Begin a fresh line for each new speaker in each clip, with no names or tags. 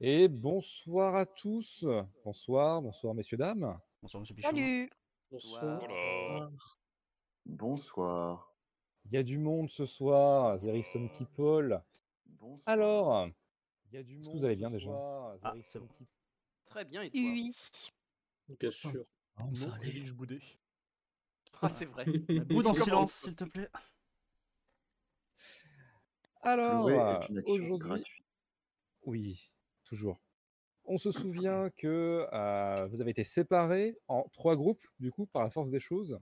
Et bonsoir à tous. Bonsoir, bonsoir messieurs, dames.
Bonsoir, monsieur Pichon.
Salut
Bonsoir.
Voilà.
Bonsoir.
Il y a du monde ce soir, there is some people.
Bonsoir.
Alors, il y a du monde. Vous allez bien déjà
Ah, c'est bon.
Très bien, et toi
Oui.
Bien sûr.
Non, je boudais.
Ah, c'est vrai.
Boude en silence, s'il te plaît.
Alors,
Louer est une action
aujourd'hui,
gratuite.
oui, toujours. On se souvient que euh, vous avez été séparés en trois groupes, du coup, par la force des choses.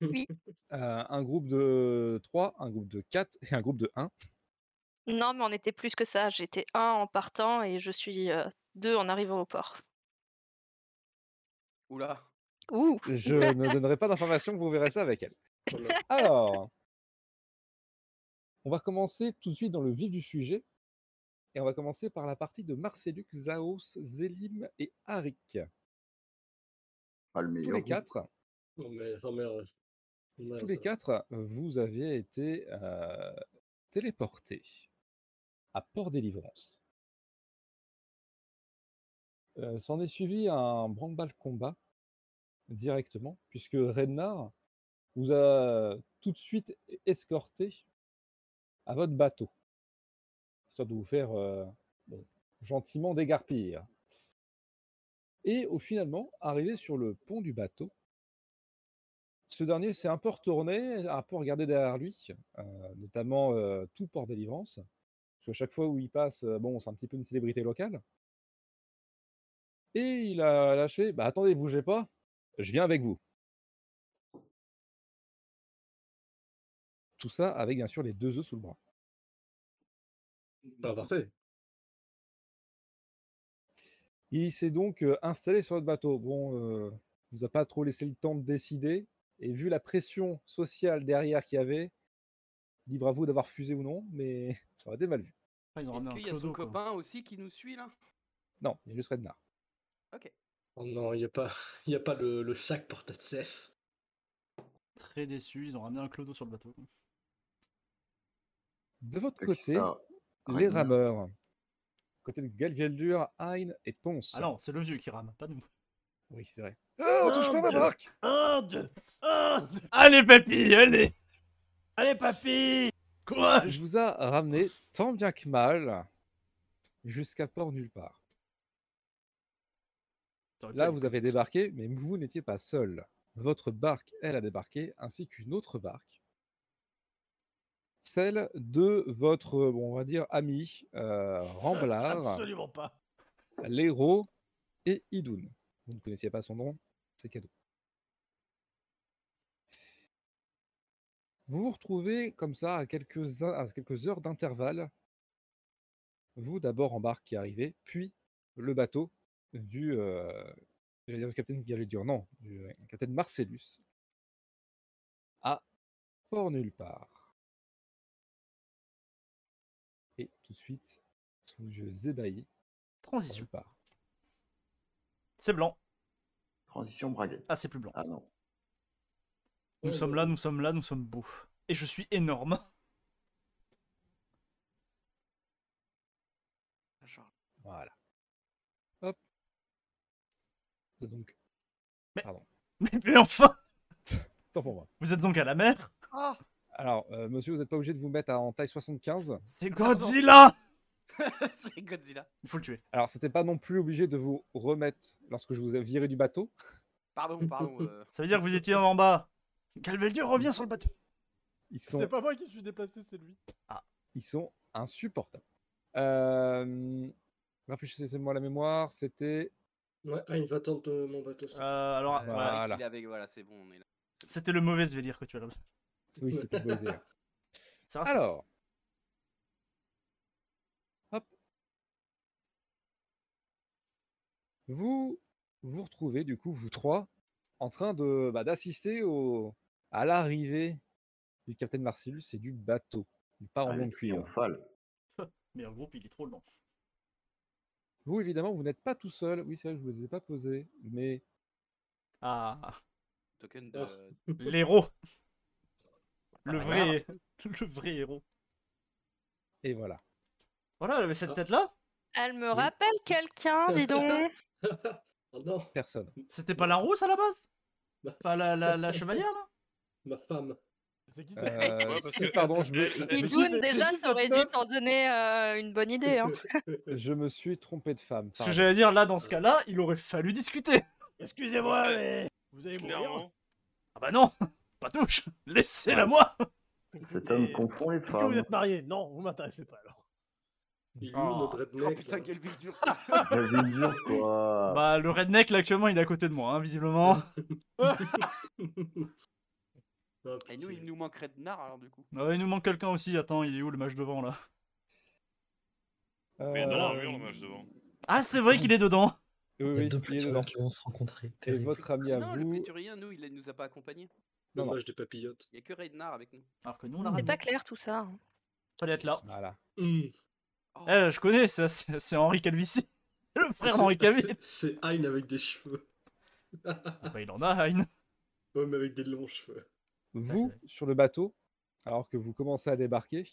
Oui.
Euh, un groupe de 3, un groupe de 4 et un groupe de 1.
Non, mais on était plus que ça. J'étais un en partant et je suis euh, deux en arrivant au port.
Oula.
Ouh
Je ne donnerai pas d'informations, vous verrez ça avec elle. Alors, on va commencer tout de suite dans le vif du sujet. Et on va commencer par la partie de Marcellux, Zaos, Zélim et Arik.
Pas Ah, le
Tous
meilleur.
les quatre,
Non, mais, non, mais, euh, mais,
tous les
euh,
quatre, vous aviez été euh, téléportés à Port Délivrance. Euh, S'en est suivi un branle-balle combat directement, puisque Rednar vous a tout de suite escorté à votre bateau, histoire de vous faire euh, bon, gentiment dégarpir. Et au finalement, arrivé sur le pont du bateau, ce dernier s'est un peu retourné, a un peu regardé derrière lui, euh, notamment euh, tout port délivrance. Parce qu'à chaque fois où il passe, euh, bon, c'est un petit peu une célébrité locale. Et il a lâché Bah attendez, bougez pas, je viens avec vous. Tout ça avec bien sûr les deux œufs sous le bras.
bah, parfait.
Il s'est donc euh, installé sur votre bateau. Bon, euh, vous a pas trop laissé le temps de décider. Et vu la pression sociale derrière qu'il y avait, libre à vous d'avoir fusé ou non, mais ça aurait été mal vu.
Ah, Ils ont
Est-ce
ramené un
qu'il y a
clodo,
son
quoi.
copain aussi qui nous suit là
Non, il y a juste Rednar.
Ok.
Oh non, il n'y a pas, y a pas le, le sac porte-à-cef.
Très déçu, ils ont ramené un clodo sur le bateau.
De votre
Avec
côté,
ça,
les
Rednar.
rameurs. Côté de Galvieldur, Hein et Ponce.
Ah non, c'est le vieux qui rame, pas nous.
Oui, c'est vrai.
Oh,
Ah, on touche pas à ma
Inde.
barque
Un, deux, un, deux.
Allez, papy, allez
Allez, papy Courage
Je vous a ramené tant bien que mal jusqu'à port nulle part. Là, vous avez débarqué, mais vous n'étiez pas seul. Votre barque, elle, a débarqué, ainsi qu'une autre barque. Celle de votre, bon, on va dire, ami, euh,
Ah.
Ramblard,
Absolument pas.
Lero et Idoun. Vous ne connaissiez pas son nom, c'est cadeau. Vous vous retrouvez comme ça à quelques, in- à quelques heures d'intervalle. Vous d'abord en barque qui est arrivée, puis le bateau du, euh, j'allais dire du capitaine Galudur, non, du euh, capitaine Marcellus à port nulle part. Et tout de suite, sous yeux ébahis, Port
Transition.
Nulle part.
C'est blanc.
Transition braguette.
Ah, c'est plus blanc.
Ah non.
Nous
Ouais,
sommes
ouais.
là, nous sommes là, nous sommes beaux. Et je suis énorme.
Ah, genre,
Voilà. Hop. C'est donc.
Mais-
Pardon.
Mais, mais enfin
Tant pour moi.
Vous êtes donc à la mer
Ah
Alors, euh, monsieur, vous n'êtes pas obligé de vous mettre à- en taille 75.
C'est
Ah, Pardon.
Godzilla
C'est Godzilla.
Il faut le tuer.
Alors, c'était pas non plus obligé de vous remettre lorsque je vous ai viré du bateau.
Pardon, pardon. euh,
Ça veut dire que vous étiez en bas. Calveldur revient sur le bateau.
Ils sont,
C'est pas moi qui me suis déplacé, c'est lui.
ils sont insupportables. Euh, Réfléchissez-moi à la mémoire. C'était.
Ouais, ah, il va tenter euh, mon bateau. s'il te
Euh, alors,
euh,
ouais.
Voilà.
qu'il est avec- voilà, c'est bon, on est là.
c'était le mauvais Svelir que tu as là.
Oui, c'était Bozé.
C'est raciste.
Alors. Hop. Vous vous retrouvez, du coup, vous trois, en train de bah, d'assister au à l'arrivée du capitaine Marcellus et du bateau, du
Ah,
paravent
le
de cuivre.
triomphal.
Mais en groupe, il est trop lent.
Vous, évidemment, vous n'êtes pas tout seul. Oui, c'est vrai, je ne vous les ai pas posés, mais
Ah,
Token de.
l'héros. Le
Ah,
vrai, le vrai héros.
et voilà.
Voilà, elle avait cette
Ah.
tête-là.
Elle me rappelle quelqu'un, Ah, dis donc.
oh non,
Personne.
C'était pas la rousse à la base
Bah.
Enfin, la, la, la chevalière là
ma femme.
C'est qui ça
Euh,
Ouais, parce
si,
que-
pardon, je
Elle-
me,
elle-
Idoun,
c'est-
déjà,
qui
ça aurait
cette
dû
meuf
t'en donner euh, une bonne idée. Hein.
je me suis trompé de femme.
Ce que
pardon.
j'allais dire là, dans ce cas là, il aurait fallu discuter.
Excusez-moi, mais. Vous allez mourir.
Clairement.
Ah bah non Pas touche Laissez-la moi
Cet homme confond les
Est-ce que vous
femmes.
êtes mariés Non, vous m'intéressez pas alors.
Il est où
Oh.
notre redneck
Oh
là
putain, quelle ville dure
J'avais dur, quoi.
Bah, le redneck là actuellement il est à côté de moi, hein, visiblement.
Ah,
Et nous,
pitié.
il nous manquerait de nard alors du coup.
Ouais, Ah, il nous manque quelqu'un aussi, attends, il est où le match devant là
Mais dans
Euh,
l'armure, le match devant.
Ah, c'est vrai qu'il est dedans
oui,
Il y a
oui, il
deux
est
platoons
dedans.
qui vont se rencontrer.
Et
Terrible.
votre ami à
Ah Non, le
vous,
péturien, nous, il nous a pas accompagnés.
Non, non.
Dommage des papillotes.
Il y a que Rednar avec nous.
Alors que nous on l'a
C'est
raté.
pas clair tout ça. hein.
Fallait être là.
voilà.
Hmm.
Oh,
Eh, je connais, ça, c'est c'est Henri Calvici. Le frère d'Henri Cavill.
C'est Hein avec des cheveux.
bah, il en a, Hein.
Ouais, mais avec des longs cheveux.
Vous,
vrai.
sur le bateau, alors que vous commencez à débarquer,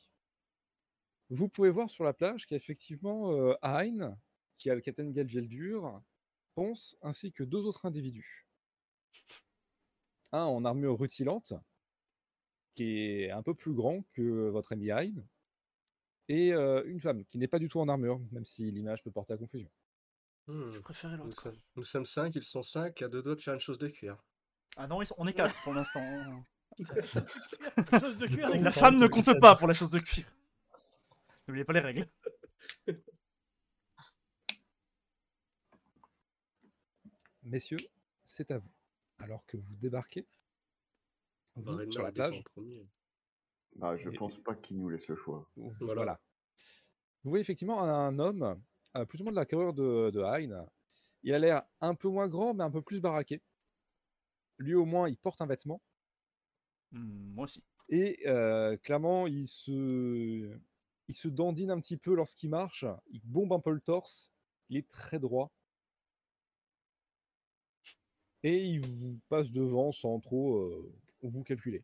vous pouvez voir sur la plage qu'effectivement, euh, Hein, qui a le capitaine Galgeldur, Ponce, ainsi que deux autres individus. Un en armure rutilante, qui est un peu plus grand que votre ami Hein, et euh, une femme qui n'est pas du tout en armure, même si l'image peut porter à confusion.
Hmm.
Je préférais
Nous,
l'autre.
sommes- nous sommes cinq, ils sont cinq, à deux doigts de faire une chose de cuir.
Ah non, ils sont- on est quatre pour l'instant. hein.
Chose de cuir,
Je comprends.
les
La
gars.
femme ne compte pas pour la chose de cuir. N'oubliez pas les règles.
Messieurs, c'est à vous. Alors que vous débarquez
Bah,
vous,
Ragnar,
sur la
il descend
plage,
en premier.
Bah, je pense pas qu'il nous laisse le choix.
Voilà.
Voilà.
Vous voyez effectivement un, un homme, euh, plus ou moins de la carrure de, de Hein. Il a l'air un peu moins grand, mais un peu plus baraqué. Lui, au moins, il porte un vêtement.
Hmm, moi aussi.
Et euh, clairement, il se... il se dandine un petit peu lorsqu'il marche. Il bombe un peu le torse. Il est très droit. Et il vous passe devant sans trop euh, vous calculer.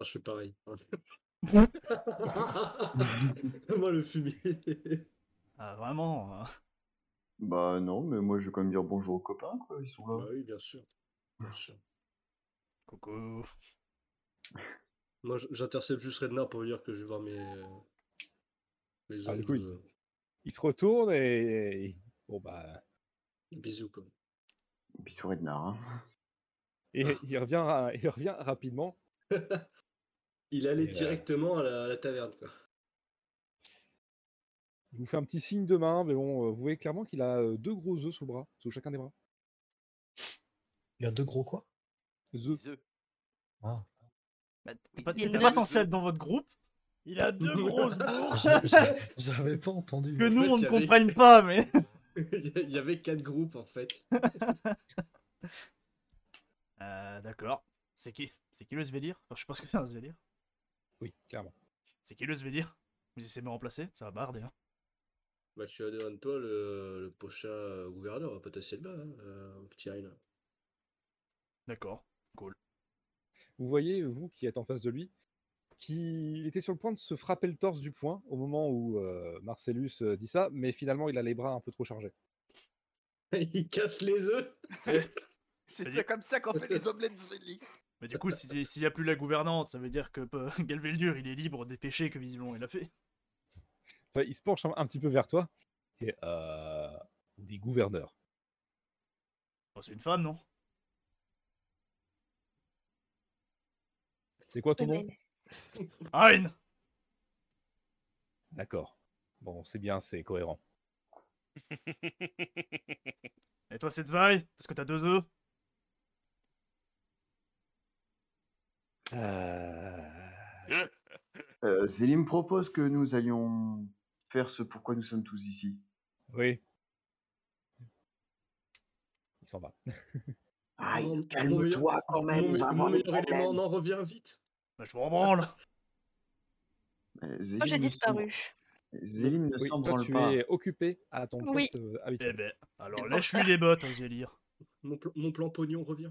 Ah, je fais pareil. Moi, le fumier.
Ah, vraiment. euh.
Bah, non, mais moi, je vais quand même dire bonjour aux copains, quoi. Ils sont
bah
là.
oui, bien sûr. Bien sûr.
Coucou.
Moi, j- j'intercepte juste Rednar pour lui dire que je vais voir mes. euh, mes
Ah, du
hommes
coup,
de-
Il se retourne et... Bon, bah...
Bisous, quoi.
Bisous, Rednar. Hein.
Et
Ah.
il revient, ra- il revient rapidement.
Il allait
Et, euh,
directement à la, à la taverne, quoi.
Il vous fait un petit signe de main, mais bon, euh, vous voyez clairement qu'il a euh, deux gros œufs sous le bras, sous chacun des bras.
Il y a deux gros quoi
Œufs.
les œufs.
Ah.
Bah, T'es pas,
Il
t'es
est
pas
neuf.
censé être dans votre groupe
Il a deux grosses bourses.
J'avais Ah, pas entendu.
que
en
nous
fait,
on
il
ne
y avait-
comprenne pas, mais.
Il y a- il y avait quatre groupes, en fait.
Euh, d'accord. C'est qui C'est qui le Svelir Enfin, Je sais pas ce que c'est un Svelir.
Oui, clairement.
C'est qui le Svelir Vous essayez de me remplacer Ça va barder, hein.
Bah, tu as devant toi le, le pocha euh, gouverneur, pas tasser le bas, hein, euh, petit Aïna.
D'accord.
Vous voyez, vous qui êtes en face de lui, qu'il était sur le point de se frapper le torse du poing au moment où euh, Marcellus euh, dit ça, mais finalement, il a les bras un peu trop chargés.
Il casse les œufs
C'est
Vas-y.
comme ça qu'on fait les omelettes Sveli.
Mais du coup, si- s'il y a plus la gouvernante, ça veut dire que euh, Galveldur il est libre des péchés que visiblement il a fait.
Enfin, il se penche un, un petit peu vers toi. Et, euh, on dit gouverneur.
Enfin, Oh, c'est une femme, non
C'est quoi ton nom
Hein
D'accord. Bon, c'est bien, c'est cohérent.
Et toi, c'est Zvai Parce que t'as deux œufs
Euh, Zélim propose que nous allions faire ce pourquoi nous sommes tous ici.
Oui. Il s'en va.
Aïe,
Mon- mon
Ah, calme-toi
meilleur-
quand même,
Mon,
on va
me- mon
avoir des
meilleur élément,
problèmes.
on en revient vite
Bah, je m'en branle
Euh,
Moi, j'ai
Zélim ne
disparu.
s'en- Zélim ne
Oui,
s'en
toi,
branle
tu
pas.
es occupé à ton
Oui.
poste euh,
Eh
habituel.
ben, alors
pour
lâche-lui les bottes, hein, Svelir.
mon, pl- mon plan pognon revient.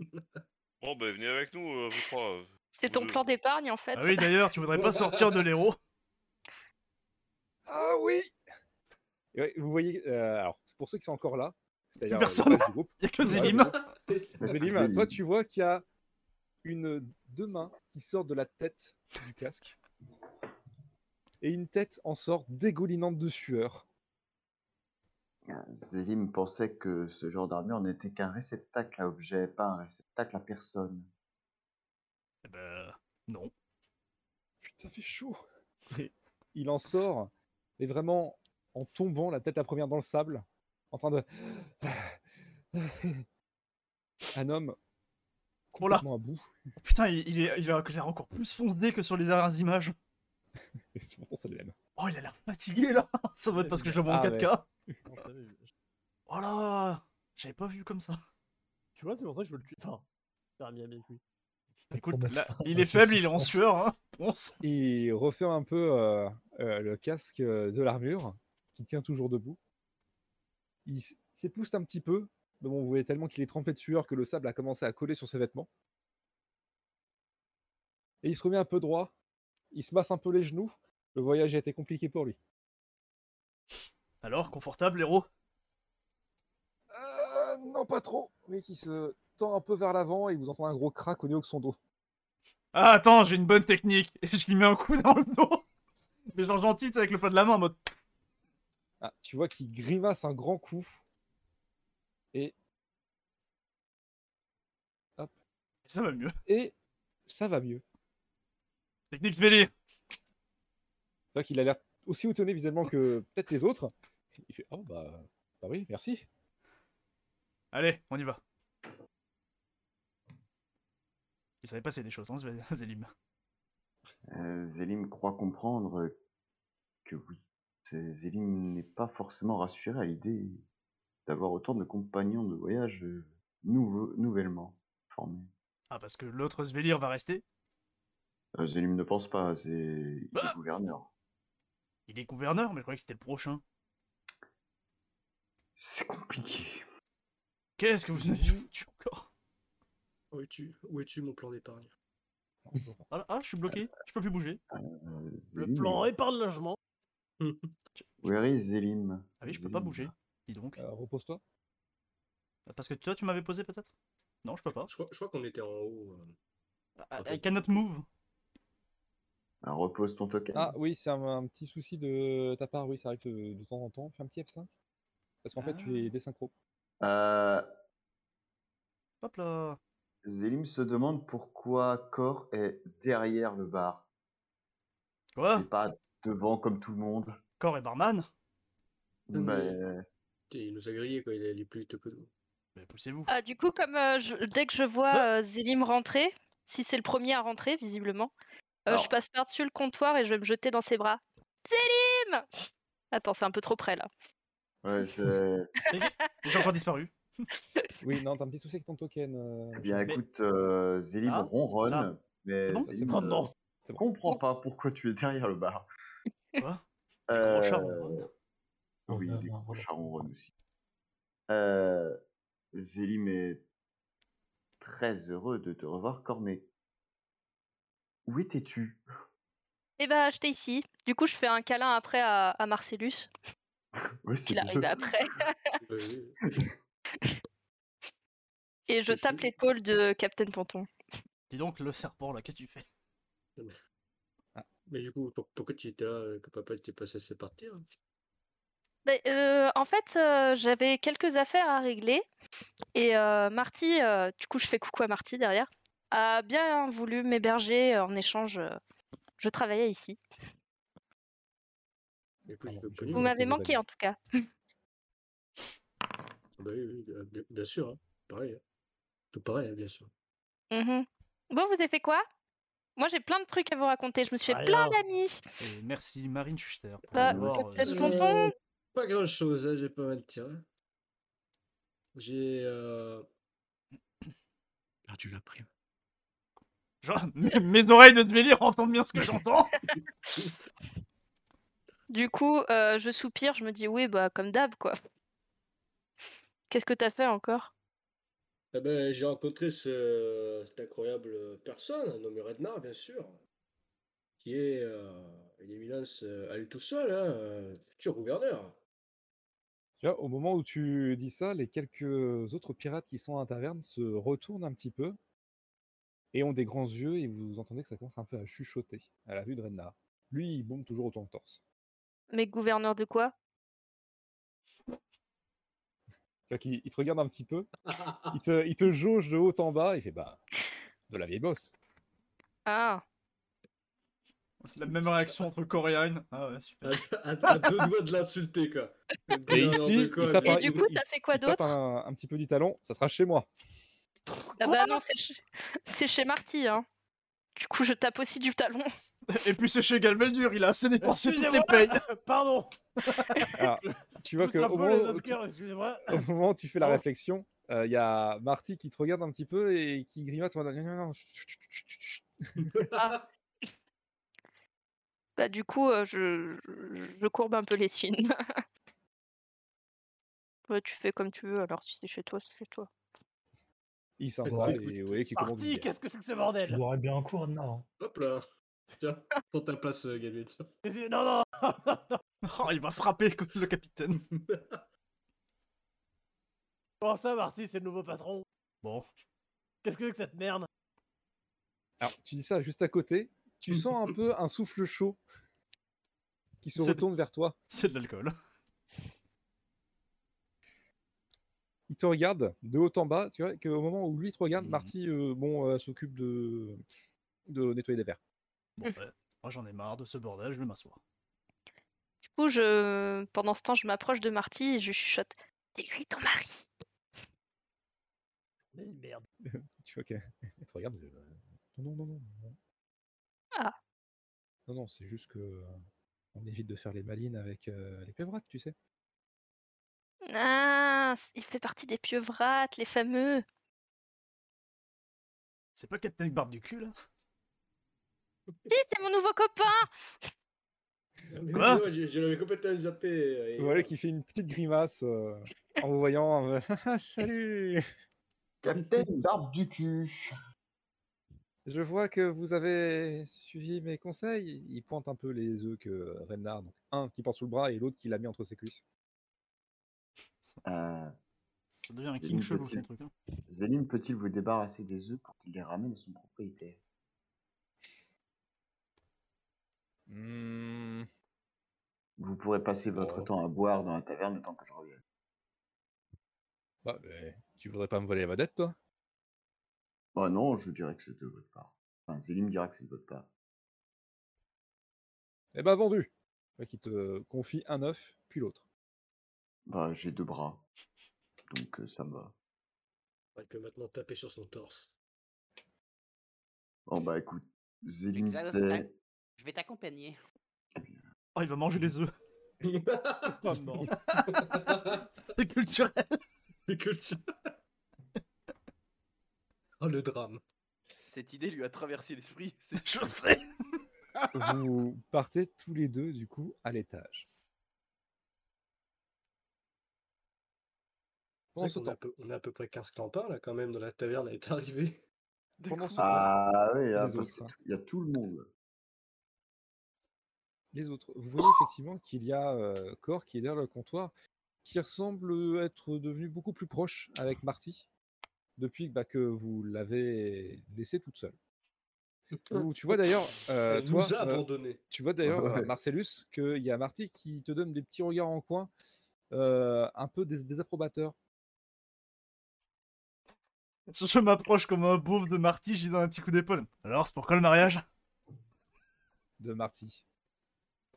Bon, bah, venez avec nous, euh, vous trois.
C'est ton
Mm.
plan d'épargne en fait.
Ah oui, d'ailleurs, tu voudrais pas sortir de l'héros
Ah oui Et ouais, Vous voyez, euh, alors, c'est pour ceux qui sont encore là, c'est-à-dire euh, le
Personne.
reste du groupe,
Y'a que
Ouais,
Zélim.
Zélim, toi tu vois qu'il y a une deux mains qui sortent de la tête du casque et une tête en sort dégoulinante de sueur.
euh, Zélim pensait que ce genre d'armure n'était qu'un réceptacle à objet, pas un réceptacle à personne.
Eh ben, non.
Putain, fait chaud. Il en sort et vraiment en tombant la tête la première dans le sable, en train de un homme
Oh là.
complètement à bout.
Putain, il, il est, il a l'air encore plus foncé que sur les dernières images.
Et c'est pourtant c'est le même.
Oh, il a l'air fatigué là Ça doit être parce que je le vois en
Ah,
4K.
Non, ça, je-
Oh là J'avais pas vu comme ça.
Tu vois, c'est pour ça que je veux le tuer. Enfin, faire un lien avec lui.
Écoute,
Pour mettre
là,
fin
il
à
est
ce
faible, il est en
suspense.
sueur, hein. Ponce.
Il referme un peu euh, euh, le casque euh, de l'armure, qui tient toujours debout. Il s- s'épouste un petit peu, mais bon, vous voyez tellement qu'il est trempé de sueur que le sable a commencé à coller sur ses vêtements. Et il se remet un peu droit, il se masse un peu les genoux. Le voyage a été compliqué pour lui.
Alors, confortable, héros
Euh, non, pas trop. Mais qui se tend un peu vers l'avant et vous entendez un gros crack au niveau de son dos.
Ah, attends, j'ai une bonne technique. Et je lui mets un coup dans le dos. Mais genre gentil, tu sais, avec le pas de la main, en mode.
Ah, tu vois qu'il grimace un grand coup. Et
Ça va mieux.
et ça va mieux.
Technique Smelly.
Tu vois qu'il a l'air aussi étonné visuellement que peut-être les autres. Il fait Oh, bah, bah oui, merci.
Allez, on y va. Il savait passer des choses, hein, Zé- Zélim.
Euh, Zélim croit comprendre que oui. C'est- Zélim n'est pas forcément rassuré à l'idée d'avoir autant de compagnons de voyage euh, nouveau- nouvellement formés.
Ah, parce que l'autre Svelir va rester.
Euh, Zélim ne pense pas, c'est il est
Ah
gouverneur.
Il est gouverneur, mais je croyais que c'était le prochain.
C'est compliqué.
Qu'est-ce que vous avez foutu encore
Où es-tu Où es-tu, mon plan d'épargne
ah, là- ah, je suis bloqué, je peux plus bouger.
Euh,
Le
Zélim-
plan épargne logement.
Where is Zélim
Ah oui, je peux pas
Zélim.
bouger. Dis donc. Ah,
Euh, Repose-toi.
Parce que toi, tu m'avais posé peut-être Non, je peux pas.
Je crois, je crois qu'on était en haut. euh.
Ah, I cannot move.
Alors, repose ton token.
Ah oui, c'est un, un petit souci de ta part. Oui, ça arrive de, de temps en temps. Fais un petit F5. Parce qu'en fait,
Ah.
tu es désynchro.
Euh,
Hop là.
Zélim se demande pourquoi Cor est derrière le bar
Quoi
et pas devant comme tout le monde. ben,
Corps et barman
Non,
Mais-
Putain, Il nous a grillé quoi, il est, il est plus vite que nous.
Mais Ben, poussez-vous.
Ah, du coup, comme euh, je- dès que je vois
Bah
euh, Zélim rentrer, si c'est le premier à rentrer, visiblement, euh, je
Alors.
passe par-dessus le comptoir et je vais me jeter dans ses bras. Zélim Attends, c'est un peu trop près là.
Ouais, c'est-
J'ai encore disparu.
Oui, non, t'as un petit souci avec ton token. euh,
Eh bien,
Mais-
écoute, euh, Zélim
Ah,
ronronne,
là. C'est
mais
bon,
Zélim
Oh
ne
non.
comprend pas pourquoi tu es derrière le bar.
Quoi
Euh,
Gros chat, on run.
Oui,
Oh là
les
là,
gros
oh là
chats
là.
ronronnent aussi. Euh, Zélim est très heureux de te revoir, Cormé. Où étais-tu
Eh ben, j'étais ici. Du coup, je fais un câlin après à, à Marcellus,
Oui,
qui
mieux.
arrive après.
Euh, oui,
Et je
C'est
tape
chou.
l'épaule de Captain Tonton.
Dis donc, le serpent là, qu'est-ce que tu fais
Mais du coup, pour- pourquoi tu étais là euh, Que papa était passé à se partir hein
Ben, euh, en fait, euh, j'avais quelques affaires à régler. Et euh, Marty, euh, du coup, je fais coucou à Marty derrière, a bien voulu m'héberger euh, en échange. euh, je travaillais ici.
Du coup,
Ah
je
bon, je
veux Mmh, pas
vous
dire.
Vous
me
m'avez
pose des
manqué en tout cas.
Ah bah oui, oui, euh, bien, bien sûr, hein, pareil. hein. Tout pareil, hein, bien sûr.
Mhm. Bon, vous avez fait quoi Moi, j'ai plein de trucs à vous raconter. Je me
Ah,
suis fait plein
Alors.
d'amis.
Et merci Marine Schuster pour
Bah,
avoir, euh,
Captain
euh,
Tonton,
Pas grand chose, hein, j'ai pas mal tiré. J'ai euh,
Ah,
perdu la prime.
Genre, mes- mes oreilles de Smélir entendent bien ce que j'entends.
du coup, euh, je soupire. Je me dis, oui, bah, comme d'hab, quoi. Qu'est-ce que t'as fait encore
Eh ben, j'ai rencontré ce- cette incroyable personne, nommée Rednar, bien sûr, qui est euh, une éminence euh, à lui tout seul, hein, euh, futur gouverneur.
Tu vois, au moment où tu dis ça, les quelques autres pirates qui sont à la taverne se retournent un petit peu et ont des grands yeux et vous entendez que ça commence un peu à chuchoter à la vue de Renard. Lui, il bombe toujours autant le torse.
Mais gouverneur de quoi
Tu vois qu'il il te regarde un petit peu,
Ah.
il te, il te jauge de haut en bas, il fait bah de la vieille bosse.
Ah,
La même réaction entre coréenne. Ah ouais, super.
À, à- à deux doigts de l'insulter, quoi.
Et ici, il tape
Et
Ah,
du
il-
coup,
il-
t'as fait quoi
Il tape
d'autre
un, un petit peu du talon, ça sera chez moi.
Ah bah non, c'est chez... c'est chez Marty, hein. Du coup, je tape aussi du talon.
Et puis c'est chez Galveldur, il a assez dépensé toutes les
Excusez-moi.
payes.
Pardon
Tu vois
Pousse
que
un
au
peu
moment,
les
où tu-
Oscars, excusez-moi.
au moment où tu fais la
Pardon.
réflexion, euh, il y a Marty qui te regarde un petit peu et qui grimace en mode non, non, non, chut, chut, chut, chut, chut. Ah.
Bah du coup, euh, je... je- je courbe un peu les chines. Bah, tu fais comme tu veux, alors si c'est chez toi, c'est chez toi.
il
Ouais,
s'installe
écoute,
et ouais, qui commande une
Parti,
bière.
qu'est-ce que c'est que ce
Tu
bordel
boirais bien un coup, Rednar. hein.
Hop là. Tiens, prends ta place, euh, Gabriel, tiens.
Excusez- Non, non
Oh, il va frapper le capitaine.
Comment ça, Marty, c'est le nouveau patron
Bon.
Qu'est-ce que c'est que cette merde
Alors, tu dis ça juste à côté, tu sens un peu un souffle chaud qui se
C'est-
retourne vers toi.
C'est de l'alcool.
Il te regarde de haut en bas, tu vois, qu'au moment où lui te regarde,
Mhm.
Marty euh, bon, euh, s'occupe de... de nettoyer des verres.
Bon, bah, moi j'en ai marre de ce bordel, je vais m'asseoir.
Du coup, je... pendant ce temps, je m'approche de Marty et je chuchote. C'est lui ton mari
Mais merde.
Tu vois qu'elle elle te regarde. euh, Non, non, non, non, non.
Ah.
Non, non, c'est juste que euh, on évite de faire les malines avec euh, les pévrates, tu sais.
Ah, c- il fait partie des pieux vrates, les fameux.
C'est pas le capitaine avec barbe du cul là
Si, c'est mon nouveau copain
Oh,
Mais
Quoi
ouais, je, je l'avais complètement zappé. euh, et,
Voilà
euh,
qui fait une petite grimace euh, en vous voyant. euh, Ah, Salut
Capitaine Barbe du cul.
Je vois que vous avez suivi mes conseils. Il pointe un peu les œufs que Renard, donc un qui porte sous le bras et l'autre qui l'a mis entre ses cuisses.
Euh,
Ça devient un
C'est
king
une
chelou
petite-
son truc. Hein.
Zélim peut-il vous débarrasser des œufs pour qu'il les ramène à son propriétaire Vous pourrez passer votre
Oh.
temps à boire dans la taverne le temps que je revienne.
Bah, mais tu voudrais pas me voler ma dette, toi
Oh non, je dirais que c'est de votre part. Enfin, Zélim dira que c'est de votre part.
Eh ben, vendu Tu vois qu'il te confie un œuf, puis l'autre.
Bah, j'ai deux bras. Donc, euh, ça me va.
Il peut maintenant taper sur son torse.
Oh bah, écoute, Zélim
Exhaust,
sait.
Je vais t'accompagner.
Oh, il va manger les œufs.
Pas mort.
C'est culturel.
Les cultures. Oh le drame.
Cette idée lui a traversé l'esprit. C'est sûr.
Je sais.
vous partez tous les deux, du coup, à l'étage. Pendant ce
on, a à
temps,
peu, on a à peu près 15 clampins là quand même dans la taverne, elle est arrivée.
De
pendant
coup,
ce temps,
Ah oui, ah, parce
les autres,
que
hein.
il y a tout le monde.
les autres, vous voyez effectivement qu'il y a euh, Cor qui est derrière le comptoir, qui ressemble être devenu beaucoup plus proche avec Marty depuis bah, que vous l'avez laissée toute seule. Ou tu vois d'ailleurs, euh,
elle
toi,
nous a
euh,
abandonnés.
tu vois d'ailleurs, euh,
Ouais.
Marcellus, qu'il y a Marty qui te donne des petits regards en coin, euh, un peu dés- désapprobateurs.
Je m'approche comme un beauf de Marty, j'y donne un petit coup d'épaule. Alors, c'est pourquoi le mariage
de Marty.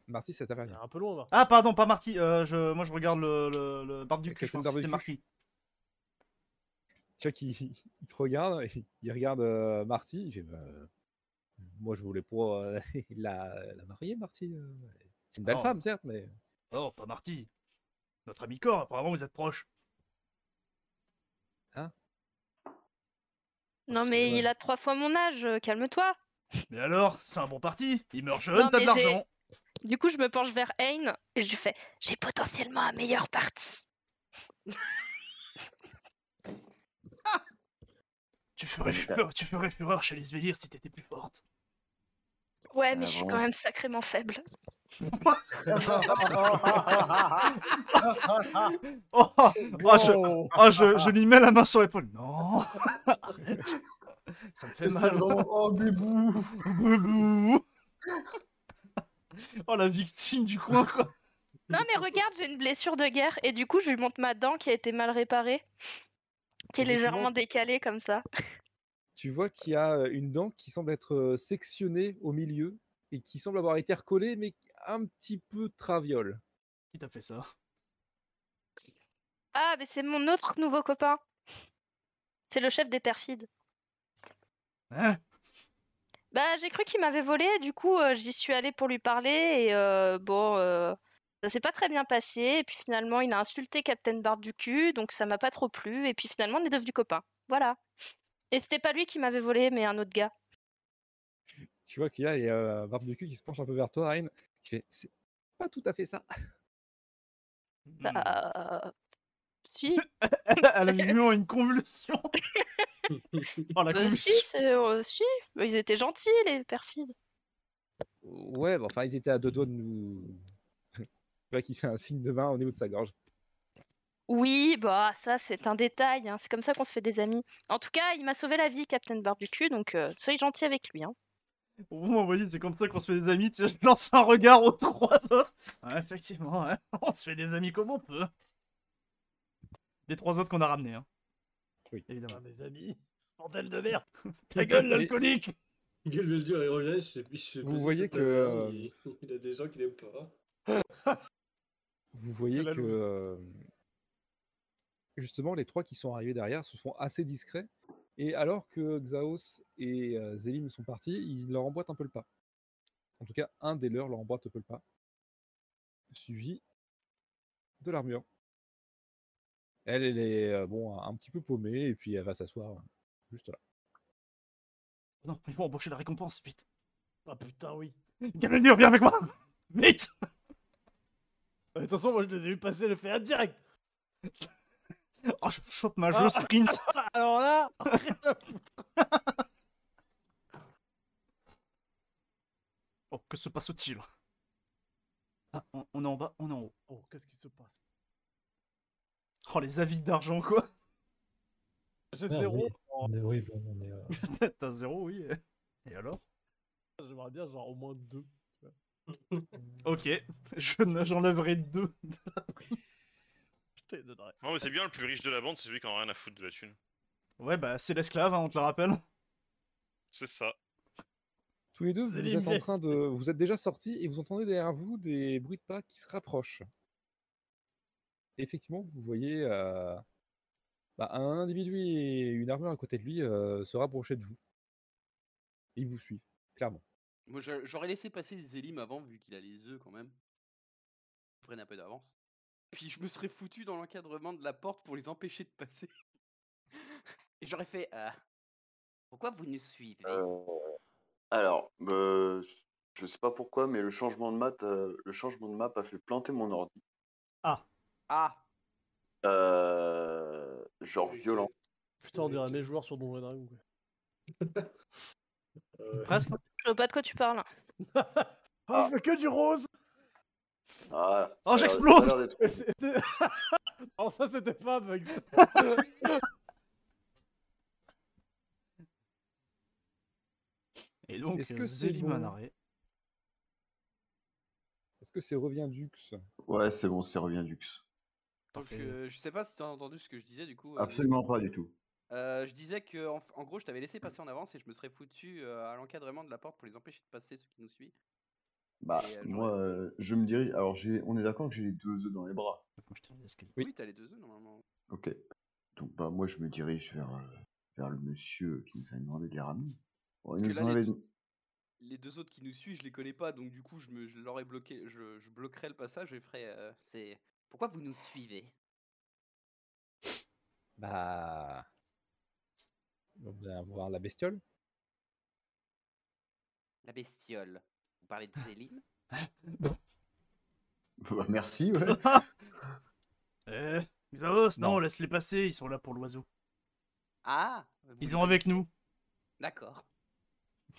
Marty, ça
Il est
t'appartient.
un peu loin, Marty.
Ah, pardon, pas Marty. Euh, je... Moi, je regarde le, le, le barbe du
Le
cul, je
capitaine
pense
barbe
que c'était
du
Marty.
Tu vois qu'il il te regarde, et il regarde euh, Marty, il fait bah, euh, Moi, je voulais pas euh, la, la marier, Marty. euh, C'est une belle
Oh.
femme, certes, mais.
Oh, pas Marty. Notre ami Cor, apparemment, vous êtes proches.
Non,
c'est
mais il
vrai.
a trois fois mon âge, euh, calme-toi
Mais alors, c'est un bon parti. Il meurt
Non,
jeune, t'as de
mais
l'argent.
Du coup, je me penche vers Ayn et je lui fais J'ai potentiellement un meilleur parti.
Tu ferais
Ouais, mais t'as-
fureur, tu ferais fureur chez les Svellir si t'étais plus forte.
Ouais,
Ah,
mais je suis
bon.
quand même sacrément faible.
Oh, oh, oh, je, oh, je, je lui mets la main sur l'épaule. Non, arrête. Ça me fait mal.
Oh, bébou
Boubou. oh, la victime du coin, quoi.
Non, mais regarde, j'ai une blessure de guerre et du coup, je lui montre ma dent qui a été mal réparée, qui est
Effectivement.
légèrement décalée comme ça.
Tu vois qu'il y a euh, une dent qui semble être euh, sectionnée au milieu et qui semble avoir été recollée, mais un petit peu traviole.
Qui t'a fait ça
Ah, mais c'est mon autre nouveau copain. C'est le chef des perfides.
Hein
Bah, j'ai cru qu'il m'avait volé, du coup, euh, j'y suis allée pour lui parler et euh, bon, euh, ça s'est pas très bien passé. Et puis finalement, il a insulté Captain Bard du cul, donc ça m'a pas trop plu. Et puis finalement, on est devenus copains. Voilà. Et c'était pas lui qui m'avait volé, mais un autre gars.
Tu vois qu'il y a et, euh, Barbecue qui se penche un peu vers toi, Rain, qui fait C'est pas tout à fait ça.
Bah, euh, Si.
Elle a, elle a visiblement une convulsion. Oh, la
Bah, si,
convulsion.
c'est- euh, si. Bah, ils étaient gentils, les perfides.
Ouais, bon, enfin, ils étaient à deux doigts de nous. tu vois qu'il fait un signe de main au niveau de sa gorge.
Oui, bah ça c'est un détail, hein. c'est comme ça qu'on se fait des amis. En tout cas, il m'a sauvé la vie, Captain Barbucu, donc euh, soyez gentil avec lui. Hein.
Vous m'envoyez, c'est comme ça qu'on se fait des amis. Tu sais, je lance un regard aux trois autres. Ouais, effectivement, ouais. on se fait des amis comme on peut. Des trois autres qu'on a ramenés, hein.
Oui.
évidemment.
Ah, mes amis. Bordel de merde.
Ta gueule,
Mais-
l'alcoolique
Gueule veut le dire, il revient, il se fait- il se fait
Vous
plaisir
voyez
tout à
que,
l'heure,
euh,
Il il a des gens qui l'aiment pas.
Vous voyez
la
que.
loose.
euh, Justement, les trois qui sont arrivés derrière se font assez discrets. Et alors que Xaos et euh, Zélim sont partis, ils leur emboîtent un peu le pas. En tout cas, un des leurs leur emboîte un peu le pas. Suivi de l'armure. Elle, elle est euh, bon, un petit peu paumée, et puis elle va s'asseoir euh, juste là.
Oh Non, il faut embaucher la récompense, vite.
Ah putain, oui.
Gamelur, viens avec moi Vite
Euh, Attention, moi je les ai vus passer, le fait direct. Ah.
Oh, je chope ma jeu sprint
Alors là, rien à foutre.
Oh, que se passe-t-il Ah, on, on est en bas, on est en haut.
Oh, qu'est-ce qui se passe
Oh, les avis d'argent, quoi Ah
J'ai
Merde, Ah
zéro.
oui. On est- oui, bon, on est. euh,
T'as zéro, oui. Et alors
J'aimerais bien genre au moins deux.
Ok, je ne- j'enlèverai deux.
Putain, de dingue.
Non, mais c'est bien, le plus riche de la bande, c'est celui qui en a rien à foutre de la thune.
Ouais, bah, c'est l'esclave, hein, on te le rappelle.
C'est ça.
Tous les deux, vous
Zélim,
êtes en
yes.
train de. Vous êtes déjà sortis et vous entendez derrière vous des bruits de pas qui se rapprochent. Et effectivement, vous voyez euh, bah, un individu et une armure à côté de lui euh, se rapprocher de vous. Et ils vous suivent, clairement.
Moi, je- j'aurais laissé passer Zélim avant, vu qu'il a les œufs quand même. Ils prennent un peu d'avance. Puis je me serais foutu dans l'encadrement de la porte pour les empêcher de passer. Et j'aurais fait Ah, Pourquoi vous nous suivez
Euh, alors, euh, je sais pas pourquoi, mais le changement de map, euh, le changement de map a fait planter mon ordi.
Ah,
Ah
Euh, genre
Vérité.
violent.
Putain, on dirait mes joueurs sur Donjon Dragon. quoi.
Ah ouais.
presque.
Je vois pas de quoi tu parles.
Ah, je fais que du rose
Ah,
Oh,
ça a l'air-
j'explose
ça a l'air d'être-
Mais c'était- Alors ça, c'était pas avec ça.
Et donc, euh,
Est-ce que c'est
Zélim à
bon
l'arrêt.
Est-ce que c'est revient Dux
Ouais, c'est bon, c'est revient luxe.
Donc,
fais-
euh, je sais pas si tu as entendu ce que je disais du coup.
Ah.
euh,
Absolument pas du tout.
Euh, je disais que, en, f- en gros, je t'avais
Mmh.
laissé passer en avance et je me serais foutu euh, à l'encadrement de la porte pour les empêcher de passer ceux qui nous suivent.
Bah,
Et, euh,
moi, euh, je me dirige. Alors, j'ai... on est d'accord que j'ai les deux œufs dans les bras.
Faut que je termine l'escalier.
Oui.
Oui, t'as les deux œufs normalement.
Ok. Donc, bah, moi, je me dirige vers, euh, vers le monsieur qui nous a demandé de les ramener. Bon,
Parce
il
que
nous
là,
en
les
avait-
deux- Les deux autres qui nous suivent, je les connais pas, donc du coup, je, me, je leur ai bloqué, je, je bloquerai le passage et ferai. euh, c'est pourquoi vous nous suivez
Bah. On va voir la bestiole.
La bestiole. Vous parlez de Zélim
Bah, merci, ouais.
Eh, Xaos, non,
Non.
laisse-les passer, ils sont là pour l'oiseau.
Ah,
Ils sont avec nous.
D'accord.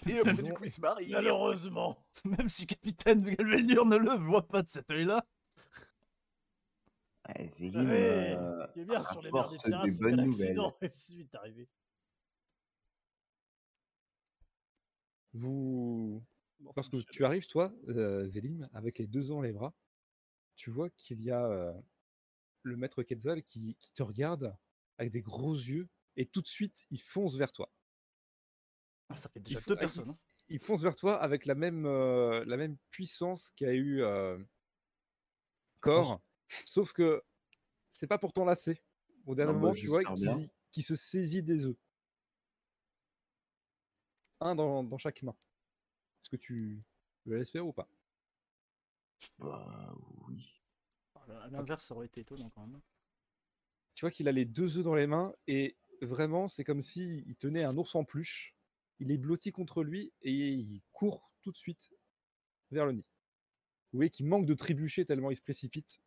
Et euh,
ont-
du coup, ils se marient.
Malheureusement. Même si Capitaine Galveldur ne le voit pas de cet œil-là.
Ah,
Vous
Zélim,
savez,
euh,
ce qui est bien sur les mers des
apporte
pirates,
des
c'est que
bonnes
l'accident est si vite arrivé.
Vous,
Bon, c'est
lorsque
Michel.
tu arrives, toi, euh, Zélim, avec les deux ans les bras, tu vois qu'il y a euh, le maître Quetzal qui, qui te regarde avec des gros yeux et tout de suite, il fonce vers toi.
Ah, ça fait
Il
déjà
faut-
deux
ah,
personnes. hein.
Il fonce vers toi avec la même, euh, la même puissance qu'a eu euh, Corps, sauf que c'est pas pour t'enlacer. Au dernier
bah,
moment, tu vois
j'espère
qu'il
bien.
s'y- qu'il se saisit des œufs. Un dans, dans chaque main. Est-ce que tu le laisses faire ou pas
bah oui.
Oh là, À l'inverse, ça aurait été étonnant quand même.
tu vois qu'il a les deux œufs dans les mains et vraiment c'est comme si il tenait un ours en peluche. Il est blotti contre lui et il court tout de suite vers le nid. Vous voyez qu'il manque de trébucher tellement il se précipite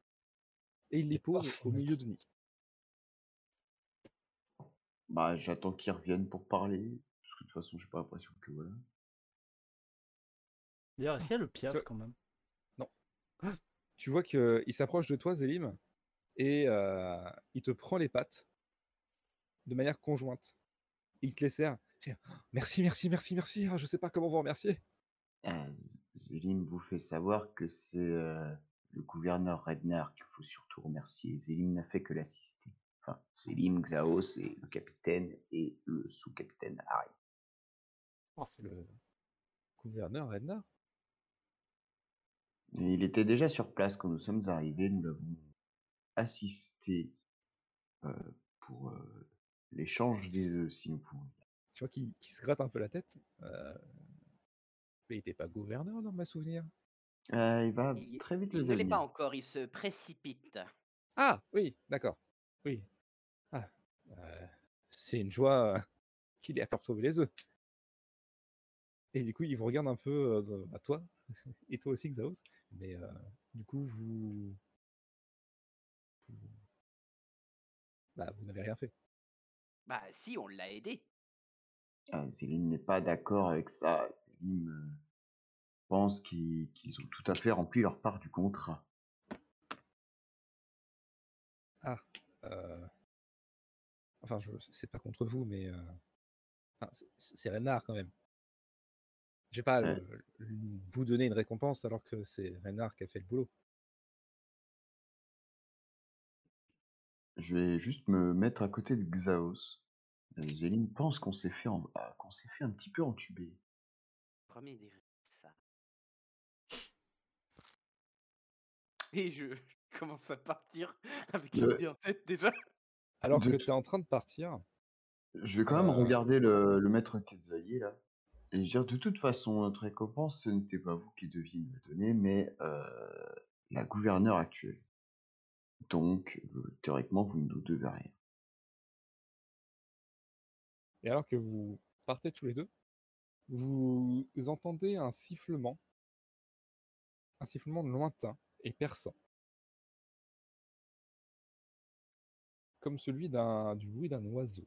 et il les
C'est pas
pose au
fou, mec.
milieu du nid.
Bah j'attends qu'ils reviennent pour parler. Parce que de toute façon, j'ai pas l'impression que voilà.
D'ailleurs, est-ce qu'il y a le piaf
Tu-
quand même
Tu vois qu'il s'approche de toi, Zélim, et euh, il te prend les pattes de manière conjointe. Il te les serre. Il fait, «Ah, Merci, merci, merci, merci. Ah, Je sais pas comment vous remercier.
Ah, Z- Zélim vous fait savoir que c'est euh, le gouverneur Rednar qu'il faut surtout remercier. Zélim n'a fait que l'assister. Enfin, Zélim, Xaos et le capitaine et le sous-capitaine Harry.
Oh, c'est
Le gouverneur Edna.
Et Il était déjà sur place quand nous sommes arrivés. Nous l'avons assisté euh, pour euh, l'échange des œufs, si nous pouvons.
tu vois, qui, qui se gratte un peu la tête. Euh, Mais il n'était pas gouverneur dans ma souvenir.
Euh, il va
Il-
très vite le
Il ne l'est
devenir.
pas encore, il se précipite.
Ah oui, d'accord. Oui. Ah, euh, c'est une joie euh, qu'il ait à retrouver les œufs. Et du coup, il vous regarde un peu euh, de- à toi et toi aussi, Xaos. Mais euh, du coup, vous, vous- bah, vous n'avez rien fait.
Bah si, on l'a aidé.
Ah, Zélim n'est pas d'accord avec ça. Zélim euh, pense qu'ils qu'ils ont tout à fait rempli leur part du contrat.
Ah, Euh, Enfin, je c'est pas contre vous, mais euh, enfin, c'est- c'est c'est Renard quand même. Je vais pas
Ouais.
le- le- vous donner une récompense alors que c'est Renard qui a fait le boulot.
Je vais juste me mettre à côté de Xaos. Euh, Zélim pense qu'on s'est fait, en- ah, qu'on s'est fait un petit peu entuber.
Premier dirait ça. Et je je commence à partir avec
Le-
l'idée en tête déjà.
Alors
De
que
tout-
tu es en train de partir,
Je vais quand même
Euh.
regarder le, le maître Quetzalier là. Et dire de toute façon, notre récompense, ce n'était pas vous qui deviez nous la donner, mais euh, la gouverneure actuelle. Donc, euh, théoriquement, vous ne nous devez rien.
et alors que vous partez tous les deux, vous entendez un sifflement, un sifflement lointain et perçant, comme celui d'un du bruit d'un oiseau.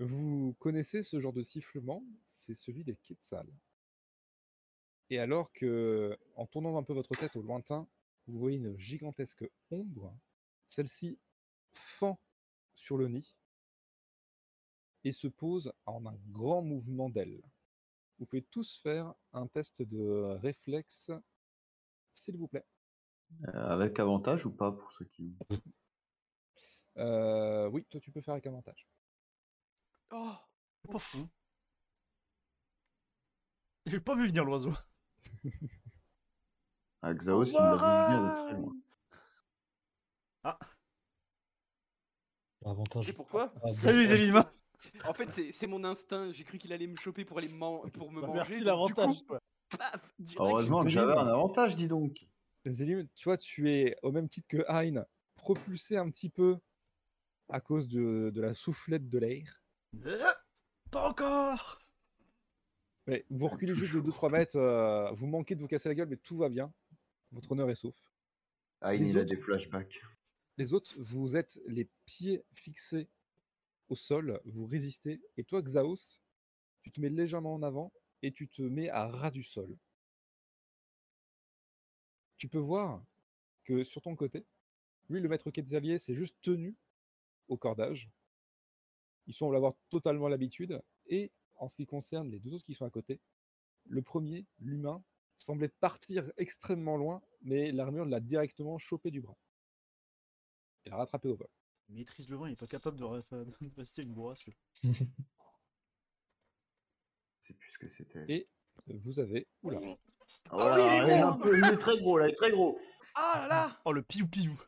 Vous connaissez ce genre de sifflement, c'est celui des Quetzals. Et alors que, en tournant un peu votre tête au lointain, vous voyez une gigantesque ombre, celle-ci fend sur le nid et se pose en un grand mouvement d'aile. Vous pouvez tous faire un test de réflexe, s'il vous plaît.
Euh, avec avantage ou pas pour ceux qui.
Euh, oui, toi tu peux faire avec avantage.
Oh,
c'est pas fou. J'ai pas vu venir l'oiseau.
Ah, Xaos, il l'a vu venir de très loin.
Avantage.
c'est pourquoi
bah,
Ah, bon.
Salut Zélima
En fait, c'est c'est mon instinct. J'ai cru qu'il allait me choper pour, aller me man- pour me
Bah,
manger.
Merci
donc,
l'avantage,
Du coup, Ah bah,
quoi.
paf, direct.
Heureusement que
Zélim.
j'avais un avantage, dis donc.
Zélim, tu vois, tu es au même titre que Hein, propulsé un petit peu à cause de, de la soufflette de l'air.
Euh, Pas encore
Mais vous reculez juste de 2-3 mètres, euh, vous manquez de vous casser la gueule, mais tout va bien. Votre honneur est sauf.
Ah,
Les
il a
autres
des flashbacks.
Les autres, vous êtes les pieds fixés au sol, vous résistez. Et toi, Xaos, tu te mets légèrement en avant et tu te mets à ras du sol. Tu peux voir que sur ton côté, lui, le maître Quetzalier, s'est juste tenu au cordage. Ils semblent avoir totalement l'habitude. Et en ce qui concerne les deux autres qui sont à côté, le premier, l'humain, semblait partir extrêmement loin, mais l'armure l'a directement chopé du bras. Elle l'a rattrapé au vol.
Il maîtrise le vent, il est pas capable de, re- de rester une bourrasque.
C'est plus ce que c'était.
Et- Vous avez. Oula.
Ah,
oui, il est
il, est
gros.
un peu- il est très gros là, il est très gros.
Ah là là
Oh le piou piou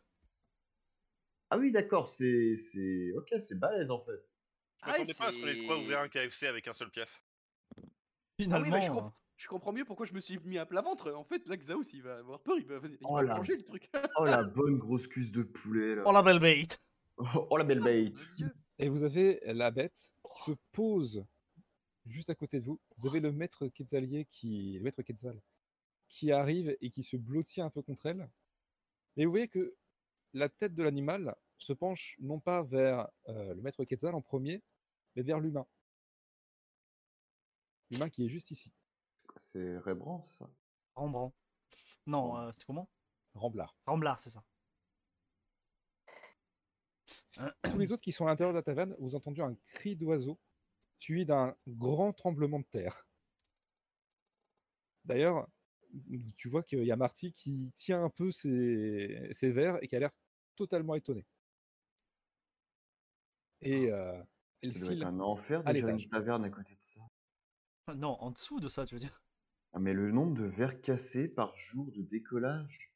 Ah oui, d'accord, c'est. c'est- Ok, c'est balèze en fait.
Ah,
Je m'attendais pas à ce qu'on ait de quoi ouvrir un KFC avec un seul piaf.
Ah oui,
Finalement,
bah, je, comp- je comprends mieux pourquoi je me suis mis à plat ventre. En fait, là, Xaos, il va avoir peur, il va, il
Oh
va
là.
manger le truc.
Oh la bonne grosse cuisse de poulet là.
oh la belle bête
Oh, la belle bait.
Mon Dieu.
Et vous avez la bête qui se pose juste à côté de vous. Vous avez le maître Quetzalier qui, le maître Quetzal, qui arrive et qui se blottit un peu contre elle. Et vous voyez que la tête de l'animal se penche non pas vers euh, le maître Quetzal en premier, mais vers l'humain. L'humain qui est juste ici,
C'est Rembrandt ça.
Rembrandt. Non, euh, c'est comment
Ramblard.
Ramblard, c'est ça.
Tous les autres qui sont à l'intérieur de la taverne, vous entendez un cri d'oiseau suivi d'un grand tremblement de terre. D'ailleurs, tu vois qu'il y a Marty qui tient un peu ses, ses verres et qui a l'air totalement étonné.
Ah.
Et euh, elle
Ça doit être
file.
un enfer
à
déjà une
l'étage.
taverne à côté de ça.
Non, en dessous de ça, tu veux dire
Ah, mais le nombre de verres cassés par jour de décollage.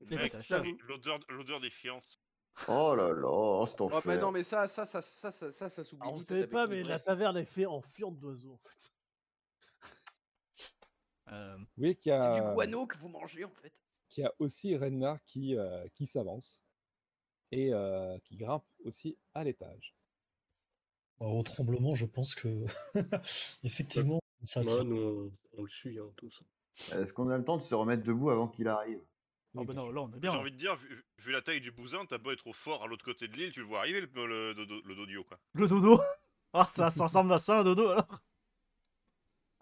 Mais
Mec,
t'as la save.
L'odeur l'odeur des fiantes.
Oh là là, oh, cet
Oh,
enfer.
bah non, mais ça, ça, ça, ça, ça, ça, ça s'oublie.
Alors, vous
vite
savez
avec
pas,
une
mais la
ivresse.
taverne est faite en fiente d'oiseaux, en fait.
Euh,
Vous voyez qu'il y,
C'est du
a-
guano que vous mangez, en fait.
qu'il y a aussi Renard qui, euh, qui s'avance et euh, qui grimpe aussi à l'étage.
Bah, Au tremblement, je pense que. Effectivement, ça
Ouais,
attire.
nous, on, on le suit, hein, tous.
Est-ce qu'on a le temps de se remettre debout avant qu'il arrive
Ah
Oui,
bah
bien
non,
sûr.
là on est bien.
J'ai envie de dire, vu, vu la taille du bousin, t'as beau être au fort à l'autre côté de l'île, tu le vois arriver le, le, dodo- le dodio quoi.
Le dodo Ah ça, ça ressemble à ça un dodo alors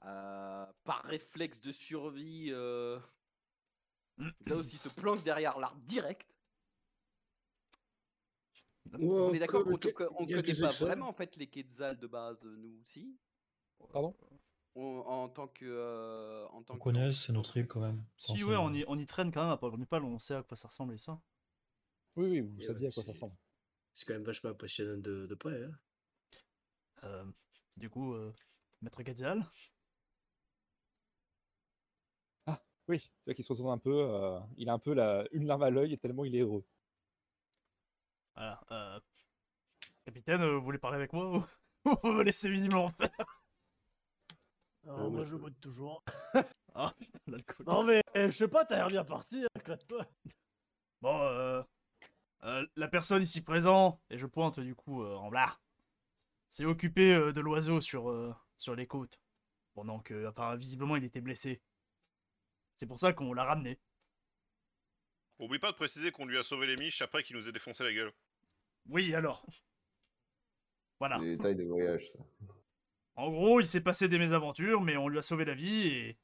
Euh, par réflexe de survie, euh... Xaos, il se planque derrière l'arbre direct.
Oh,
on est d'accord qu'on te- on connaît pas vraiment, en fait, les Quetzal de base, euh, nous aussi
Pardon
On- En tant que... euh, en tant
On
que-
connaît, c'est notre île quand même.
Si
Enfin,
ouais,
c'est-
on y, on y traîne quand même, après, on est pas long, on sait à quoi ça ressemble et ça.
Oui, oui, vous
Et
savez
ouais,
à quoi ça
c'est-
ressemble.
C'est quand même vachement impressionnant de, de près. Hein.
Euh, du coup, euh, Maître Gadial
Oui, tu vois qu'il se retourne un peu. euh, il a un peu la, une larme à l'œil et tellement il est heureux.
Voilà. euh, Capitaine, euh, vous voulez parler avec moi ou ou vous me laissez visiblement faire
Alors,
moi,
moi,
je-
je botte toujours.
Ah putain, l'alcool.
Non, mais eh, je sais pas, t'as l'air bien parti, hein, éclate-toi.
Bon, euh, euh, la personne ici présente, et je pointe du coup euh, Ramblard, s'est occupée euh, de l'oiseau sur, euh, sur les côtes. Pendant que, enfin, visiblement, il était blessé. C'est pour ça qu'on l'a ramené.
Oublie pas de préciser qu'on lui a sauvé les miches après qu'il nous ait défoncé la gueule.
Oui, alors. Voilà.
C'est les tailles des voyages ça.
En gros, il s'est passé des mésaventures, mais on lui a sauvé la vie et.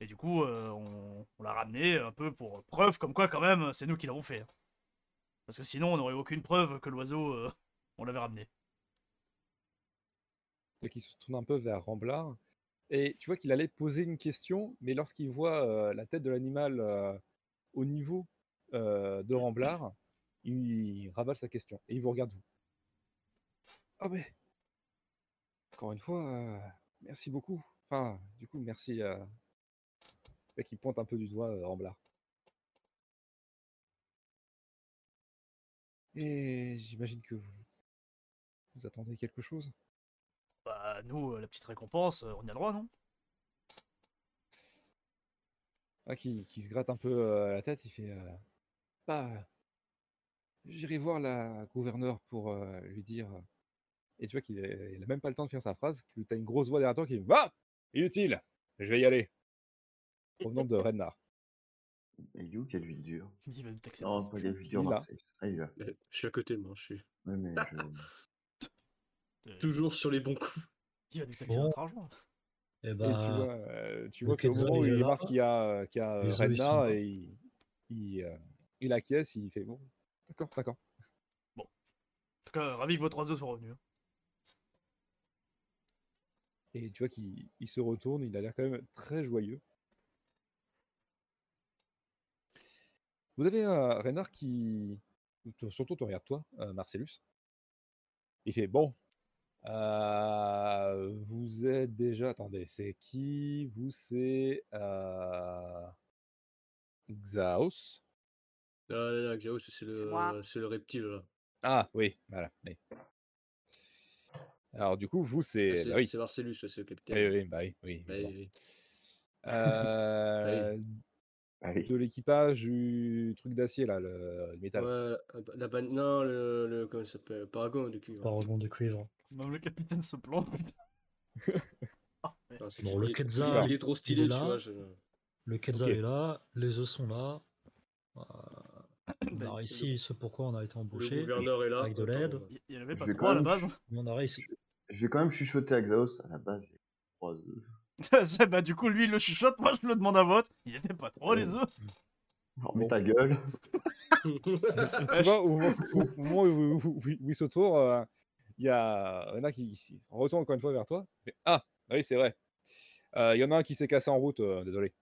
Et du coup, euh, on, on l'a ramené un peu pour preuve, comme quoi, quand même, c'est nous qui l'avons fait. Parce que sinon, on n'aurait aucune preuve que l'oiseau, euh, on l'avait ramené.
Donc il se tourne un peu vers Ramblard. Et tu vois qu'il allait poser une question, mais lorsqu'il voit euh, la tête de l'animal euh, au niveau euh, de Ramblard, il ravale sa question et il vous regarde vous. Ah mais encore une fois, euh, merci beaucoup. Enfin, du coup, merci. Euh... Et qui pointe un peu du doigt euh, Ramblard. Et j'imagine que vous, vous attendez quelque chose.
Bah, nous, euh, la petite récompense, euh, on y a droit, non
Ah, qui, qui se gratte un peu euh, la tête, il fait euh, Bah, J'irai voir la gouverneure pour euh, lui dire. euh. Et tu vois qu'il est- il a même pas le temps de faire sa phrase, que t'as une grosse voix derrière toi qui dit Bah Inutile Je vais y aller Provenant de Renard.
Et you, quelle huile dure.
Il va nous taxer.
Oh,
Non, pas les huiles
Il
dures
est là.
Marseille. Ah, il est là.
Je suis à côté de moi, je suis.
Ouais, mais je-
Euh,
Toujours sur les bons coups.
Il va nous taxer
Bon.
notre argent.
Et
Et tu
bah,
vois, euh, tu
le
vois qu'au
Kenzo,
moment où
il est
il
là.
remarque qu'il y a, euh, qu'il y a euh,
Les oeufs, ils sont
Redna,
là.
et il, il, euh, il acquiesce, il fait bon, d'accord, d'accord.
En tout cas, euh, ravi que vos trois œufs soient revenus. hein.
Et tu vois qu'il il se retourne, il a l'air quand même très joyeux. Vous avez un Renard qui, t- surtout tu regardes toi, euh, Marcellus. Il fait bon, euh, vous êtes déjà, attendez, c'est qui Vous c'est euh, Xaos.
Non, non, non, Xiao, c'est
C'est moi.
le, c'est le reptile là.
Ah oui, voilà. oui. Alors du coup, vous c'est,
Ah, C'est
bah oui,
c'est Marcellus, c'est le
oui,
capitaine.
oui, bah oui, oui,
Bah,
évidemment.
oui, oui. Ah
Euh,
Allez.
de l'équipage du truc d'acier là, le, le métal.
Ouais, la- la ban- non, le, le- comment ça s'appelle Paragon hein. de cuivre.
paragon de cuivre.
Même le capitaine se plante, putain. Ah, mais-
Non, c'est
Bon,
qu'il
le
est-
Ketza,
il est-
il
il est trop stylé,
est
tu
là.
vois. je-
Le Ketza
Ok.
est là, les œufs sont là. Euh, on
D'ailleurs,
a réussi ce pourquoi on a été
Le
embauché.
gouverneur est là.
avec de
Attends,
l'aide.
euh,
Il il y en avait
Je
pas
vais
trois à la
quand
base.
même
Mais On a réussi.
Je vais quand même chuchoter à Xaos. À la base, il y a trois œufs.
C'est- bah, du coup, lui, il le chuchote, moi, je le demande à vote. Ils étaient pas trois, les œufs.
Alors,
Bon.
mets ta gueule.
Ah,
tu vois, au moment, au moment où, où- où- où il se tourne, euh, il y a Rena qui, qui retourne encore une fois vers toi. Il fait, ah, oui, c'est vrai. Euh, Il y en a un qui s'est cassé en route, euh, désolé.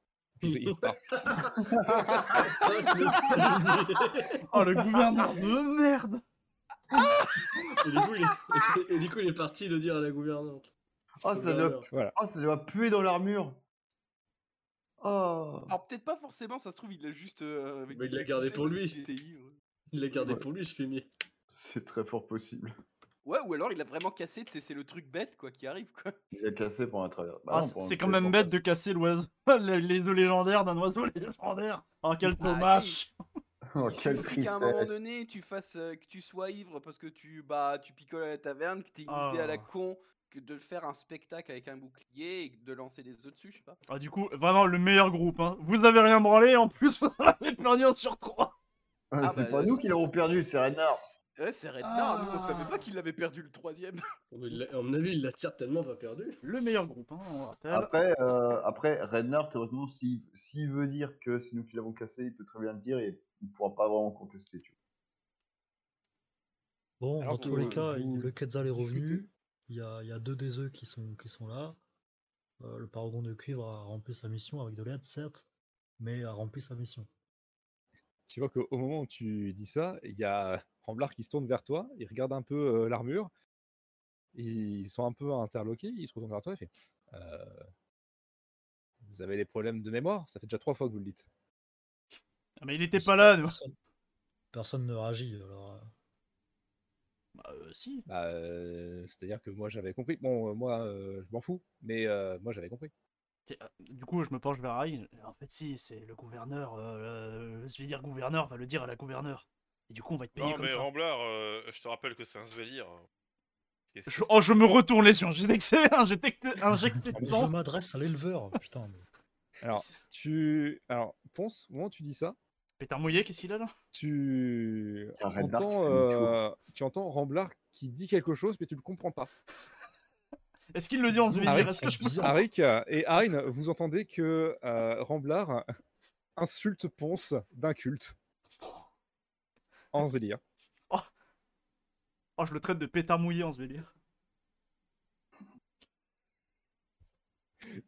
Puis il repart.
Oh, le gouverneur de merde.
Et du, coup, il est, et du coup, il est parti le dire à la gouvernante.
Oh, ça doit,
Gouverneur.
oh, ça doit puer dans l'armure. Oh.
Alors peut-être pas forcément, ça se trouve, il l'a juste. euh, avec
Mais
des
il l'a
yeux qui
gardé
saignent
pour
parce
lui.
qu'il était ivre.
Il l'a gardé
Ouais.
pour lui, ce fumier.
C'est très fort possible.
Ouais, ou alors il l'a vraiment cassé, tu sais, c'est le truc bête quoi qui arrive quoi.
Il a cassé pour un travers. Bah
Ah,
non,
c'est-
pour un
c'est quand même bête de casser l'oiseau. Les les œufs légendaires d'un oiseau légendaire. Oh, quel
Ah,
dommage.
si.
Oh,
Il
quelle
suffit qu'à un moment
tristesse.
donné, tu fasses, euh, que tu sois ivre parce que tu bah tu picoles à la taverne, que t'es une idée à la
Ah.
con, que de faire un spectacle avec un bouclier et de lancer des œufs dessus, je sais pas.
Ah, du coup, vraiment le meilleur groupe. Hein. Vous n'avez rien branlé, en plus, vous en avez perdu un sur trois.
Ah,
Ah,
c'est
bah,
pas nous
c'est-
qui l'avons perdu, c'est Renard.
Ouais, c'est Rednar, nous on savait
Ah.
pas qu'il avait perdu le troisième.
Bon, il l'a- à mon avis, il l'a certainement pas perdu.
Le meilleur groupe, hein, on rappelle.
Après, euh, après Renard, théoriquement, s'il s'il veut dire que c'est nous qui l'avons cassé, il peut très bien le dire et il ne pourra pas vraiment contester. Tu
Bon,
Alors
dans tous
que
les cas,
vous
il- le Quetzal est
discutez.
revenu. Il y a, il y a deux des œufs qui sont, qui sont là. Euh, le paragon de cuivre a rempli sa mission avec de l'aide, certes, mais a rempli sa mission.
Tu vois qu'au au moment où tu dis ça, il y a Ramblard qui se tourne vers toi, il regarde un peu euh, l'armure, ils sont un peu interloqués, ils se retournent vers toi et fait Euh, Vous avez des problèmes de mémoire Ça fait déjà trois fois que vous le dites.
Ah, mais il était
Parce
pas
que
là, nous.
personne, personne ne réagit. Alors, euh,
Bah, euh, si.
Bah, euh, c'est-à-dire que moi j'avais compris. Bon, euh, moi euh, je m'en fous, mais euh, moi j'avais compris.
Tiens, euh, Du coup, je me penche vers Harry. En fait, si, c'est le gouverneur. Euh, je vais dire gouverneur, va le dire à la gouverneure. Et du coup, on va être payé
Non,
comme
mais
ça.
Ramblard, euh, je te rappelle que c'est un euh. Svelir.
Je- Oh, je me retourne les yeux. J'ai texté, j'ai texté- injecté de
je
sang.
m'adresse à l'éleveur. Putain, mais-
Alors,
C'est-
Ah, tu. Alors, Ponce, au moment où tu dis ça,
Pétard mouillé, qu'est-ce qu'il a là
tu.
vois. Renard,
Entends,
tu fais une chose.
euh, tu entends Ramblard qui dit quelque chose, mais tu le comprends pas.
Est-ce qu'il le dit en
Harry,
Svelir Est-ce que je peux.
bizarre.
Arik euh, et Arin, vous entendez que euh, Ramblard insulte Ponce d'inculte en hein. Zélia.
Oh, je le traite de pétard mouillé en Svelir.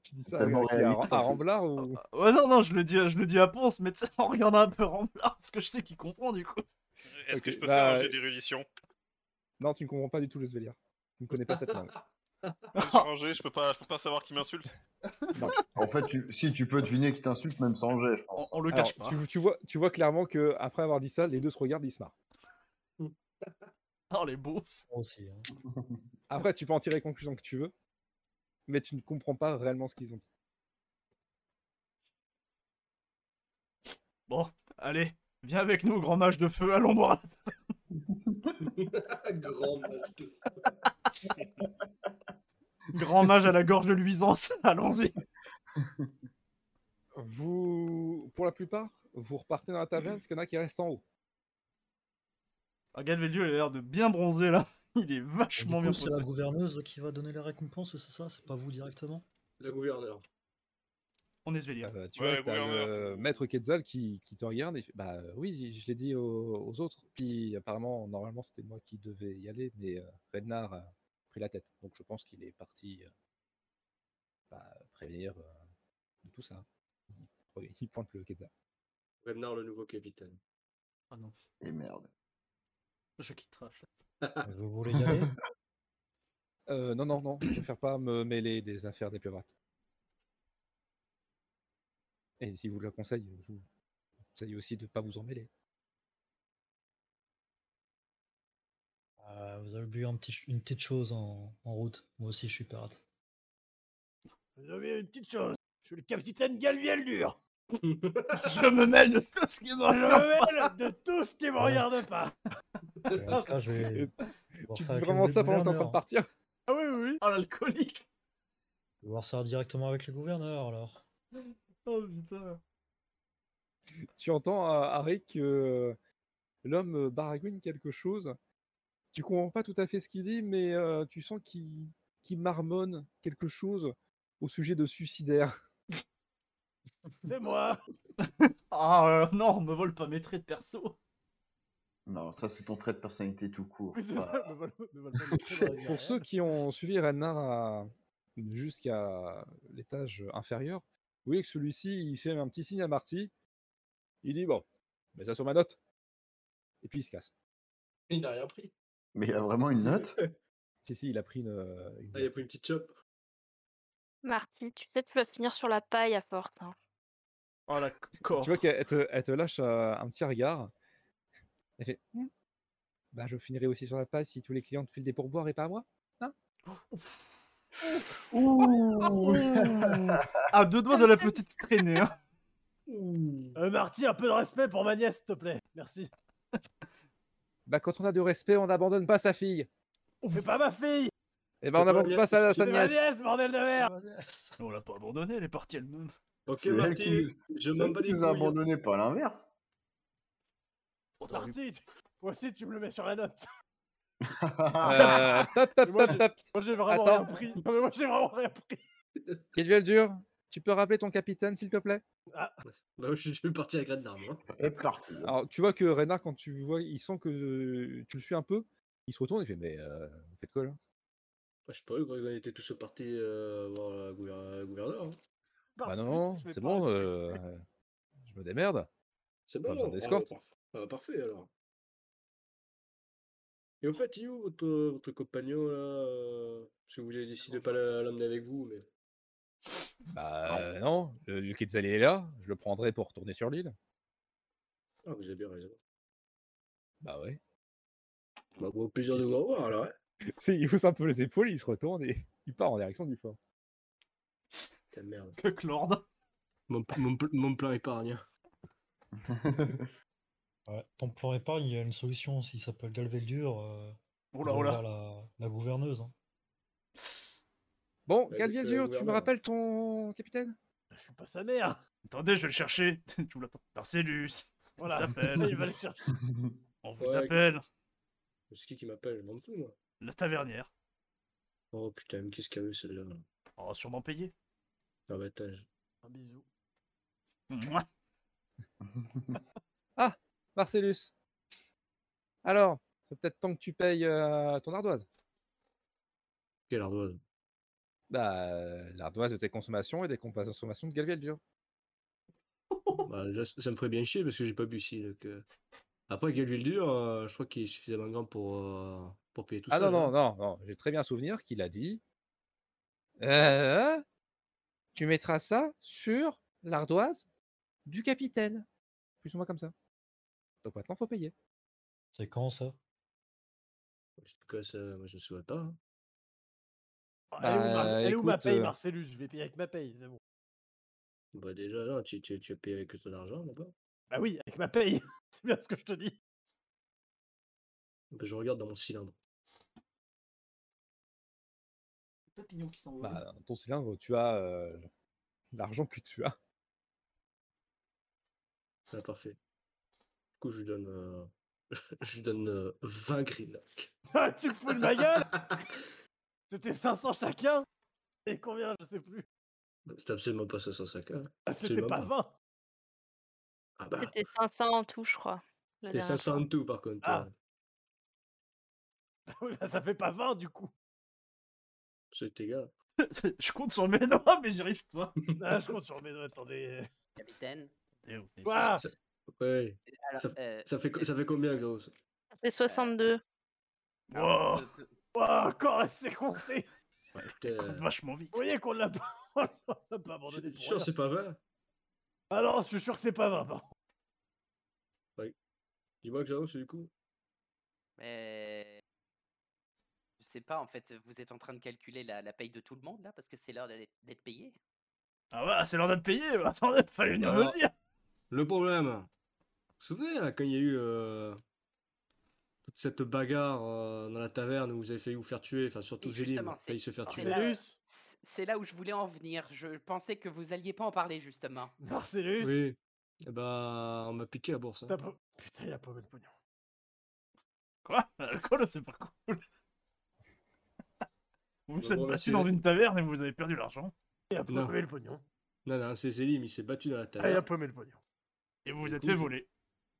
Tu dis ça à,
Tellement
qui, à-
réaliste,
à
en plus.
Ramblard ou...
Ah, Ouais, non, non, je le dis, je le dis à Ponce, mais tu sais, en regardant un peu Ramblard, parce que je sais qu'il comprend du coup.
Est-ce que
Ok,
je peux faire un
bah,
jeu d'érudition
Non, tu ne comprends pas du tout le Zélia. Tu ne connais pas cette langue.
Arrangé, je peux pas, je peux pas savoir qui m'insulte.
En fait, tu- si tu peux deviner qui t'insulte, même sans jet, je
On,
pense.
on le
Alors,
cache pas.
tu, tu vois, tu vois clairement que après avoir dit ça, les deux se regardent, ils se marrent.
Oh, les beaufs.
moi aussi. hein.
Après, tu peux en tirer les conclusions que tu veux, mais tu ne comprends pas réellement ce qu'ils ont dit.
Bon, allez, viens avec nous, grand mage de feu, allons boire.
Grand match de fou.
Grand mage à la gorge luisante, allons-y.
Vous, pour la plupart, vous repartez dans la taverne parce qu'il y en a qui restent en haut.
Ah, Galveldio, il a l'air de bien bronzer là. Il est
Du
vachement
coup,
bien
C'est
posé.
la gouverneuse qui va donner la récompense, c'est ça C'est pas vous directement
Le gouverneur.
On est Svelir.
Euh, tu
Ouais,
vois, t'as
gouverneur.
le maître Quetzal qui, qui te regarde et fait, bah oui, je l'ai dit aux, aux autres. Puis apparemment, normalement, c'était moi qui devais y aller, mais euh, Rednar a pris la tête. Donc je pense qu'il est parti euh, bah, prévenir euh, de tout ça. Il, il pointe le Quetzal.
Rednar, le nouveau capitaine.
Ah non,
Et merde.
je quitte Trash.
Ah, Vous voulez y aller
Euh, non, non, non, je préfère pas me mêler des affaires des pirates. Et si vous le conseillez, je vous conseille aussi de ne pas vous en mêler.
Euh, Vous avez bu un petit ch- une petite chose en, en route. Moi aussi, je suis pirate.
Vous avez une petite chose. Je suis le capitaine Galviel Dur.
Je me mêle de tout ce qui est
Je me mêle de tout ce qui me regarde pas.
Dans ce cas, Euh, je vais voir
Tu dis
ça avec le
vraiment ça pendant que t'es en train
gouverneur.
de partir
Ah oui, oui, oui. Oh l'alcoolique.
Je vais voir ça directement avec le gouverneur alors.
Oh putain.
tu entends euh, Harry que euh, l'homme euh, baragouine quelque chose. Tu comprends pas tout à fait ce qu'il dit, mais euh, tu sens qu'il qu'il marmonne quelque chose au sujet de suicidaire.
C'est moi.
Ah euh, non, on me vole pas mes traits de perso.
Non, ça c'est ton trait de personnalité tout court.
Oui, c'est
Voilà.
ça, me vole- me vole pas le train dans la
Pour ceux qui ont suivi Renard à- jusqu'à l'étage inférieur, vous voyez que celui-ci, il fait un petit signe à Marty. Il dit Bon, mets ça sur ma note. Et puis il se casse.
Il n'a rien pris.
Mais il y a vraiment une
Si.
note
Si, si, il a pris une. euh, une
Ah, il a pris une petite chope.
Marty, tu sais, tu vas finir sur la paille à force. hein.
Oh la corps.
Tu vois qu'elle te, elle te lâche euh, un petit regard. Elle fait Hmm. Bah, je finirai aussi sur la paille si tous les clients te filent des pourboires et pas à moi.
À Ah, deux doigts de la petite traînée. hein.
Ouh.
Euh, Marty, un peu de respect pour ma nièce, s'il te plaît. Merci.
Bah, quand on a du respect, on n'abandonne pas sa fille.
C'est pas ma fille.
Et ben, on
C'est pas
n'abandonne
bien
pas sa,
ce que
sa
C'est ma
nièce.
nièce, bordel de merde.
On l'a pas abandonnée, elle est partie elle-même.
Ok,
C'est elle qui
Marty,
nous- c'est
je
elle
m'en bats
qui
les
nous a
couilles.
abandonnés, pas l'inverse.
Faudrait lui-
Marty, tu- moi aussi, tu me le mets sur la note.
Euh, Top, top,
Moi,
top,
j'ai-
top.
Moi, j'ai vraiment
Attends.
rien pris. Non, mais moi, j'ai vraiment rien pris.
Quel dur Tu peux rappeler ton capitaine, s'il te plaît
Ah.
Bah, je, je suis parti à Grade d'Arme.
Elle est partie.
Alors, tu vois que Renard, quand tu vois, il sent que euh, tu le suis un peu. Il se retourne et fait Mais euh, vous faites quoi là
Bah, Je sais pas, on était tous partis euh, voir le gouver- le gouverneur. hein.
Bah,
Parce
non,
que
non,
je vais
c'est
pas
bon,
arrêter.
euh, euh, je me démerde.
C'est
Pas
bon.
besoin
ah,
d'escorte.
bah, parf- ah, bah, parfait alors. Et au fait, il est où votre, votre compagnon là euh, Parce que vous avez décidé de pas la- l'emmener avec vous, mais.
Bah, euh, non, le, le Quetzal est là, je le prendrai pour retourner sur l'île.
Ah, vous avez bien raison.
Bah ouais.
Bah, bon plaisir de vous revoir alors. Hein.
Tu sais, il hausse un peu les épaules, il se retourne et il part en direction du fort.
Putain, merde.
Que Clorde.
Mon, mon, pl- mon plan épargne.
Ouais, Ton plan épargne, il y a une solution s'il s'appelle Galveldur. Euh,
Oh là,
vous
oh
allez
là.
voir la, la gouverneuse. hein.
Bon,
Bah,
Ouais,
Galviel
monsieur le
Dur, tu me
gouverneur.
rappelles ton capitaine
Je suis pas sa mère.
Attendez, je vais le chercher. Tu l'as pas. Marcellus.
Voilà.
s'appelle.
Il va le chercher.
On vous
Ouais,
appelle.
C'est qui qui m'appelle Je m'en fous moi.
La tavernière.
Oh putain, mais qu'est-ce qu'il y a eu celle-là là
Oh, sûrement payé.
Ah, bah, attends, je-
Un bisou.
Mouah.
Ah, Marcellus. Alors, c'est peut-être temps que tu payes euh, ton ardoise.
Quelle ardoise
Bah, euh, l'ardoise de tes consommations et des compa- consommations de Galviel Dur.
Bah, déjà, ça ça me ferait bien chier parce que j'ai pas bu ici. Donc, euh. Après, Galville Dur, euh, je crois qu'il est suffisamment grand pour, euh, pour payer tout hein.
Ah
ça.
non, non, non, non, j'ai très bien souvenir qu'il a dit Euh, Tu mettras ça sur l'ardoise du capitaine. Plus ou moins comme ça. Donc maintenant, faut payer.
C'est quand ça
En tout cas, ça, moi, je ne souviens pas. hein.
elle est où, ma-
Bah,
elle est où ma
écoute,
paye,
euh,
Marcellus Je vais payer avec ma paye, c'est bon.
Bah déjà, non, tu, tu, tu as payé avec ton argent là-bas.
Bah oui, avec ma paye. c'est bien ce que je te dis.
Bah, je regarde dans mon cylindre.
Papillon qui s'envole.
Bah, dans ton cylindre, tu as euh, l'argent que tu as.
Ah, parfait. Du coup, je lui donne, euh, je lui donne euh, 20 green.
Ah, tu te fous de ma gueule C'était 500 chacun Et combien Je sais plus.
C'était Bah, absolument pas 550. hein.
Ah, C'était
Absolument
pas 20.
Ah bah,
C'était 500 en tout, je crois. la
c'est
dernière
500 en tout par contre.
Ah.
hein.
Oui, bah, ça fait pas 20 du coup.
C'est égal.
je compte sur mes doigts, mais j'y arrive pas.
Ah, je compte sur mes doigts, attendez.
Capitaine.
Eh, vous venez
Bah,
Quoi
ici.
Ouais.
Alors,
Ça-
euh,
Ça fait, co- ça fait combien, Xaos
fois. Les 62.
alors,
Wow.
peu- peu-
Ouah, encore c'est compté
euh,
Putain,
Compte vachement vite.
Vous voyez qu'on l'a pas, on l'a pas
je
abandonné
suis
pour
sûr,
rien.
c'est pas 20
Ah non, je suis sûr que c'est pas 20 par contre.
Dis-moi, Xaos, du coup.
mais- Je sais pas, en fait, vous êtes en train de calculer la, la paye de tout le monde là, parce que c'est l'heure d'être d'être payé.
Ah ouais, c'est l'heure de te payer. bah, Attendez, fallait venir me
Alors.
le dire.
Le problème, vous vous souvenez, là, quand il y a eu euh, toute cette bagarre euh, dans la taverne où vous avez failli vous faire tuer, enfin surtout
Et
Zélim,
justement,
a
c'est-
failli se faire
c'est
tuer.
là-
Marcellus
C- C'est là où je voulais en venir. Je pensais que vous alliez pas en parler justement.
Marcellus
Oui. Eh bah, on m'a piqué la bourse. hein.
T'as pas- Putain, il a pas eu de pognon.
Quoi L'alcool, c'est pas cool.
Bah
vous vous êtes
bon, là,
battu
c'est-
dans une taverne et vous avez perdu l'argent.
Il a
Non.
paumé le pognon.
Non, non, c'est Zélim, il s'est battu dans la
Ah, il a
taverne.
paumé le pognon.
Et vous vous
Du
êtes
coup,
fait
c'est-
voler.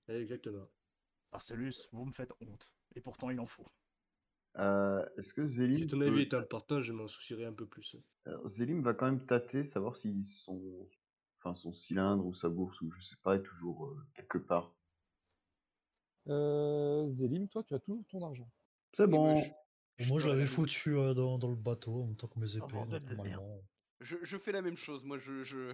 Eh, Exactement.
Marcellus, vous me faites honte. Et pourtant, il en faut.
Euh, Est-ce que
Si
Zélim,
ton
peut-
avis est important, je m'en soucierai un peu plus.
Alors, Zélim va quand même tâter, savoir si son... Enfin, son cylindre ou sa bourse ou je sais pas est toujours euh, quelque part.
Euh, Zélim, toi, tu as toujours ton argent.
C'est
Oui, mais
bon.
je- ferai
Moi, je
la
l'avais
même-
foutu euh, dans, dans le bateau en même temps que mes épées.
bordel
donc,
de merde.
normalement.
Je, je fais la même chose, moi je. je...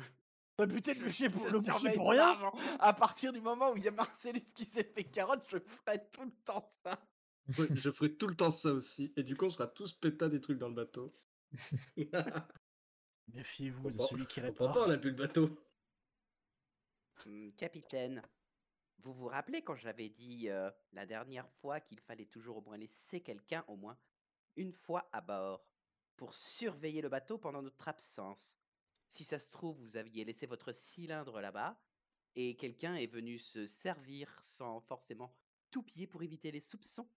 T'as buté le boucher pour,
je
le boucher
surveille
pour rien
l'argent. À partir du moment où il y a Marcellus qui s'est fait carotte, je ferai tout le temps ça.
Ouais, je ferai tout le temps ça aussi. Et du coup, on sera tous pétas des trucs dans le bateau. on
Méfiez-vous de
Bon,
celui qui
prend pas, on
répare.
n'a plus le bateau.
Hmm, Capitaine, vous vous rappelez quand j'avais dit euh, la dernière fois qu'il fallait toujours au moins laisser quelqu'un, au moins une fois à bord, pour surveiller le bateau pendant notre absence Si ça se trouve, vous aviez laissé votre cylindre là-bas et quelqu'un est venu se servir sans forcément tout piller pour éviter les soupçons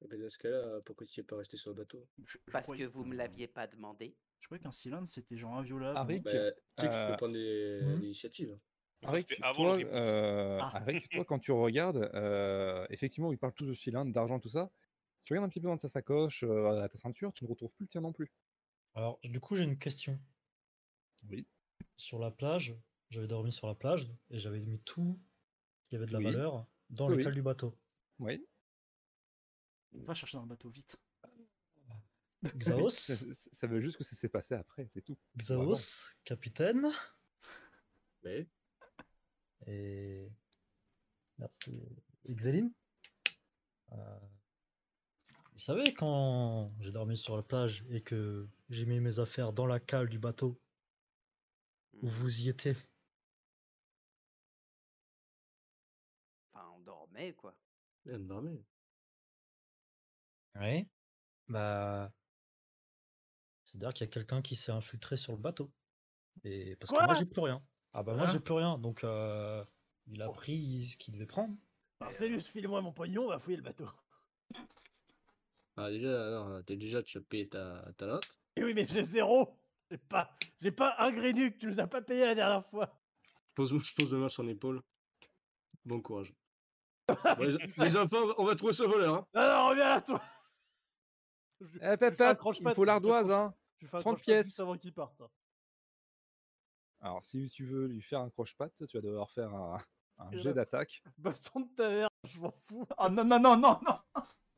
Eh ben, dans ce cas-là, pourquoi tu n'y es pas resté sur le bateau
Je- je
parce
croyais-
que vous me l'aviez pas demandé.
Je croyais qu'un cylindre, c'était genre inviolable.
Arik,
Bah, tu sais que tu
Euh,
peux prendre des
hmm.
des initiatives.
Arik,
C'était avant
Ah toi,
le reboot.
euh,
Ah.
Arik, toi, quand tu regardes, euh, effectivement, il parle tous de cylindre, d'argent, tout ça. Tu regardes un petit peu dans ta sacoche, euh, à ta ceinture, tu ne retrouves plus le tien non plus.
Alors, du coup, j'ai une question.
Oui.
Sur la plage, j'avais dormi sur la plage et j'avais mis tout qui avait de la
Oui.
valeur dans
Oui,
le
oui.
cale du bateau.
Oui.
Va chercher dans le bateau, vite.
Xaos,
Ça, ça- ça veut juste que ça s'est passé après, c'est tout.
Xaos, capitaine.
Mais
Et. Merci. Xalim euh... Vous savez, quand j'ai dormi sur la plage et que j'ai mis mes affaires dans la cale du bateau, où vous y étiez
Enfin, on dormait quoi.
elle me dormait.
Oui. Bah. C'est-à-dire qu'il y a quelqu'un qui s'est infiltré sur le bateau. Et parce
Quoi
que moi j'ai plus rien. Ah bah moi
Hein
j'ai plus rien, donc euh, il a pris ce qu'il devait prendre.
Marcellus, file-moi mon pognon, on va fouiller le bateau.
Ah, déjà, alors, t'es déjà, tu as payé ta, ta note.
Et Eh oui, mais j'ai zéro J'ai pas, j'ai pas un grénuc, tu nous as pas payé la dernière fois
Je pose, je pose la main sur l'épaule. Bon courage. Bon, les, les enfants, on va trouver ce voleur. hein.
Non, non, reviens là, toi Je- je
Eh,
lui
pep,
fais un
pep,
croche-patte,
il me
je
faut
lui fais un
l'ardoise,
croche-
hein.
je lui fais un
30
croche-patte juste
pièces.
avant qu'il parte. hein.
Alors, si tu veux lui faire un croche-patte, tu vas devoir faire un, un
Et
jet
là-
d'attaque.
Baston de taverne, je m'en fous
Ah non, non, non, non, non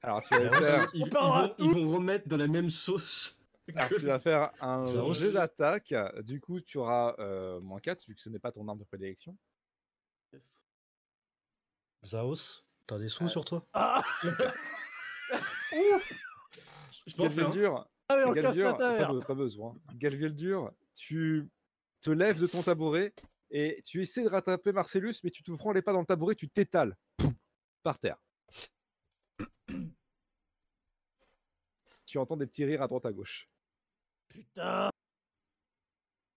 Alors, tu vas
Mais
lui
ouais,
faire,
Ils, ils
parlera
vont, ils vont remettre dans la même sauce.
alors,
que-
Ah, tu vas faire un jet
Ça aussi.
d'attaque. Du coup, tu auras euh, moins 4, vu que ce n'est pas ton arme de prédilection.
Yes.
Zaos, t'as des sous
Ah.
sur toi
Ah
Je peux en faire.
Galviel
hein.
dur,
Allez, Ah on
Galviel
casse la
dur, pas,
taverne
be- pas besoin. Galviel dur, tu te lèves de ton tabouret et tu essaies de rattraper Marcellus, mais tu te prends les pas dans le tabouret, tu t'étales poum, par terre. tu entends des petits rires à droite à gauche.
Putain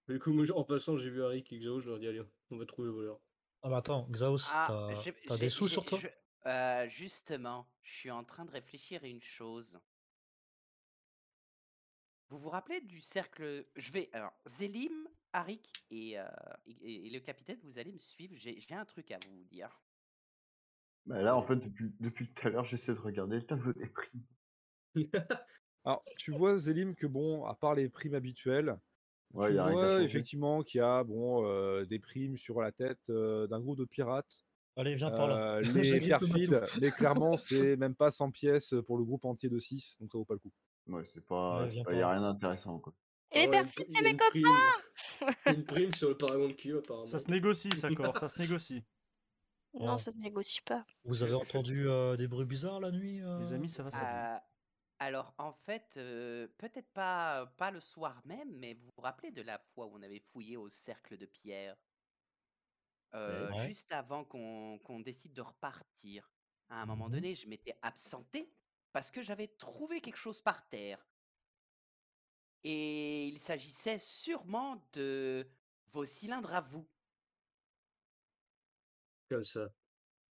Du coup, moi, je- en passant, j'ai vu Harry qui exauce, je leur dis allez, on va trouver le voleur.
Ah bah attends, Xaos,
Ah,
t'as
j'ai-
t'as
j'ai-
des sous
j'ai-
sur toi
je- Euh, justement, je suis en train de réfléchir à une chose. Vous vous rappelez du cercle Je vais. Alors, Zélim, Arik et, euh, et- et le capitaine, vous allez me suivre. J'ai j'ai un truc à vous dire.
Bah là, en fait, depuis, depuis tout à l'heure, j'essaie de regarder le tableau des prix.
Alors, tu vois, Zélim, que bon, à part les primes habituelles,
Ouais,
tu
y a rien qui a
vois
changé.
effectivement qu'il y a bon, euh, des primes sur la tête euh, d'un groupe de pirates.
Allez, viens par là.
Euh, les
J'agrippe le
perfides,
bateau.
mais clairement, c'est même pas 100 pièces pour le groupe entier de 6, donc ça vaut pas le coup.
Ouais, c'est pas.
Ouais, viens
Il n'y a rien d'intéressant, quoi.
Et les
Ah ouais,
perfides,
il y a
c'est
une
mes copains
prime- il y a Une prime sur le Paragon de Kyo, apparemment.
Ça se négocie, ça, Cor, ça se négocie.
Ouais.
Non, ça se négocie pas.
Vous avez entendu euh, des bruits bizarres la nuit euh,
Les amis, ça va, ça va.
Euh, alors, en fait, euh, peut-être pas, pas le soir même, mais vous vous rappelez de la fois où on avait fouillé au cercle de pierre Euh,
Ouais.
Juste avant qu'on qu'on décide de repartir. À un
Mmh
moment
Mhm.
donné, je m'étais absenté parce que j'avais trouvé quelque chose par terre. Et il s'agissait sûrement de vos cylindres à vous.
Comme ça.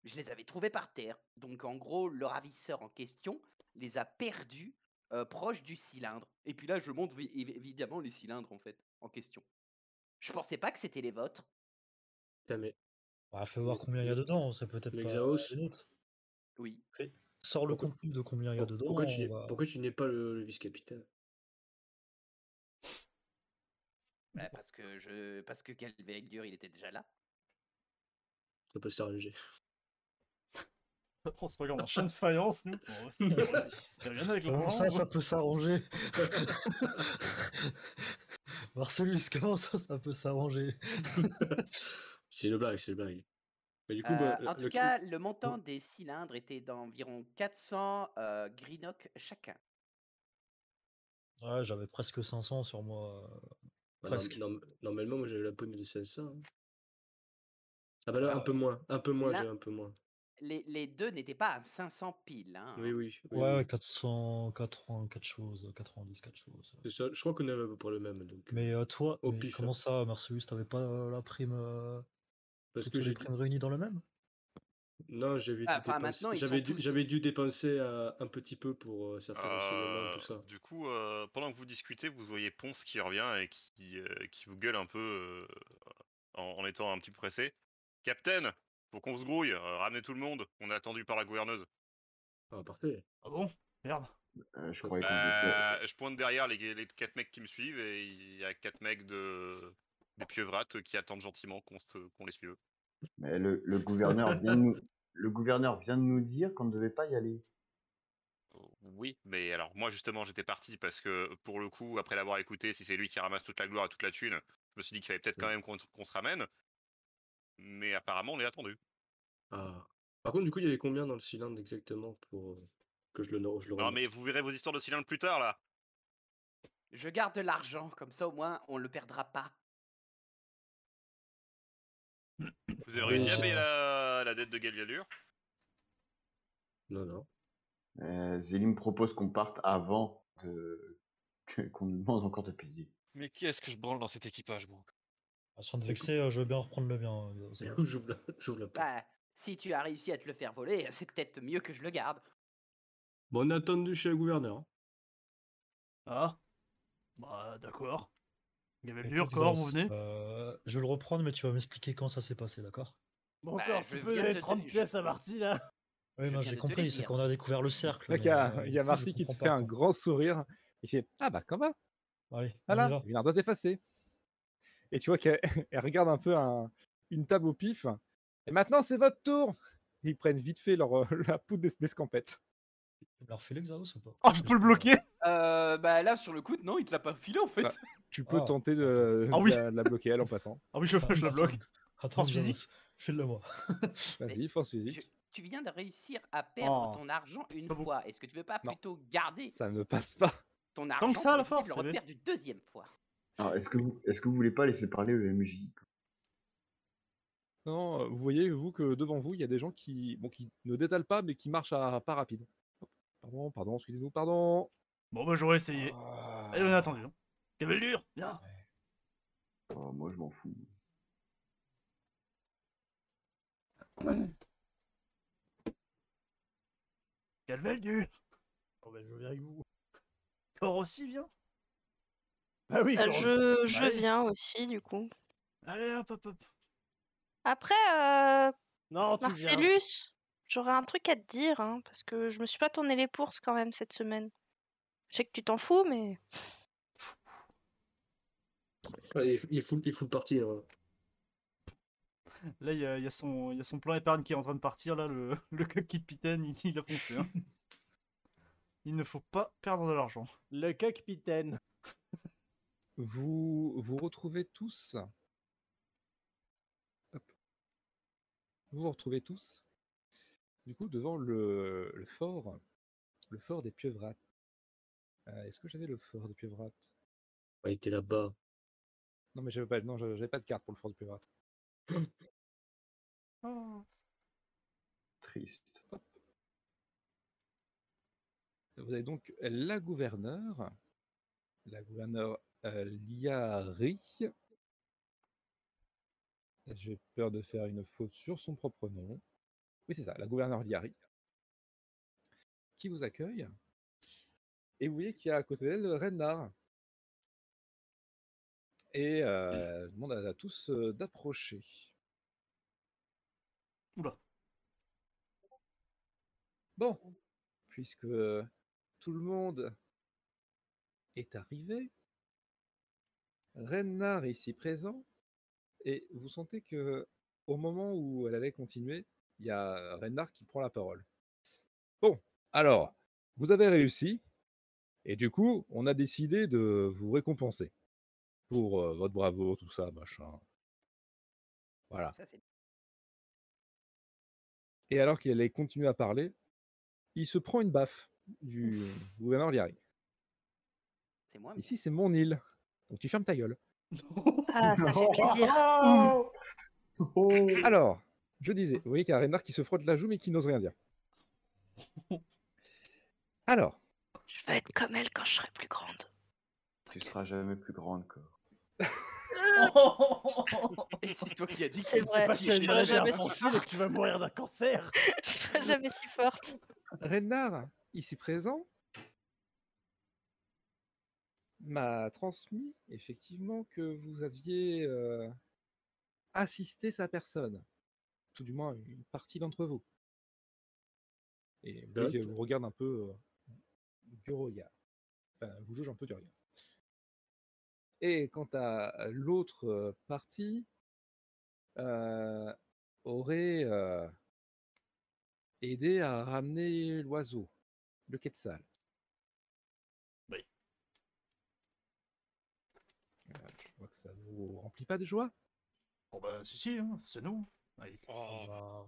Je les avais trouvés par terre. Donc en gros, le ravisseur en question les a perdus euh, proche du cylindre. Et puis là, je montre vi- évi- évidemment les cylindres en fait en question. Je pensais pas que c'était les vôtres.
Putain, mais
Bah, fais voir combien il y a dedans, c'est peut-être
mais
pas
Xaos,
Bah, les nôtres.
Oui.
Sors le
Pourquoi-
contenu de combien il y a
pour-
dedans.
pourquoi, tu,
on
n'es-
va-
pourquoi tu n'es pas le, le vice-capitaine
Bah, parce que je parce que Galvegdur, il était déjà là.
Ça peut s'arranger.
On se regarde en chaîne de faïence, nous. Bon, c'est- T'as rien avec le
Comment
courant,
ça, ça
hein.
peut s'arranger Marcellus, comment ça, ça peut s'arranger
C'est une blague, c'est une blague. Mais du coup,
Euh,
bah,
en
le-
tout
le-
cas, le montant des cylindres était d'environ 400 euh, greenock chacun.
Ouais, j'avais presque 500 sur moi. euh,
bah, norm-
presque.
norm- normalement, moi j'avais la prime de 500. hein. Ah bah là,
Ah
un peu
ouais.
moins, un peu moins,
Là-
j'ai un peu moins.
Les, les deux n'étaient pas à 500 piles. hein.
Oui, oui, oui,
Ouais,
oui.
484 choses, 90, quatre choses.
C'est ça, je crois qu'on avait à peu près le même. Donc, euh,
Mais euh, toi,
au
mais
pif,
comment
hein.
ça, Marcellus, t'avais pas euh, la prime, euh,
parce
toutes
que
les
j'ai
primes réunies dans le même
Non, j'avais dû
Ah, enfin,
dépenser,
maintenant, ils
j'avais
sont
dû,
tous.
j'avais dû dépenser euh, un petit peu pour euh, certains renseignements,
Ah.
Euh,
tout ça.
du coup, euh, pendant que vous discutez, vous voyez Ponce qui revient et qui, euh, qui vous gueule un peu euh, en, en étant un petit peu pressé. Captain, faut qu'on se grouille, euh, ramenez tout le monde, on est attendu par la gouverneuse.
Ah, parfait.
Ah bon Merde.
Euh, je croyais qu'on était.
Bah, je pointe derrière les, les quatre mecs qui me suivent et il y a quatre mecs de des pieuvrates qui attendent gentiment qu'on se- qu'on les suive.
Mais le, le gouverneur vient de nous. Le gouverneur vient de nous dire qu'on ne devait pas y aller.
Oui, mais alors moi justement j'étais parti parce que pour le coup, après l'avoir écouté, si c'est lui qui ramasse toute la gloire et toute la thune, je me suis dit qu'il fallait peut-être
Mmh.
quand même qu'on qu'on se ramène. Mais apparemment on est attendu.
Ah. Par contre, du coup, il y avait combien dans le cylindre exactement pour euh, que je le, no- je le
Non
Mmh.
renote
mais vous verrez vos histoires de cylindres plus tard là.
Je garde de l'argent, comme ça au moins on le perdra pas.
Vous avez
Ah,
réussi à
ça-
payer la, la dette de Galviadur
Non, non.
Euh, Zélim propose qu'on parte avant de... que- qu'on nous demande encore de payer.
Mais qu'est-ce que je branle dans cet équipage, moi
Ah, Sans te vexer, euh, je veux bien reprendre le mien. euh, ça
Du
va.
coup, j'ouvre la, j'ouvre la porte.
Bah, si tu as réussi à te le faire voler, c'est peut-être mieux que je le garde.
Bon, on est attendu chez le gouverneur. hein.
Ah Bah, d'accord. Il y avait le
Écoute,
dur, Cor, vous
Xos,
venez
euh, je vais le reprendre, mais tu vas m'expliquer quand ça s'est passé, d'accord
Bon,
Bah,
encore,
je
tu peux
viens de
donner
te-
30
je-
pièces à Marty là
Oui,
Je viens
moi j'ai
de te le
compris, c'est
dire.
qu'on a découvert le cercle.
Là, il y
mais,
a,
euh,
il y a
du coup, je
Marty qui te
comprends
fait
pas,
un
quoi.
grand sourire. Il fait Ah bah quand même,
Allez, on y
voilà,
va.
il vient d'être effacé. Et tu vois qu'elle elle regarde un peu un- une table au pif. Et maintenant, c'est votre tour. Ils prennent vite fait leur, euh, la poudre d'es- d'escampette.
Tu me la refais, l'Exaos, ou pas
Oh, je peux le bloquer
Euh, bah là, sur le coup, non, il te l'a pas filé en fait.
Bah, Tu peux
Ah,
tenter de,
Ah
de
oui.
la, de la bloquer, elle, en passant.
Ah oui, je, je la bloque.
Attends,
Force physique.
Xaos, file-le moi.
Vas-y, force
Je-
physique.
Tu viens de réussir à perdre
Oh,
ton argent une
ça vaut-
fois. Est-ce que tu veux pas
Non.
plutôt garder
Ça ne passe pas.
ton argent
que ça,
pour
la
éviter de
force,
le
eh ben.
reperdre une deuxième fois
Alors, est-ce que, vous... est que vous voulez pas laisser parler le MJ
Non, euh, vous voyez, vous, que devant vous, il y a des gens qui, bon, qui ne détalent pas, mais qui marchent à pas rapide. Hop, Pardon, pardon, excusez-nous, pardon.
Bon, bah, j'aurais essayé.
Ah.
Et on a attendu. Hein. Il y avait le dur, viens
Oh, Moi, je m'en fous.
Calveldu
Bon, ben, je viens avec vous.
Cor aussi vient
Bah oui,
Euh,
Coros.
je
Bah
je
oui.
viens aussi, du coup.
Allez, hop, hop, hop.
Après, euh,
Non, tu viens.
Marcellus, j'aurais un truc à te dire, hein, parce que je me suis pas tourné les pourses quand même cette semaine. Je sais que tu t'en fous, mais.
Ouais, il, il fout, il fout le parti. hein. là.
Là, il y a, il y a son il y a son plan épargne qui est en train de partir, là, le, le coq qui pitaine, il, il a foncé. hein. il ne faut pas perdre de l'argent.
Le cockpitaine.
Vous vous retrouvez tous. Hop. Vous vous retrouvez tous. Du coup, devant le, le fort, le fort des Pieuvrates. Euh, Est-ce que j'avais le fort des Pieuvrates
Ouais, il était là-bas.
Non, mais j'avais pas, non, j'avais j'avais pas de carte pour le fort des Pieuvrates.
Oh.
Triste.
Vous avez donc euh, la gouverneure, la gouverneure euh, Liari. J'ai peur de faire une faute sur son propre nom. Oui, c'est ça, la gouverneure Liari, qui vous accueille. Et vous voyez qu'il y a à côté d'elle Renard. Et euh, elle demande à, à tous euh, d'approcher.
Oula.
Bon, puisque euh, tout le monde est arrivé. Renard est ici présent. Et vous sentez que au moment où elle allait continuer, il y a Renard qui prend la parole. Bon, alors, vous avez réussi. Et du coup, on a décidé de vous récompenser pour euh, votre bravo, tout ça, machin. Voilà.
Ça, c'est-
Et alors qu'il allait continuer à parler, il se prend une baffe du gouverneur Liari.
c'est moi. mais-
Ici, c'est mon île. Donc tu fermes ta gueule.
Ah, ça fait plaisir.
Oh,
Alors, je disais, vous voyez qu'il y a Renard qui se frotte la joue mais qui n'ose rien dire. Alors,
Je veux être comme elle quand je serai plus grande.
Tu seras jamais plus grande, encore.
Et c'est toi qui as dit que
C'est
tu
vrai. Pas
sais pas
que
qui
je
était
serai
là.
jamais si
profil et que tu vas mourir d'un cancer.
Je serai jamais si forte.
Renard, ici présent, m'a transmis effectivement que vous aviez euh, assisté sa personne. Tout du moins, une partie d'entre vous. Et vous voyez
Note.
qu'elle vous regarde un peu euh, du regard. Enfin, elle vous juge un peu du regard. Et quant à l'autre euh, partie, euh, aurait euh, aidé à ramener l'oiseau, le quetzal.
Oui.
Euh, Je vois que ça vous remplit pas de joie.
Bon bah, si, si, hein, c'est nous. Allez.
On
Oh,
va-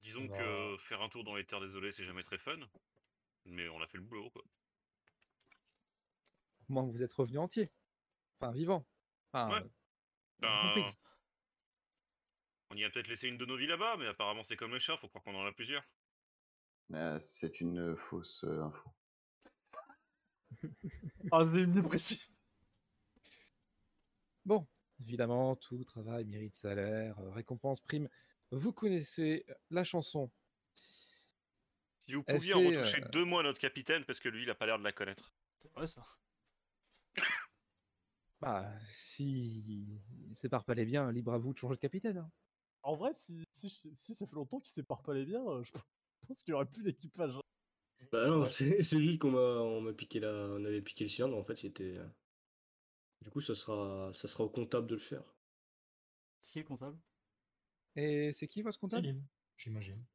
disons
bah.
que euh, faire un tour dans les terres désolées, c'est jamais très fun. Mais on a fait le boulot, quoi.
Au moins, vous êtes revenu entier. Enfin, vivant. Enfin,
Ouais.
euh,
Ben,
comprise.
on y a peut-être laissé une de nos vies là-bas, mais apparemment c'est comme les chats, faut croire qu'on en a plusieurs.
Euh, c'est une euh, fausse euh, info.
Ah, c'est une dépressive.
Bon, évidemment, tout travail mérite salaire, euh, récompense, prime. Vous connaissez la chanson.
Si vous
Elle
pouviez en
fait,
retoucher
euh,
deux mots à notre capitaine, parce que lui, il a pas l'air de la connaître.
C'est vrai, ça.
Bah, si il sépare pas les biens, libre à vous de changer de capitaine. hein.
En vrai, si, si, je- si ça fait longtemps qu'il sépare pas les biens, euh, je pense qu'il y aurait plus hein. d'équipage.
Bah non, c'est c'est juste qu'on m'a on m'a piqué la, on avait piqué le cylindre en fait, il était. Du coup, ça sera, ça sera au comptable de le faire.
C'est qui le comptable
Et c'est qui votre comptable
Zélim, j'imagine.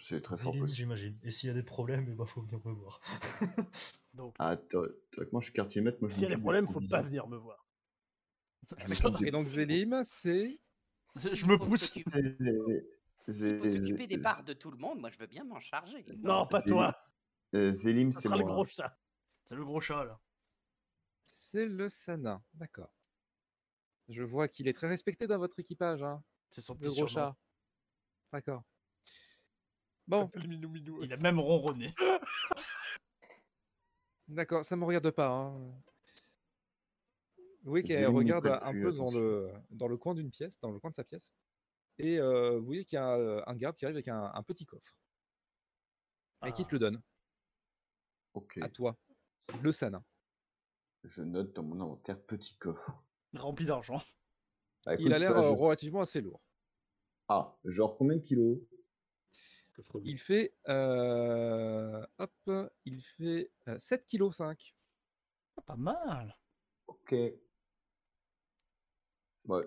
C'est très fort
Zélim,
possible.
j'imagine. Et s'il y a des problèmes, eh ben, faut venir me voir.
Donc,
Ah, théor- théoriquement, je suis quartier maître. Moi, je bah,
S'il y a
m'occupe
des problèmes, faut
provisions.
pas venir me voir.
mec, il me
Et donc Zélim, c'est
je me pousse.
Euh,
S'il faut
Zé-
s'occuper des
Zé-
parts de tout le monde, moi je veux bien m'en charger.
Non, pas
Euh, c'est-
toi.
euh, Zélim,
Ça
c'est
sera
moi.
le gros chat.
C'est le gros chat, là.
c'est le Sana, d'accord. Je vois qu'il est très respecté dans votre équipage, hein,
C'est son
le
petit
gros
surnom.
chat. D'accord. Bon,
Le minou minou.
Il a même ronronné.
d'accord, ça me regarde pas. hein. Oui, qu'elle
Zélim n'y
regarde
colle
un
plus,
peu dans
attention.
le, dans le euh, coin d'une pièce, dans le coin de sa pièce, et euh, vous voyez qu'il y a euh, un garde qui arrive avec un, un petit coffre. Et
Ah.
qui te le donne Ah,
Ok.
À toi. Le Sana.
Je note dans mon inventaire petit coffre.
Rempli d'argent.
Bah,
Il
écoute,
a l'air
ça, je
euh,
sais-
relativement assez lourd.
Ah, genre combien de kilos
Il fait. euh, hop, il fait euh, 7,5 kg.
Ah, Pas mal.
Ok. Ouais,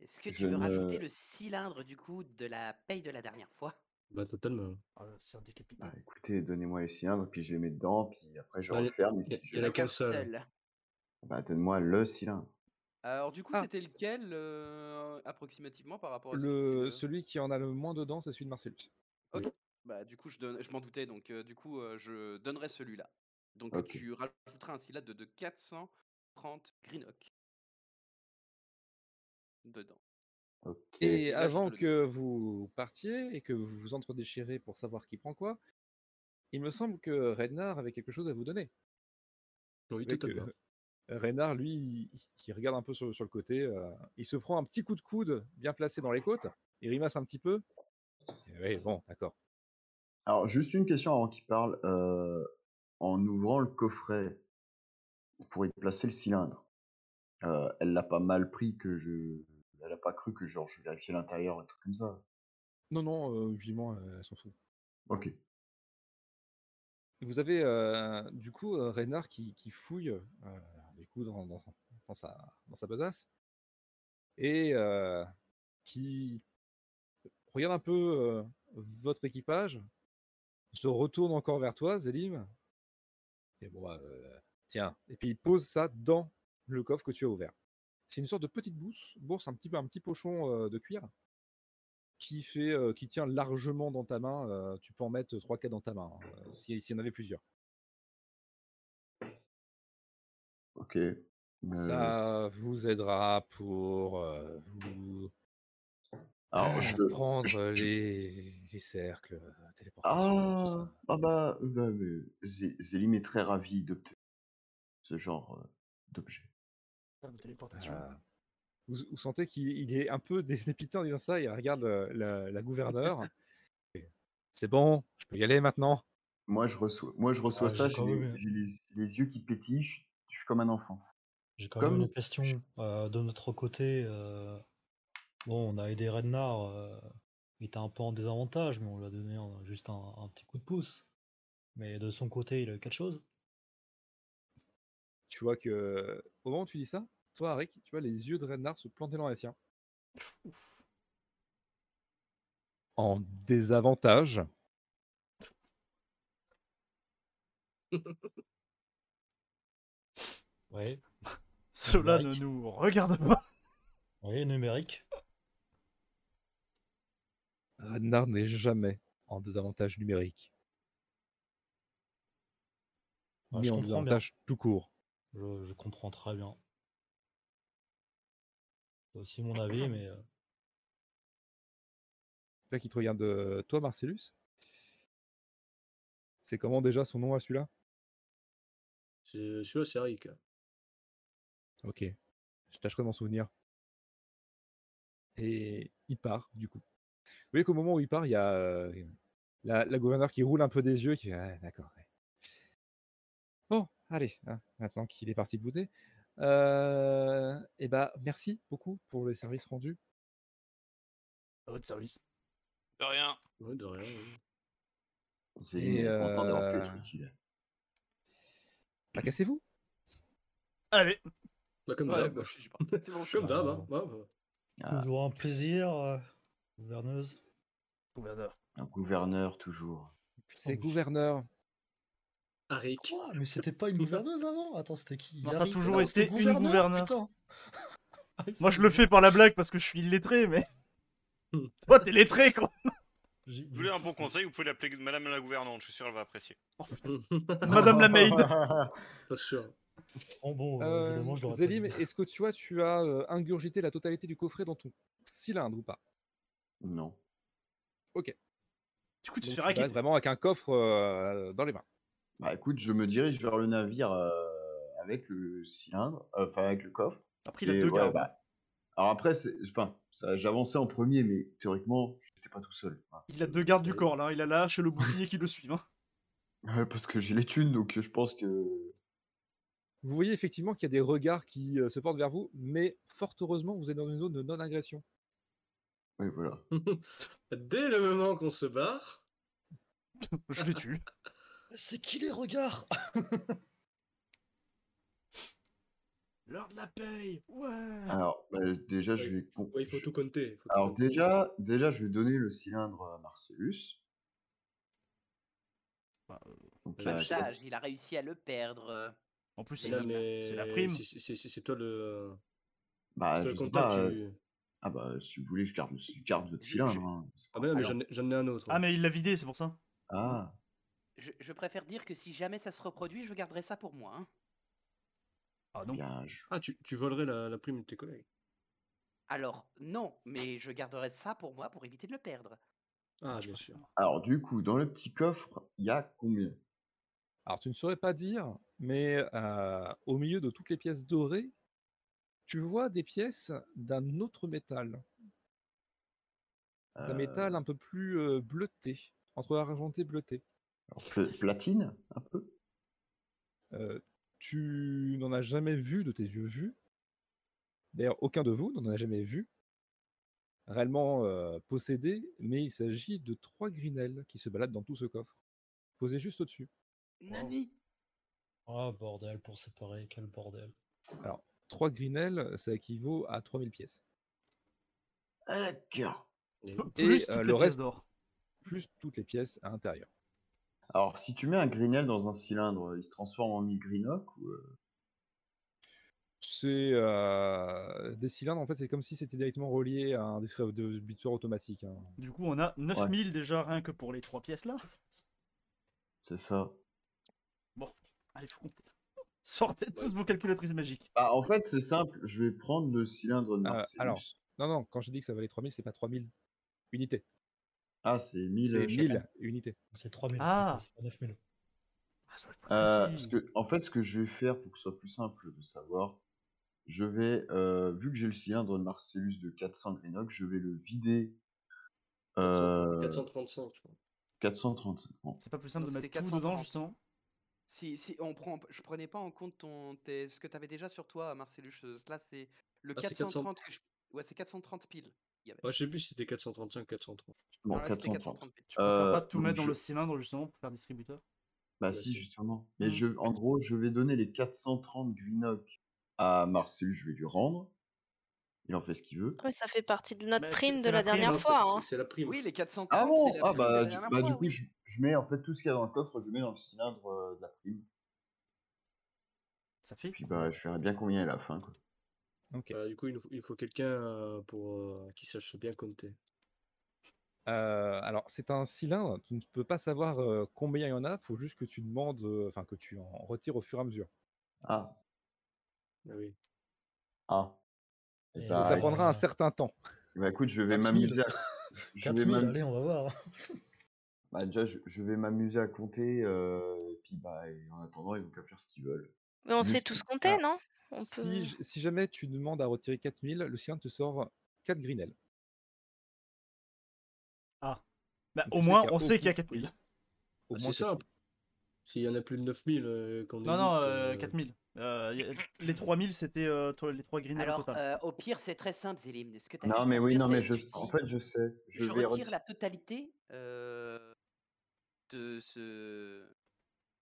Est-ce que
Je
tu veux rajouter
ne-
le cylindre du coup de la paye de la dernière fois
Bah, totalement.
Ah, le cerf décapité.
bah, écoutez, donnez-moi les cylindres, puis je les mets dedans, puis après je
Ah, il y a-
referme. et
il y a-
puis
il
je-
y en a
Qu'un
qu'un seul.
seul.
Bah, donne-moi le cylindre.
Alors du coup,
Ah.
c'était lequel euh, approximativement par rapport à celui
Le,
de-
Celui qui en a le moins dedans, c'est celui de Marcellus.
Bah du coup, je, donne... je m'en doutais, donc euh, du coup, euh, je donnerai celui-là. Donc
Ok.
tu rajouteras un cylindre de 430 greenock dedans.
Ok.
Et,
Et là, je te
avant
le donne.
que vous partiez et que vous vous entre-déchirez pour savoir qui prend quoi, il me semble que Reynard avait quelque chose à vous donner.
Oui,
Avec,
totalement.
euh, Reynard, lui, il- il regarde un peu sur, sur le côté. euh, il se prend un petit coup de coude bien placé dans les côtes. Il rimace un petit peu. Oui, bon, d'accord.
Alors, juste une question avant qu'il parle. euh, en ouvrant le coffret pour y placer le cylindre, euh, elle l'a pas mal pris que je. Elle a pas cru que genre je vérifiais l'intérieur, un truc comme ça.
Non, non, euh, vivement, euh, elle s'en fout.
Ok.
Vous avez euh, du coup euh, Reynard qui, qui fouille euh, du coup dans, dans- dans sa, dans sa besace et euh, qui regarde un peu euh, votre équipage, se retourne encore vers toi, Zélim. Et bon, bah, euh, tiens. Et puis il pose ça dans le coffre que tu as ouvert. C'est une sorte de petite bourse, bourse un petit peu un petit pochon euh, de cuir qui fait, euh, qui tient largement dans ta main. euh, tu peux en mettre 3 4 dans ta main hein, euh, si- s'il y en avait plusieurs.
Ok. Euh,
Ça vous aidera pour euh, vous
Alors, je.
prendre les, les cercles, euh, téléportation, tout
Ah,
ça.
ah bah, euh, bah, euh, Zé- Zélim est très ravi d'obtenir ce genre euh, d'objet.
Ah, téléportation.
Euh, vous, vous sentez qu'il il est un peu dé- dépité en disant ça. Il regarde le- la, la gouverneure. Et, C'est bon, je peux y aller maintenant.
Moi, je reçois, moi, je reçois
Ah,
ça,
j'ai
j'ai
quand
les,
même-
j'ai les- les yeux qui pétillent, je, je suis comme un enfant.
J'ai quand même
Comme-
une question euh, de notre côté. euh, Bon, on a aidé Rednar. euh, Il était un peu en désavantage, mais on lui a donné un- juste un, un petit coup de pouce. Mais de son côté, il a eu quelque chose.
Tu vois que au moment où tu dis ça, toi, Arik, tu vois les yeux de Renard se planter dans les siens. En désavantage.
Ouais.
Cela ne
Mike.
nous regarde pas.
Oui, numérique.
Renard n'est jamais en désavantage numérique,
Ah,
ni
je
en
comprends bien.
désavantage tout court.
Je, je comprends très bien. C'est aussi mon avis, mais euh,
Toi qui te regarde euh, toi, Marcellus. C'est comment déjà son nom à celui-là
Je suis c'est Arik.
Ok. Je tâcherai de m'en souvenir. Et il part, du coup. Vous voyez qu'au moment où il part, il y a euh, la, la gouverneure qui roule un peu des yeux, qui fait Ouais, D'accord. ouais. Bon, allez, hein, maintenant qu'il est parti bouder. Euh, et bah, merci beaucoup pour les services rendus.
À votre service.
De rien.
Ouais, de rien. ouais.
Zélim
Et,
est content d'avoir pu
euh,
être utile.
Bah, cassez-vous.
Allez,
Bah, comme
Ouais,
d'hab.
bah, je sais pas. C'est bon, je
Comme
suis
d'hab, hein. Ouais, ouais.
Ah,
toujours un plaisir, euh, gouverneuse.
gouverneur.
un gouverneur, toujours.
Putain,
C'est
mais-
gouverneur.
Arik.
Quoi Mais c'était pas une gouverneuse avant Attends, c'était qui
Non, ça a
Yari
toujours
Non,
été
c'était
une gouverneure.
putain. Ah, ils sont
Moi je le
nuls.
fais par la blague parce que je suis illettré, mais.
Hmm.
Toi t'es lettré quoi
J'ai-
Vous voulez un bon conseil, vous pouvez l'appeler Madame la gouvernante, je suis sûr qu'elle va apprécier.
Madame la maid.
Pas sûr.
Oh bon,
Euh,
euh, évidemment, je l'aurais pas
Zélim,
dit.
est-ce que tu vois, tu as euh, ingurgité la totalité du coffret dans ton cylindre ou pas
Non.
Du coup tu
Donc, tu
te fais
te balades
raqueter.
vraiment avec un coffre euh, dans les mains.
Bah écoute, je me dirige vers le navire euh, avec le cylindre, euh, enfin avec le coffre.
Après il a
Et
deux
ouais,
gardes.
bah, alors après, c'est- enfin, ça- j'avançais en premier, mais théoriquement, j'étais suis pas tout seul. Ah.
Il a deux gardes
Euh.
du corps là, hein. il a la hache et le bouclier qui le suivent. hein.
Ouais, parce que j'ai les thunes, donc euh, je pense que.
Vous voyez effectivement qu'il y a des regards qui euh, se portent vers vous, mais fort heureusement, vous êtes dans une zone de non-agression.
Oui, voilà.
Dès le moment qu'on se barre,
Je les tue.
C'est qui les regards
L'heure de la paye Ouais
Alors, bah, déjà, je
Ah. Ouais,
vais. con-
ouais, il faut
je-
tout compter. il faut tout
Alors,
compter.
déjà, déjà, je vais donner le cylindre à Marcellus.
Bah, euh,
Donc,
Le
là,
Ah,
Ça,
c'est-
il a réussi à le perdre.
En plus,
Mais
c'est
non,
la-
mais
c'est la prime.
c'est- C'est c'est- c'est toi le, euh,
Bah,
toi le
je sais
comptable.
pas. euh,
tu-
Ah, bah, si vous voulez, je garde, je garde votre
Je-
cylindre.
je-
hein, c'est
Ah,
pas-
mais non, mais
alors-
j'en ai- j'en ai un autre.
Ah, mais il l'a vidé, c'est pour ça.
Ah,
Je, je préfère dire que si jamais ça se reproduit, je garderai ça pour moi. hein.
Ah non.
bien, je-
Ah, tu, tu volerais la, la prime de tes collègues.
Alors, non, mais je garderai ça pour moi pour éviter de le perdre.
Ah,
je
bien
préfère.
sûr.
Alors, du coup, dans le petit coffre, il y a combien
Alors, tu ne saurais pas dire, mais euh, au milieu de toutes les pièces dorées, tu vois des pièces d'un autre métal, d'un
Euh,
métal un peu plus euh, bleuté, entre argenté et bleuté.
alors, pl- Platine, un peu
Euh, tu n'en as jamais vu de tes yeux vus. D'ailleurs, aucun de vous n'en a jamais vu. Réellement euh, possédé, mais il s'agit de trois grinelles qui se baladent dans tout ce coffre, posés juste au-dessus.
Oh.
Nani
Ah bordel, pour séparer, quel bordel.
Trois grinelles, ça équivaut à 3000 pièces.
Ah, cœur.
Et-
P-
Et, euh,
Plus toutes
le
les pièces
reste-
d'or.
plus toutes les pièces à l'intérieur.
Alors, si tu mets un grignel dans un cylindre, il se transforme en migrinoc ou euh,
C'est euh, des cylindres, en fait, c'est comme si c'était directement relié à un distributeur automatique. hein.
Du coup, on a 9000 déjà rien que pour les trois pièces là.
c'est ça
Allez, faut compter. Sortez tous vos calculatrices magiques.
Bah, En fait, c'est simple, je vais prendre le cylindre de
Euh,
Marcellus.
alors. Non, non, quand je dis que ça valait 3000, c'est pas 3000 unités.
Ah, c'est 1000
C'est
chacun.
1000 unités.
C'est 3000.
Ah.
c'est pas 9000.
Ah, ça va être
Euh,
facile.
parce que, en fait, ce que je vais faire pour que ce soit plus simple de savoir, je vais, euh, vu que j'ai le cylindre de Marcellus de 400 grinoc, je vais le vider. euh,
435, je crois.
435. bon.
C'est pas plus simple
Non,
de mettre
c'était
tout dedans
430.
justement.
Si, si, on prend, je prenais pas en compte ton, tes- ce que t'avais déjà sur toi, Marcellus. euh, Là, c'est le
Ah, c'est
430. que je- Ouais, c'est 430 piles.
Ouais, je sais plus si c'était 435, 430.
Bon,
Non, là, c'était
430.
430 piles.
Tu préfères
Euh,
pas tout euh,
donc
mettre dans
je-
le cylindre justement pour faire distributeur
Bah
Bah,
si,
si.
justement. Mais
Mm.
je, en gros, je vais donner les 430 Greenock à Marcellus, je vais lui rendre. Il en fait ce qu'il veut.
Ouais, ça fait partie de notre
Mais c'est-
prime de
c'est
la,
la prime,
Non,
hein,
dernière
c'est-
fois.
c'est-
hein.
C'est la prime.
Oui, les 430.
Ah
c'est
bon
la
Ah
prime de la
bah, du,
dernière
bah,
fois,
du coup,
oui.
je, je mets en fait tout ce qu'il y a dans le coffre, je le mets dans le cylindre euh, de la prime.
Ça fait
Puis bah, je verrai bien combien est la fin. Quoi.
Ok.
Euh, du coup, il nous faut, il faut quelqu'un euh, pour euh, qui sache bien compter.
Euh, alors, c'est un cylindre, tu ne peux pas savoir euh, combien il y en a, faut juste que tu demandes, euh, enfin, que tu en retires au fur et à mesure.
Ah,
Ah oui.
ah. Et
Et hein.
bah,
Donc, ça
il y en
prendra
a-
un certain temps.
bah, écoute, je vais
4000.
m'amuser à... je vais
4000,
m'am-
allez, on va voir. Ah
bah, déjà, je, je vais m'amuser à compter, euh, et puis bah, et en attendant, ils vont qu'à faire ce qu'ils veulent.
Mais on
Mmh.
Juste-
sait tous compter,
Ah.
non On peut-
Si, j- si jamais tu demandes à retirer 4000, le cylindre te sort 4 grinelles.
Bah,
Donc,
au
tu sais
moins,
qu'il y a
on sait
aucune-
qu'il y a 4000.
Au
Ah,
moins
c'est
quatre-
simple. S'il y en a plus de 9000, euh, qu'on
Non, non,
évite,
euh,
euh,
4000. Euh, y a- les 3000, c'était euh, toi- les 3 green au
Alors,
total.
euh, au pire, c'est très simple, Zélim. Ce que t'as
Non, mais oui, non, mais je...
Tu
en
dis,
fait, je sais.
je,
Je, vais
retire
reti-
la totalité euh, de ce,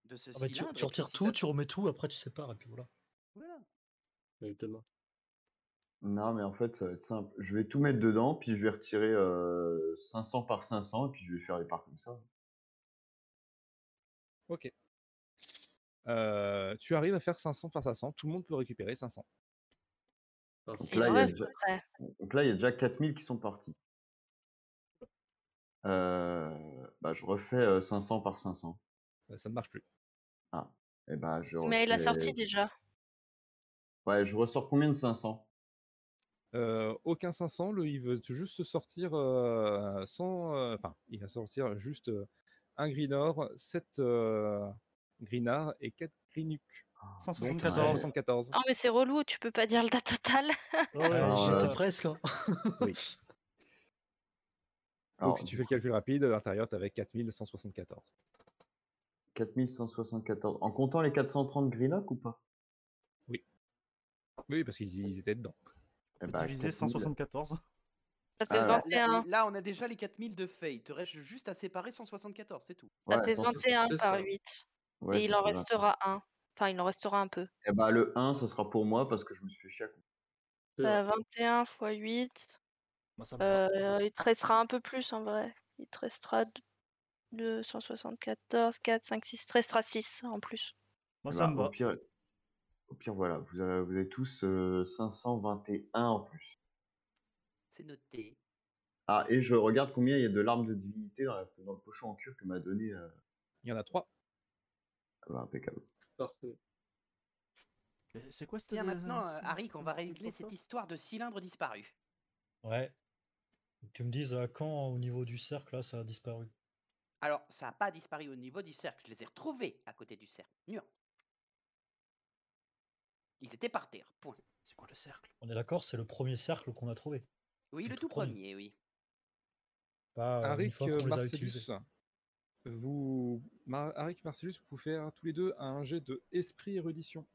de ce
Ah bah, tu,
cylindre. et
tu
puis
retires
si
tout,
ça-
tu remets tout, après tu sépares, et puis voilà.
voilà.
Exactement.
Non, mais en fait, ça va être simple. Je vais tout mettre dedans, puis je vais retirer euh, 500 par 500, et puis je vais faire les parts comme ça.
Ok. Euh, tu arrives à faire 500 par 500, tout le monde peut récupérer 500.
Parfait.
Donc
Il en
là, il y a
reste
déjà-
à peu près.
Donc là, il y a déjà 4000 qui sont partis. Euh, bah, je refais euh, 500 par 500.
Bah,
Euh, Ça ne marche plus.
Et bah, je
Mais il a
refais-
sorti déjà.
Ouais, je ressors combien de 500
Euh, aucun 500, le, il veut juste se sortir euh, sans. euh, Enfin, il va sortir juste euh, un Grinor, 7 euh, Grinard et 4 Grinuc.
174.
74.
Oh, mais c'est relou, tu peux pas dire le date total.
Ah
Ouais,
Alors,
j'ai-
euh,
J'étais presque. hein.
Oui. Donc,
Alors,
si tu fais le calcul rapide, à l'intérieur, tu avais 4174.
4174. En comptant les 430 Greenock ou pas
Oui, parce qu'ils ils étaient dedans.
Eh bah,
Divisé
4000.
174.
Ça fait
Ah,
Là,
21.
là, on a déjà les 4000 de fait. Il te reste juste à séparer 174, c'est tout.
Ça
Ouais,
fait
160,
21
c'est
par
ça.
8.
ouais,
et il
ça
en
fait vingt.
restera un. Enfin, il en restera un peu.
Eh bah, le 1, ça sera pour moi parce que je me suis fait chier. à compter.
C'est
Euh,
vrai.
21 x 8.
Moi, Bah, ça me va.
Euh, il te restera un peu plus en vrai. Il te restera 274, 4, 5, 6. Il te restera 6 en plus.
Moi,
Eh
ça
bah,
me va.
Au pire, au pire, voilà, vous avez, vous avez tous euh, 521 en plus.
C'est noté.
Ah, et je regarde combien il y a de larmes de divinité dans, la- dans le pochon en cuir que m'a donné. euh,
Il y en a trois.
bah, impeccable.
Parfait.
Mais C'est quoi cette
Tiens,
euh,
maintenant,
ce-
euh, Harry,
ce-
qu'on va
ce
régler cette
truc-là
histoire de cylindre disparu.
Ouais. Tu me dises à quand au niveau du cercle là ça a disparu.
Alors, ça n'a pas disparu au niveau du cercle. Je les ai retrouvés à côté du cercle. Mur. Ils étaient par terre. Point.
C'est quoi le cercle
On est d'accord, c'est le premier cercle qu'on a trouvé.
Oui,
Le
le
tout
tout
premier.
premier, oui.
Pas euh, une
Aric
fois qu'on les a utilisés.
Marcellus, vous... Mar- Aric Marcellus, vous pouvez faire tous les deux un jet de esprit érudition.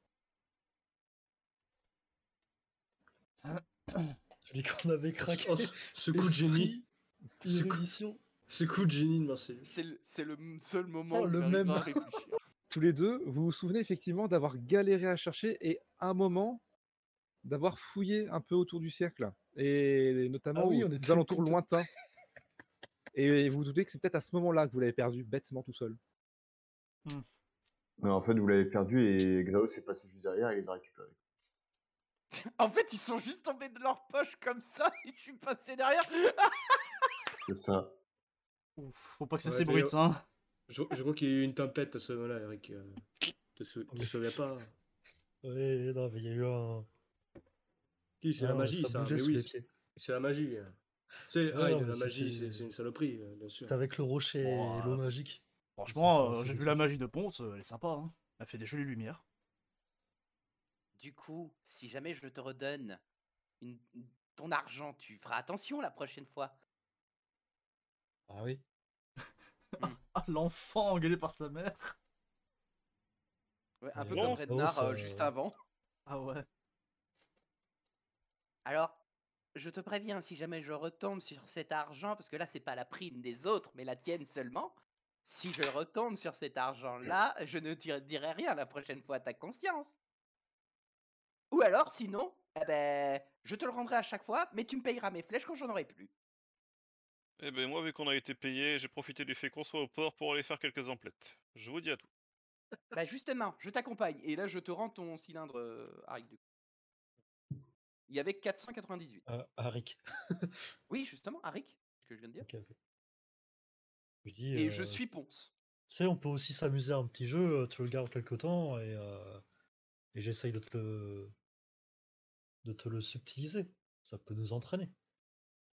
Celui qu'on avait craqué.
Oh, ce- ce coup de génie.
Esprit,
Ce coup-
érudition.
Ce coup de génie de Marcellus.
C'est le, c'est le m- seul moment
Oh,
où
le
j'arrive
même.
pas à réfléchir.
Tous les deux, vous vous souvenez effectivement d'avoir galéré à chercher et à un moment d'avoir fouillé un peu autour du cercle et notamment
Ah oui,
aux
on était
alentours
complètement-
lointains. Et vous vous doutez que c'est peut-être à ce moment-là que vous l'avez perdu bêtement tout seul.
Non, en fait, vous l'avez perdu et Xao s'est passé juste derrière et les a récupérés.
En fait, ils sont juste tombés de leur poche comme ça et je suis passé derrière.
C'est ça.
Ouf, faut pas que ça
euh. Ouais,
s'ébruite,
d'ailleurs-
hein.
Je, je vois qu'il y a eu une tempête à ce moment-là, Eric. euh, Te sou- te
Mais-
souviens pas hein.
Ouais, non, mais il y a eu un.
Si, c'est
Ah,
la magie,
ça
ça.
bougeait
Mais
sous
oui,
les
c'est-
pieds.
c'est la magie. hein. C'est
Ouais,
ah,
non,
de
mais
la magie,
c'était-
c'est c'est une saloperie, euh, bien sûr.
C'était avec le rocher
Oh,
et l'eau
euh,
magique. ça,
Franchement,
ça
euh,
fait
j'ai
des
vu la
trucs.
magie de Ponce, euh, elle est sympa, hein. Elle fait des jolies lumières.
Du coup, si jamais je te redonne une- ton argent, tu feras attention la prochaine fois.
Ah oui.
Ah, l'enfant engueulé par sa mère.
Ouais, un
Mais
peu
bon,
comme
ça,
Rednar
ça-
euh, juste avant.
Ah ouais.
Alors, je te préviens, si jamais je retombe sur cet argent, parce que là, c'est pas la prime des autres, mais la tienne seulement. Si je retombe sur cet argent-là, je ne te dirai rien la prochaine fois, ta conscience. Ou alors, sinon, eh ben, je te le rendrai à chaque fois, mais tu me payeras mes flèches quand j'en aurai plus.
Eh ben moi, vu qu'on a été payé, j'ai profité du fait qu'on soit au port pour aller faire quelques emplettes. Je vous dis à tout.
Bah justement, je t'accompagne. Et là, je te rends ton cylindre, euh, Arik, du coup. Il y avait 498.
Ah, Arik.
Oui, justement, Arik, ce que je viens de dire.
Ok, ok. Je dis.
Et je
euh,
suis Ponce.
Tu sais, on peut aussi s'amuser à un petit jeu, euh, tu le gardes quelque temps et, euh, et j'essaye de te le de te le subtiliser. Ça peut nous entraîner.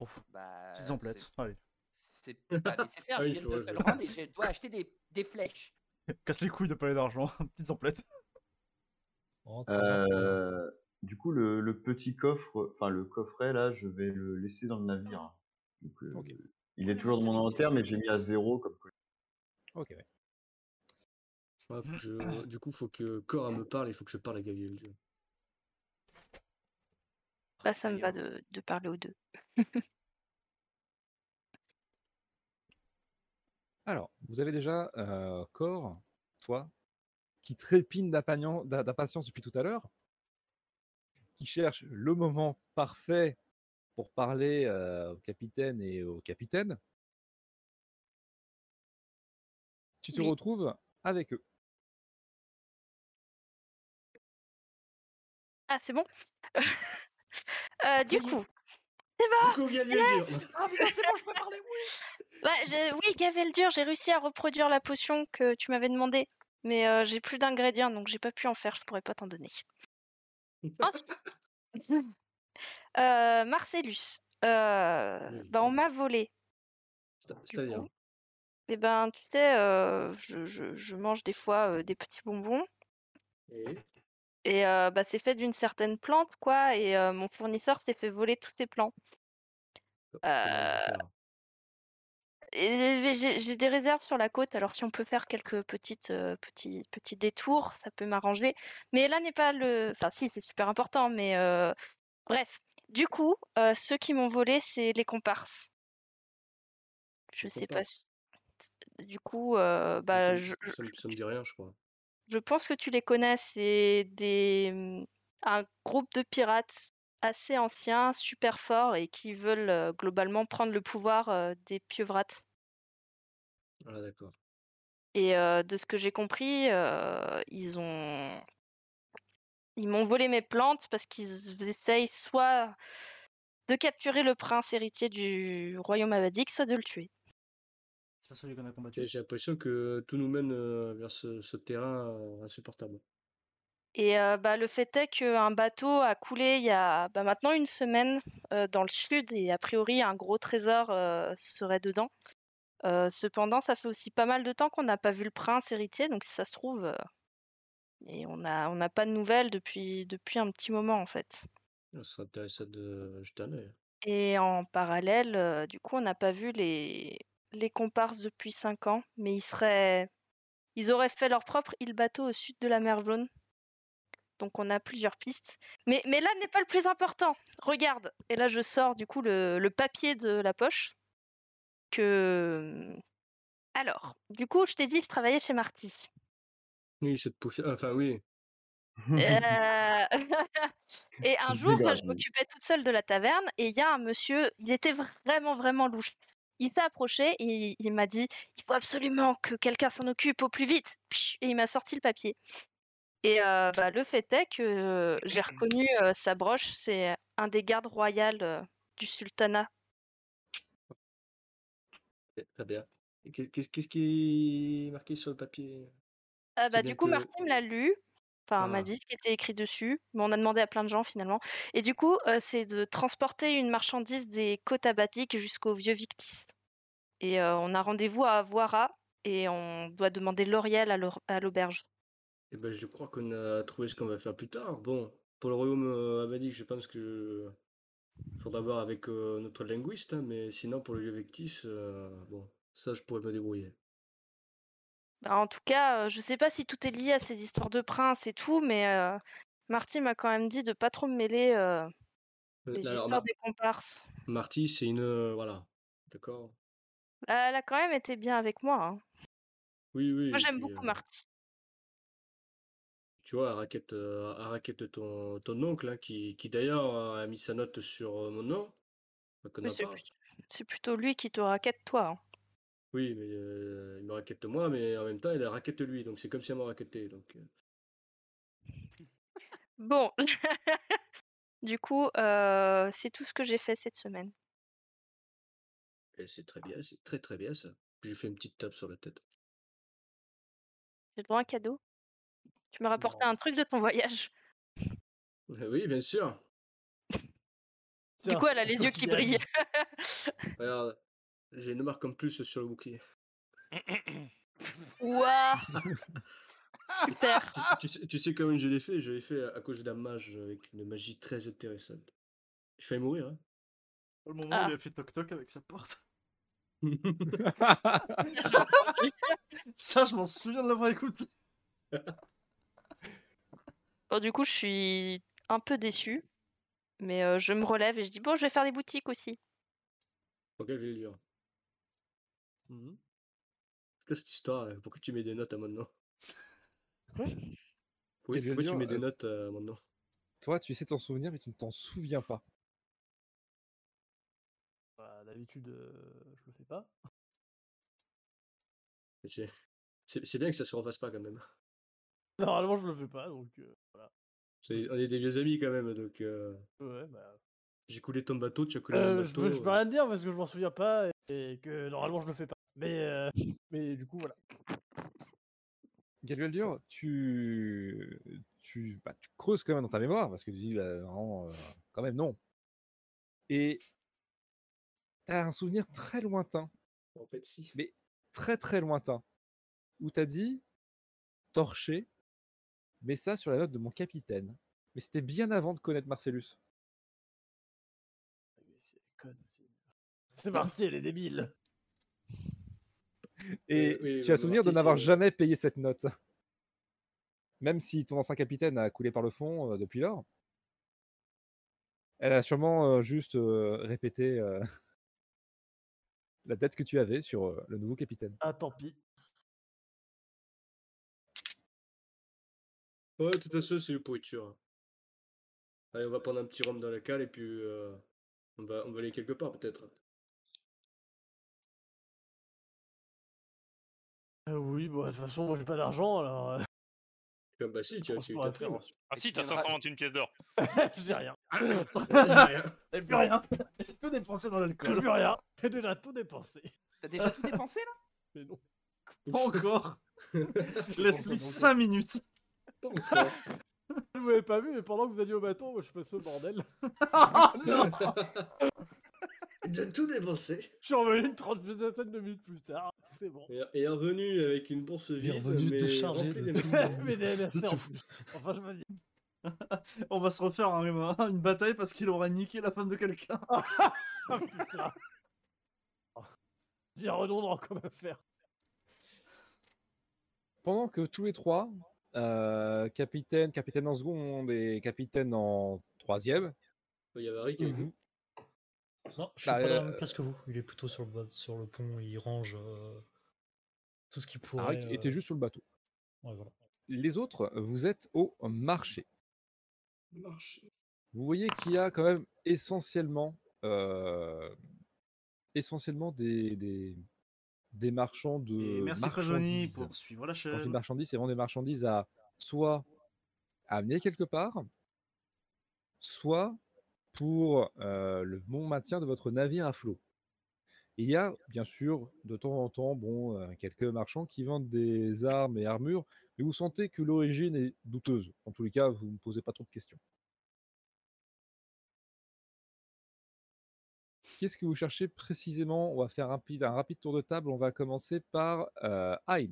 Ouf,
Bah,
petites
c'est-
emplettes. Allez,
C'est pas nécessaire,
Ah
je
oui,
viens
je vois,
de
je
te le
vois.
rendre et je dois acheter des, des flèches.
casse les couilles de palais d'argent. petites emplettes.
Oh, très bien.
Euh, du coup, le, le petit coffre, enfin le coffret là, je vais le laisser dans le navire. Donc, euh,
Ah. Ok.
Il est
Oui,
toujours dans mon
Marcellus,
inventaire,
Ah, c'est
mais j'ai mis à zéro comme quoi.
Ok, ouais.
Ouais, Ah, faut que je- Du coup, faut que Cora me parle, il faut que je parle à Gabriel. tu vois.
Là, Bah, ça me va
D'ailleurs,
de, de parler aux deux.
Alors, vous avez déjà euh, Cor, toi, qui trépine d'impagnan- d'a- d'impatience depuis tout à l'heure, qui cherche le moment parfait pour parler euh, au capitaine et au capitaine. Tu te
Oui.
retrouves avec eux.
Ah, c'est bon Euh, Du
Ça y est.
coup,
Du coup, Gabriel dur.
Ah putain, c'est bon, je peux parler, oui
ouais, Bah, j'ai- oui, Gaveldur, j'ai réussi à reproduire la potion que tu m'avais demandé. Mais euh, j'ai plus d'ingrédients, donc j'ai pas pu en faire, je pourrais pas t'en donner. Ensuite, euh, Marcellus, euh,
Mmh.
Oui.
bah, on m'a volé.
C'est-à-dire.
coup, Eh ben, tu sais, euh, je, je- je mange des fois euh, des petits bonbons.
Et
Et euh, bah, c'est fait d'une certaine plante, quoi. Et euh, mon fournisseur s'est fait voler tous ses plants.
comment on va
Euh,
faire
et j'ai j'ai des réserves sur la côte, alors si on peut faire quelques petites, euh, petits, petits détours, ça peut m'arranger. Mais là n'est pas le... Enfin si, c'est super important, mais euh, bref. Du coup, euh, ceux qui m'ont volé, c'est les comparses. Je sais pas si... Du coup, euh, bah,
me-
je,
ça, me- ça me dit rien, je crois.
je pense que tu les connais, c'est des mmh, un groupe de pirates assez anciens, super forts et qui veulent euh, globalement prendre le pouvoir euh, des pieuvrates.
Ah, d'accord.
Et euh, de ce que j'ai compris, euh, ils ont ils m'ont volé mes plantes parce qu'ils essayent soit de capturer le prince héritier du royaume avadique, soit de le tuer.
C'est pas celui qu'on a combattu.
J'ai j'ai l'impression que tout nous mène euh, vers ce, ce terrain euh, insupportable.
Et euh, bah, le fait est qu'un bateau a coulé il y a bah, maintenant une semaine euh, dans le sud et a priori un gros trésor euh, serait dedans. Euh, cependant, ça fait aussi pas mal de temps qu'on n'a pas vu le prince héritier, donc si ça se trouve, euh, et on n'a on n'a pas de nouvelles depuis, depuis un petit moment en fait.
Ah, Ça serait intéressant de jeter un œil.
Et en parallèle, euh, du coup, on n'a pas vu les, les comparses depuis 5 ans, mais ils seraient. Ils auraient fait leur propre île bateau au sud de la mer Jaune. Donc on a plusieurs pistes. Mais, mais là n'est pas le plus important. Regarde. Et là, je sors du coup le, le papier de la poche. Que. Alors, du coup, je t'ai dit que je travaillais chez Marty.
Oui, cette poussière. Enfin, oui.
Euh, et un
Je
jour,
dégage,
je
oui.
m'occupais toute seule de la taverne et il y a un monsieur, il était vraiment, vraiment louche. Il s'est approché et il m'a dit Il faut absolument que quelqu'un s'en occupe au plus vite. Psh Et il m'a sorti le papier. Et euh, bah, le fait est que euh, j'ai reconnu euh, sa broche, c'est un des gardes royales euh, du sultanat.
Eh, Très bien. Et qu'est- Qu'est-ce qu'est-ce qui est marqué sur le papier
Ah bah,
bien
du coup,
que-
Marty me l'a lu. Enfin,
Ah.
m'a dit ce qui était écrit dessus, mais on a demandé à plein de gens finalement. Et du coup, euh, c'est de transporter une marchandise des côtes abatiques jusqu'au vieux Victis. Et euh, on a rendez-vous à Voira et on doit demander L'Oriel à l'or- à l'auberge.
Eh ben, je crois qu'on a trouvé ce qu'on va faire plus tard. Bon, pour le royaume euh, avadique, je pense que faudra voir avec euh, notre linguiste, hein, mais sinon pour le lieu Vectis, euh, bon, ça je pourrais me débrouiller.
Bah, en tout cas, euh, je sais pas si tout est lié à ces histoires de princes et tout, mais euh, Marty m'a quand même dit de pas trop me mêler euh,
Euh,
des
Alors,
histoires
Mar-
des comparses.
Marty, c'est une. euh, voilà. D'accord.
Euh, Elle a quand même été bien avec moi. hein.
Oui, oui.
Moi,
et
j'aime
puis,
beaucoup
euh,
Marty.
tu vois, elle raquette, euh, elle raquette ton, ton oncle, hein, qui, qui d'ailleurs a mis sa note sur euh, mon nom, enfin, qu'on
Mais
n'a
c'est
pas.
plus- c'est plutôt lui qui te raquette, toi. hein.
Oui, mais euh, il me raquette moi, mais en même temps, il la raquette lui, donc c'est comme si elle m'a raquetté. Donc, euh,
Bon, du coup, euh, c'est tout ce que j'ai fait cette semaine.
et c'est très bien, c'est très très bien ça. Puis je lui fais une petite tape sur la tête.
J'ai le droit à un cadeau. Tu m'as rapporté
Non.
un truc de ton voyage.
Euh, Oui, bien sûr.
Du
Tiens,
coup, elle a
un
les yeux qui
coquillage.
brillent.
Regarde, j'ai une marque en plus sur le bouclier.
Ouah, super.
Tu, tu sais, tu sais comment je l'ai fait? Je l'ai fait à, à cause d'un mage avec une magie très intéressante. Il fallait mourir, hein?
Au moment où
Ah.
il a fait toc-toc avec sa porte. Ça, je m'en souviens de l'avoir écouté.
Bon, du coup, je suis un peu déçue, mais euh, je me relève et je dis bon, je vais faire des boutiques aussi.
Pourquoi je vais dire? Qu'est-ce que cette histoire? là Pourquoi tu mets des notes à mon nom?
Quoi
Oui,
Eh bien,
pourquoi tu
Lyon,
mets des
euh,
notes à mon nom?
Toi, tu sais t'en souvenir, mais tu ne t'en souviens pas.
Bah, D'habitude, euh, je le fais pas.
C'est c'est- c'est bien que ça se refasse pas quand même.
Normalement, je le fais pas, donc euh, voilà.
C'est- on est des vieux amis quand même, donc euh,
Ouais, bah.
j'ai coulé ton bateau, tu as coulé mon
Euh, je, peux, je
bateau.
peux
euh,
rien te dire parce que je m'en souviens pas et, et que normalement je le fais pas. Mais, euh, mais du coup, voilà.
Gabriel Dur, tu... Tu... bah, tu creuses quand même dans ta mémoire, parce que tu dis, bah, non, euh, quand même, non. Et tu as un souvenir très lointain,
En fait, si.
mais très très lointain, où tu as dit, torché, mets ça sur la note de mon capitaine. Mais c'était bien avant de connaître Marcellus.
Mais C'est conne aussi. C'est parti, elle est débile.
Et
Oui, oui,
tu as
oui,
souvenir de
remarquez,
n'avoir
c'est-
jamais payé cette note. Même si ton ancien capitaine a coulé par le fond euh, depuis lors, elle a sûrement euh, juste euh, répété euh, la dette que tu avais sur euh, le nouveau capitaine.
Ah, tant pis.
Ouais, tout à fait, c'est une pourriture. Allez, on va prendre un petit rhum dans la cale et puis euh, on, va, on va aller quelque part peut-être.
Euh, oui, bon, de toute façon, moi j'ai pas d'argent alors. euh,
Ah bah si, tu as tu
transport
t'as
à faire
pris.
ensuite.
Ah si,
Et
t'as
tu viendras-
521 pièces d'or.
J'ai rien.
Ouais, j'ai rien.
J'ai plus rien. J'ai tout dépensé dans
J'ai
l'alcool.
plus rien. J'ai déjà tout dépensé.
T'as déjà tout dépensé là
Mais non.
Pas encore. Laisse-lui
Pas encore.
5 minutes.
Pas encore.
Vous m'avez pas vu, mais pendant que vous alliez au bâton, moi, je passe au bordel.
J'ai tout dépensé.
Je suis revenu une trentaine de minutes plus tard. C'est bon.
Et, et est revenu avec une bourse
Il est
vide.
revenu
mais
déchargé
remplie
de
des
tout.
messages.
Mais des
C'est
NSR en
tout.
plus. Enfin, je me dis.
On va se refaire un- un- une bataille parce qu'il aura niqué la femme de quelqu'un.
Ah putain. J'ai redondant comme affaire.
Pendant que tous les trois, euh, capitaine, capitaine en seconde et capitaine en troisième,
Il y avait Harry qui avait-
vous,
Non, je suis
Bah,
pas dans la
euh,
même place que vous. Il est plutôt sur le, bo- sur le pont, il range euh, tout ce qu'il pourrait.
Arik, Ah, était
euh,
juste sur le bateau.
ouais, voilà.
Les autres, vous êtes au marché.
Marche.
Vous voyez qu'il y a quand même essentiellement, euh, essentiellement des, des, des marchands de
Et merci Frejoni
marchandises.
pour suivre la
Quand je dis
chaîne.
marchandises, c'est vraiment des marchandises à soit à amener quelque part, soit pour euh, le bon maintien de votre navire à flot. Il y a bien sûr de temps en temps bon, euh, quelques marchands qui vendent des armes et armures, mais vous sentez que l'origine est douteuse. En tous les cas, vous ne posez pas trop de questions. Qu'est-ce que vous cherchez précisément On va faire rapide- un rapide tour de table. On va commencer par euh, Hein.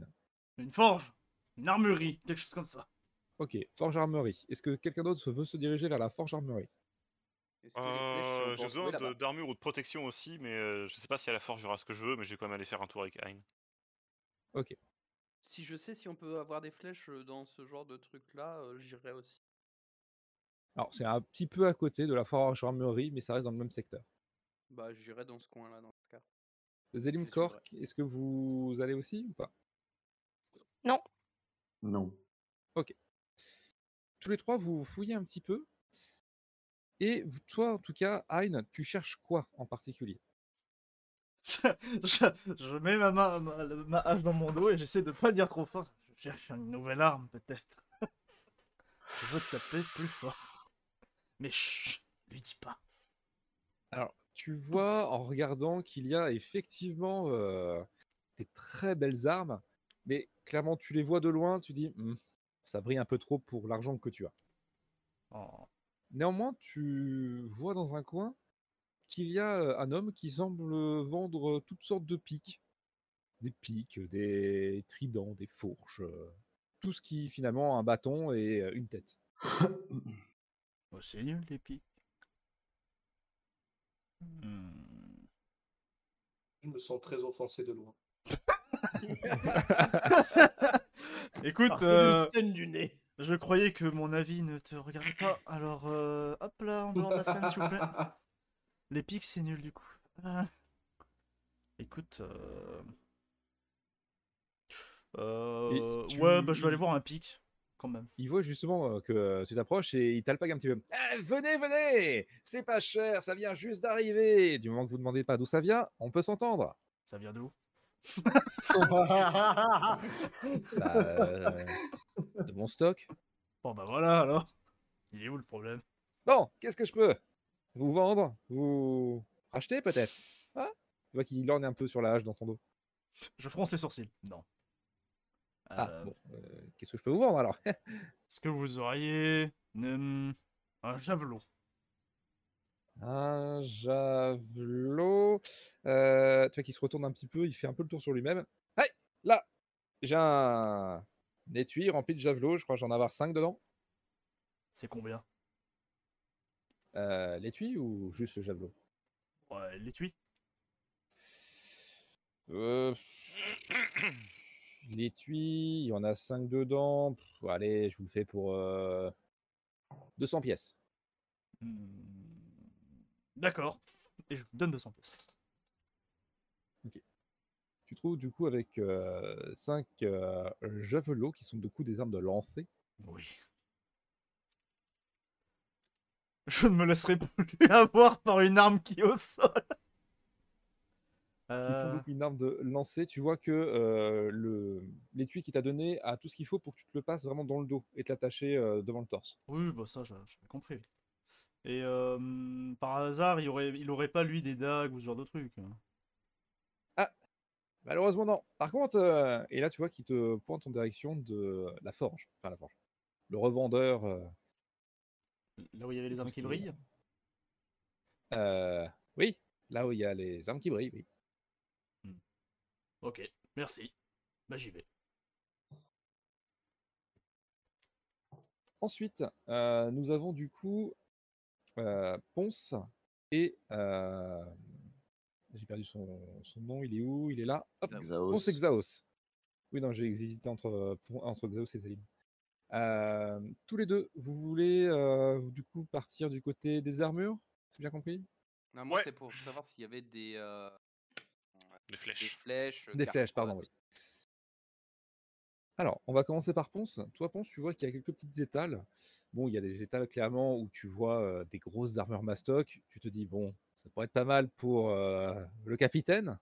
Une forge, une armurerie, quelque chose comme ça.
Ok, Forge Armerie. Est-ce que quelqu'un d'autre veut se diriger vers la Forge Armerie
Est-ce que les flèches, on
Euh,
peut
j'ai
en
besoin
trouver
de-
là-bas
d'armure ou de protection aussi, mais euh, je sais pas si à la forge j'aurai ce que je veux, mais j'ai quand même aller faire un tour avec Hein.
Si je sais si on peut avoir des flèches euh, dans ce genre de truc là, j'irai aussi.
Alors, c'est un petit peu à côté de la Forge Armerie, mais ça reste dans le même secteur.
Bah, j'irai dans ce coin là dans ce cas.
Zélim
Je suivrai.
Cork, est-ce que vous allez aussi ou pas
Non.
Tous les trois, vous fouillez un petit peu. Et vous- toi, en tout cas, Hein, tu cherches quoi en particulier
je, je mets ma, main, ma, ma hache dans mon dos et j'essaie de pas dire trop fort. Je cherche une nouvelle arme peut-être. je veux taper plus fort. Mais chut, lui dis pas.
Alors,
Mmh.
tu vois en regardant qu'il y a effectivement euh, des très belles armes, mais clairement, tu les vois de loin, tu dis, Hmm, ça brille un peu trop pour l'argent que tu as.
Oh.
Néanmoins, tu vois dans un coin qu'il y a euh, un homme qui semble vendre euh, toutes sortes de piques. Des piques, des tridents, des fourches, euh, tout ce qui finalement a un bâton et euh, une tête.
Oh, c'est nul les pics.
Mmh.
Hmm.
Je me sens très offensé de loin.
Écoute,
Alors, c'est
euh,
le scène du nez.
je croyais que mon avis ne te regardait pas, alors euh, hop là, en dehors de la scène, s'il vous plaît. Les pics, c'est nul du coup. Ah. Écoute, euh... euh,
tu-
ouais, bah je vais aller voir un pic, quand même.
Il voit justement euh, que euh, tu t'approches et il t'alpague un petit peu. Eh, venez, venez C'est pas cher, ça vient juste d'arriver Du moment que vous ne demandez pas d'où ça vient, on peut s'entendre.
Ça vient de où
Bah, euh, de mon stock
Bon bah voilà alors. Il est où le problème
Bon, qu'est-ce que je peux Vous vendre Vous racheter peut-être Hein Tu vois qu'il orne un peu sur la hache dans ton dos.
Je fronce les sourcils. Non.
Ah,
Euh,
bon. euh, qu'est-ce que je peux vous vendre alors
Est-ce que vous auriez une- un javelot
Un javelot. Euh, tu vois qu'il se retourne un petit peu, il fait un peu le tour sur lui-même. Hey Là J'ai un... un étui rempli de javelots, je crois que j'en ai avoir 5 dedans.
C'est combien
Euh, l'étui ou juste le javelot
Ouais, l'étui
Euh, L'étui, il y en a 5 dedans. Pff, allez, je vous le fais pour euh, 200 pièces.
D'accord. Et je vous donne 200 pièces.
Tu trouves du coup avec 5 javelots qui sont du coup des armes de lancer.
Oui. Je ne me laisserai plus avoir par une arme qui est au sol.
qui sont
Euh,
donc une arme de lancer. Tu vois que euh, le- l'étui qui t'a donné a tout ce qu'il faut pour que tu te le passes vraiment dans le dos et te l'attacher euh, devant le torse.
Oui, bah ça, j'a- j'avais compris. Et euh, par hasard, il aurait, il aurait pas lui des dagues ou ce genre de trucs. hein.
Malheureusement, non. Par contre, euh, et là, tu vois qu'il te pointe en direction de la forge. Enfin, la forge. Le revendeur. euh,
Là où il y avait les armes
pense
qui
qu'il est là.
brillent.
euh, oui, là où il y a les armes qui brillent, oui.
Ok, merci. Bah j'y vais.
Ensuite, euh, nous avons du coup euh, Ponce et. euh, j'ai perdu son, son nom, il est où Il est là. Hop,
Xaos.
Ponce et Xaos. Oui, non, j'ai hésité entre, Pon- entre Xaos et Zalim. Euh, tous les deux, vous voulez euh, du coup partir du côté des armures C'est bien compris
Non, moi,
Ouais.
c'est pour savoir s'il y avait des, euh,
Les
des
flèches.
flèches. euh,
Des
cartes,
flèches, pardon,
ouais.
oui. Alors, on va commencer par Ponce. Toi, Ponce, tu vois qu'il y a quelques petites étals. Bon, il y a des étals clairement où tu vois euh, des grosses armures mastoc. Tu te dis, bon, ça pourrait être pas mal pour euh, le capitaine.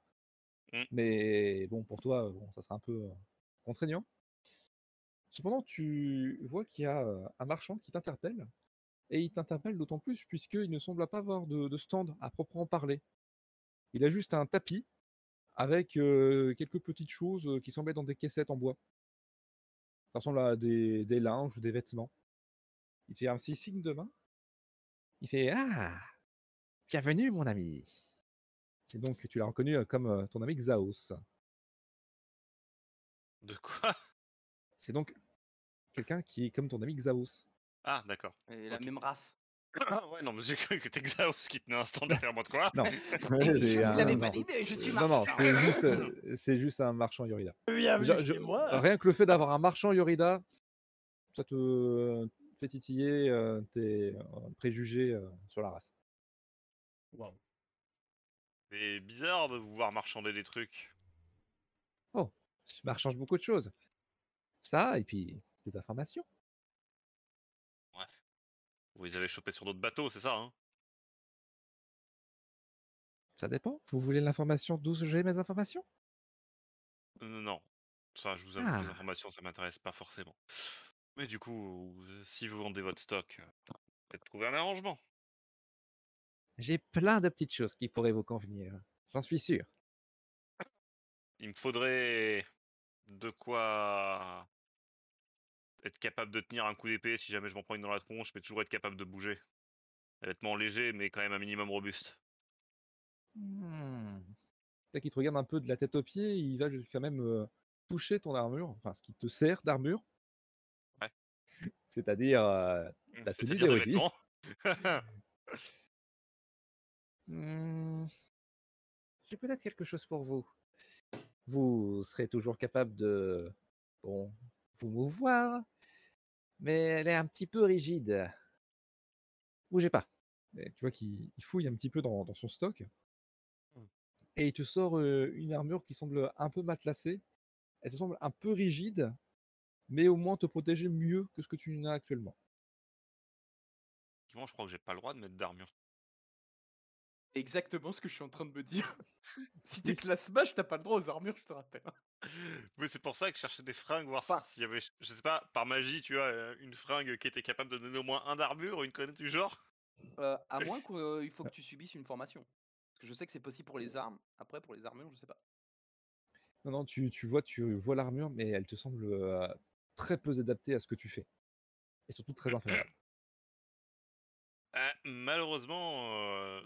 Mmh.
Mm.
Mais bon, pour toi, euh, bon, ça sera un peu euh, contraignant. Cependant, tu vois qu'il y a euh, un marchand qui t'interpelle. Et il t'interpelle d'autant plus puisqu'il ne semble pas avoir de, de stand à proprement parler. Il a juste un tapis avec euh, quelques petites choses euh, qui semblent être dans des caissettes en bois. Ça ressemble à des, des linges ou des vêtements. Il te fait un petit signe de main. Il fait Ah Bienvenue, mon ami C'est donc que tu l'as reconnu euh, comme euh, ton ami Xaos.
De quoi
C'est donc quelqu'un qui est comme ton ami Xaos.
Ah, d'accord.
Et la
Ok.
même race.
Ah ouais, non, mais j'ai cru que t'es Xaos qui tenait un stand de terre de quoi
Non,
Et
c'est
je
un-
vous l'avais
non.
pas dit, mais je suis
non, non,
marchand.
c'est juste, euh, c'est juste un marchand Yorida. Déjà,
Bienvenue
je-
chez moi.
Rien que le fait d'avoir un marchand Yorida, ça te fait titiller euh, tes euh, préjugés euh, sur la race.
Waouh.
C'est bizarre de vous voir marchander des trucs.
Ça change oh, beaucoup de choses. Ça, et puis des informations.
Vous les avez chopés sur d'autres bateaux, c'est ça, hein
Ça dépend. Vous voulez l'information d'où j'ai mes informations
Non, non. Ça, je vous avoue, que les
Ah.
informations, ça m'intéresse pas forcément. Mais du coup, euh, si vous vendez votre stock, euh, peut-être trouver un arrangement.
J'ai plein de petites choses qui pourraient vous convenir. J'en suis sûr.
Il me faudrait de quoi être capable de tenir un coup d'épée si jamais je m'en prends une dans la tronche, mais toujours être capable de bouger. Un vêtement léger, mais quand même un minimum robuste.
Hmm. Peut-être qu'il te regarde un peu de la tête aux pieds, il va jusqu'à même euh, toucher ton armure, enfin ce qui te sert d'armure.
Ouais.
C'est-à-dire euh, ta tenue
C'est-à-dire des
d'Hérédie.
vêtements.
Hmm, J'ai peut-être quelque chose pour vous. Vous serez toujours capable de, bon, vous mouvoir, mais elle est un petit peu rigide. Bougez pas. Et tu vois qu'il il fouille un petit peu dans, dans son stock. Et il te sort euh, une armure qui semble un peu matelassée. Elle te semble un peu rigide, mais au moins te protéger mieux que ce que tu n'as actuellement.
Effectivement, je crois que j'ai pas le droit de mettre d'armure.
Exactement ce que je suis en train de me dire. si t'es classe mage, t'as pas le droit aux armures, je te rappelle. hein.
Oui, c'est pour ça que je cherchais des fringues, voir
Enfin.
s'il y avait, je sais pas, par magie, tu vois, euh, une fringue qui était capable de donner au moins un d'armure, une connerie du genre.
Euh, à moins qu'il faut que tu subisses une formation. Parce que je sais que c'est possible pour les armes. Après, pour les armures, je sais pas.
Non, non, tu, tu vois, tu vois l'armure, mais elle te semble euh, très peu adaptée à ce que tu fais. Et surtout très infernale.
Euh, malheureusement, euh,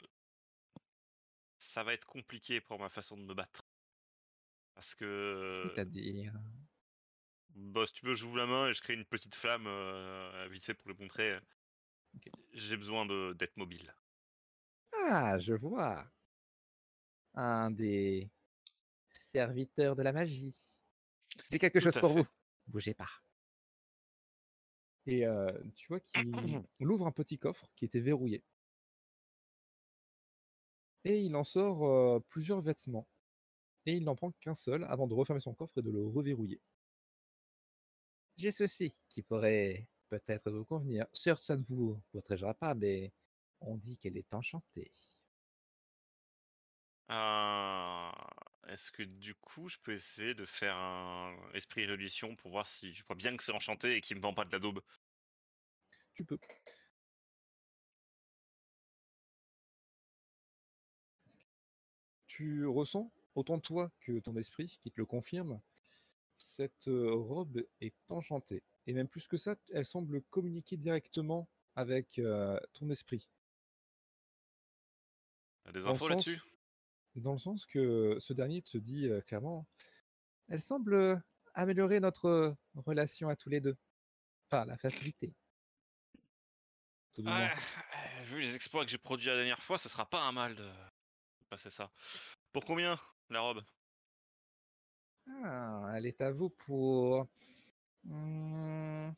ça va être compliqué pour ma façon de me battre. Parce que,
C'est-à-dire.
bah, si tu veux, j'ouvre la main et je crée une petite flamme euh, vite fait pour le montrer.
Ok.
J'ai besoin de- d'être mobile.
Ah, je vois. Un des serviteurs de la magie.
J'ai quelque
Tout
chose
à
pour
fait.
vous. Bougez pas.
Et euh, tu vois qu'il ouvre un petit coffre qui était verrouillé. Et il en sort euh, plusieurs vêtements. Et il n'en prend qu'un seul avant de refermer son coffre et de le reverrouiller. J'ai ceci qui pourrait peut-être vous convenir. Certes, ça ne vous protégera pas, mais on dit qu'elle est enchantée.
Ah, Est-ce que du coup, je peux essayer de faire un esprit religion pour voir si je crois bien que c'est enchanté et qu'il me vend pas de la daube
Tu peux. Tu ressens, autant toi que ton esprit qui te le confirme, cette euh, robe est enchantée. Et même plus que ça, elle semble communiquer directement avec euh, ton esprit.
T'as des
Dans le
infos
sens-
là-dessus
Dans le sens que ce dernier te dit euh, clairement, elle semble euh, améliorer notre euh, relation à tous les deux. Enfin, la facilité. Tout du moins.
Ouais, euh, vu les exploits que j'ai produits la dernière fois, ce sera pas un mal de de passer ça. Pour combien la robe
Ah, elle est à vous pour
Mmh.
hmm,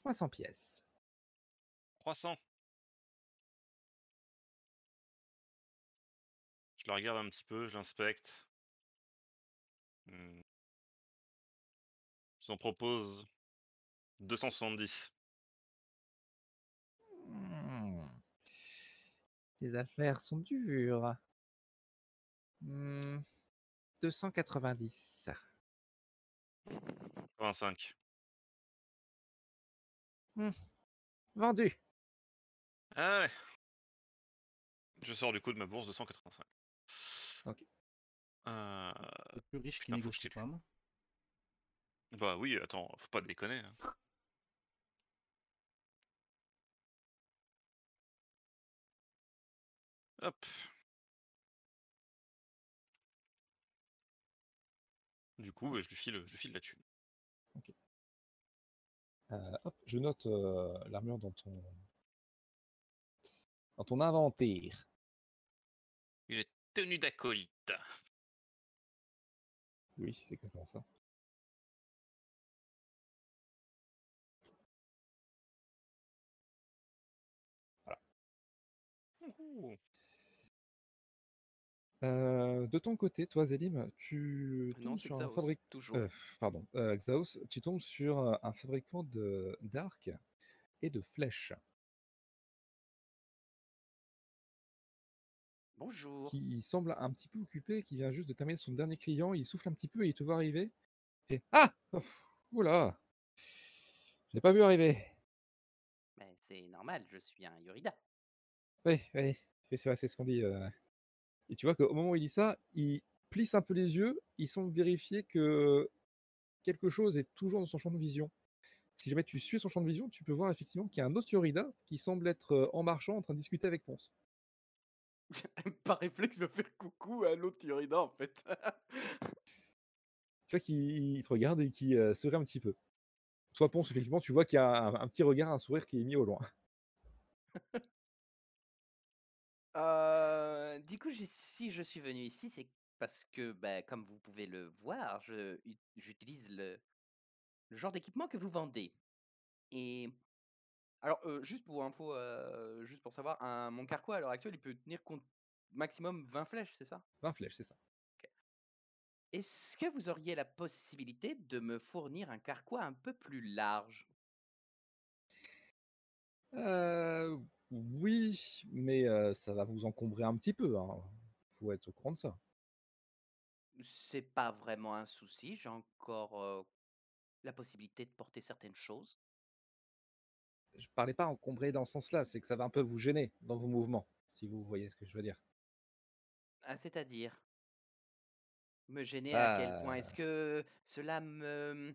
300 pièces.
300 Je la regarde un petit peu, je l'inspecte. Hmm. Je t'en propose 270.
Hmm. Les affaires sont dures. Hmm, 290.
25.
Hmm. Vendu.
Allez Ah Je sors du coup de ma bourse de 185.
Ok.
Euh,
Le plus riche qui
putain, faut que je
négocie
t'ai
pas.
hein.
moi.
Bah oui, attends, faut pas déconner. hein. Hop. Du coup, euh, je lui file, je lui file la thune.
Euh, hop, je note euh, l'armure dans ton... dans ton inventaire.
Une tenue d'acolyte.
Oui, c'est exactement ça.
Ouhou.
Euh, de ton côté, toi, Zélim, tu
Ah non,
tombes
c'est
sur un
Xaos,
fabricant.
toujours.
pardon, euh, Xaos, tu tombes sur euh, un fabricant de d'arcs et de flèches
Bonjour.
qui semble un petit peu occupé, qui vient juste de terminer son dernier client. Il souffle un petit peu et il te voit arriver. Et ah, Ouf, oula, j'ai pas vu arriver.
Mais c'est normal, je suis un Yorida.
Oui, oui, oui, c'est vrai, c'est ce qu'on dit. euh. Et tu vois qu'au moment où il dit ça, il plisse un peu les yeux, il semble vérifier que quelque chose est toujours dans son champ de vision. Si jamais tu suis son champ de vision, tu peux voir effectivement qu'il y a un autre Yorida qui semble être euh, en marchant en train de discuter avec Ponce.
Par réflexe, il va faire coucou à l'autre Yorida en fait.
Tu vois qu'il il te regarde et qui se rit un petit peu. Soit Ponce, effectivement, tu vois qu'il y a un, un petit regard, un sourire qui est mis au loin.
Euh, du coup, j'ai- si je suis venu ici, c'est parce que, bah, comme vous pouvez le voir, je ut- j'utilise le, le genre d'équipement que vous vendez. Et alors, euh, juste pour info, euh, juste pour savoir, un, mon carquois à l'heure actuelle, il peut tenir compte maximum 20 flèches, c'est ça
20 flèches, c'est ça.
Est-ce que vous auriez la possibilité de me fournir un carquois un peu plus large
Euh, oui, mais euh, ça va vous encombrer un petit peu. Hein. Faut être au courant de ça.
C'est pas vraiment un souci, j'ai encore euh, la possibilité de porter certaines choses.
je parlais pas encombré dans ce sens-là, c'est que ça va un peu vous gêner dans vos mouvements, si vous voyez ce que je veux dire.
Ah, c'est-à-dire me gêner à quel point
Bah,
Est-ce que cela me...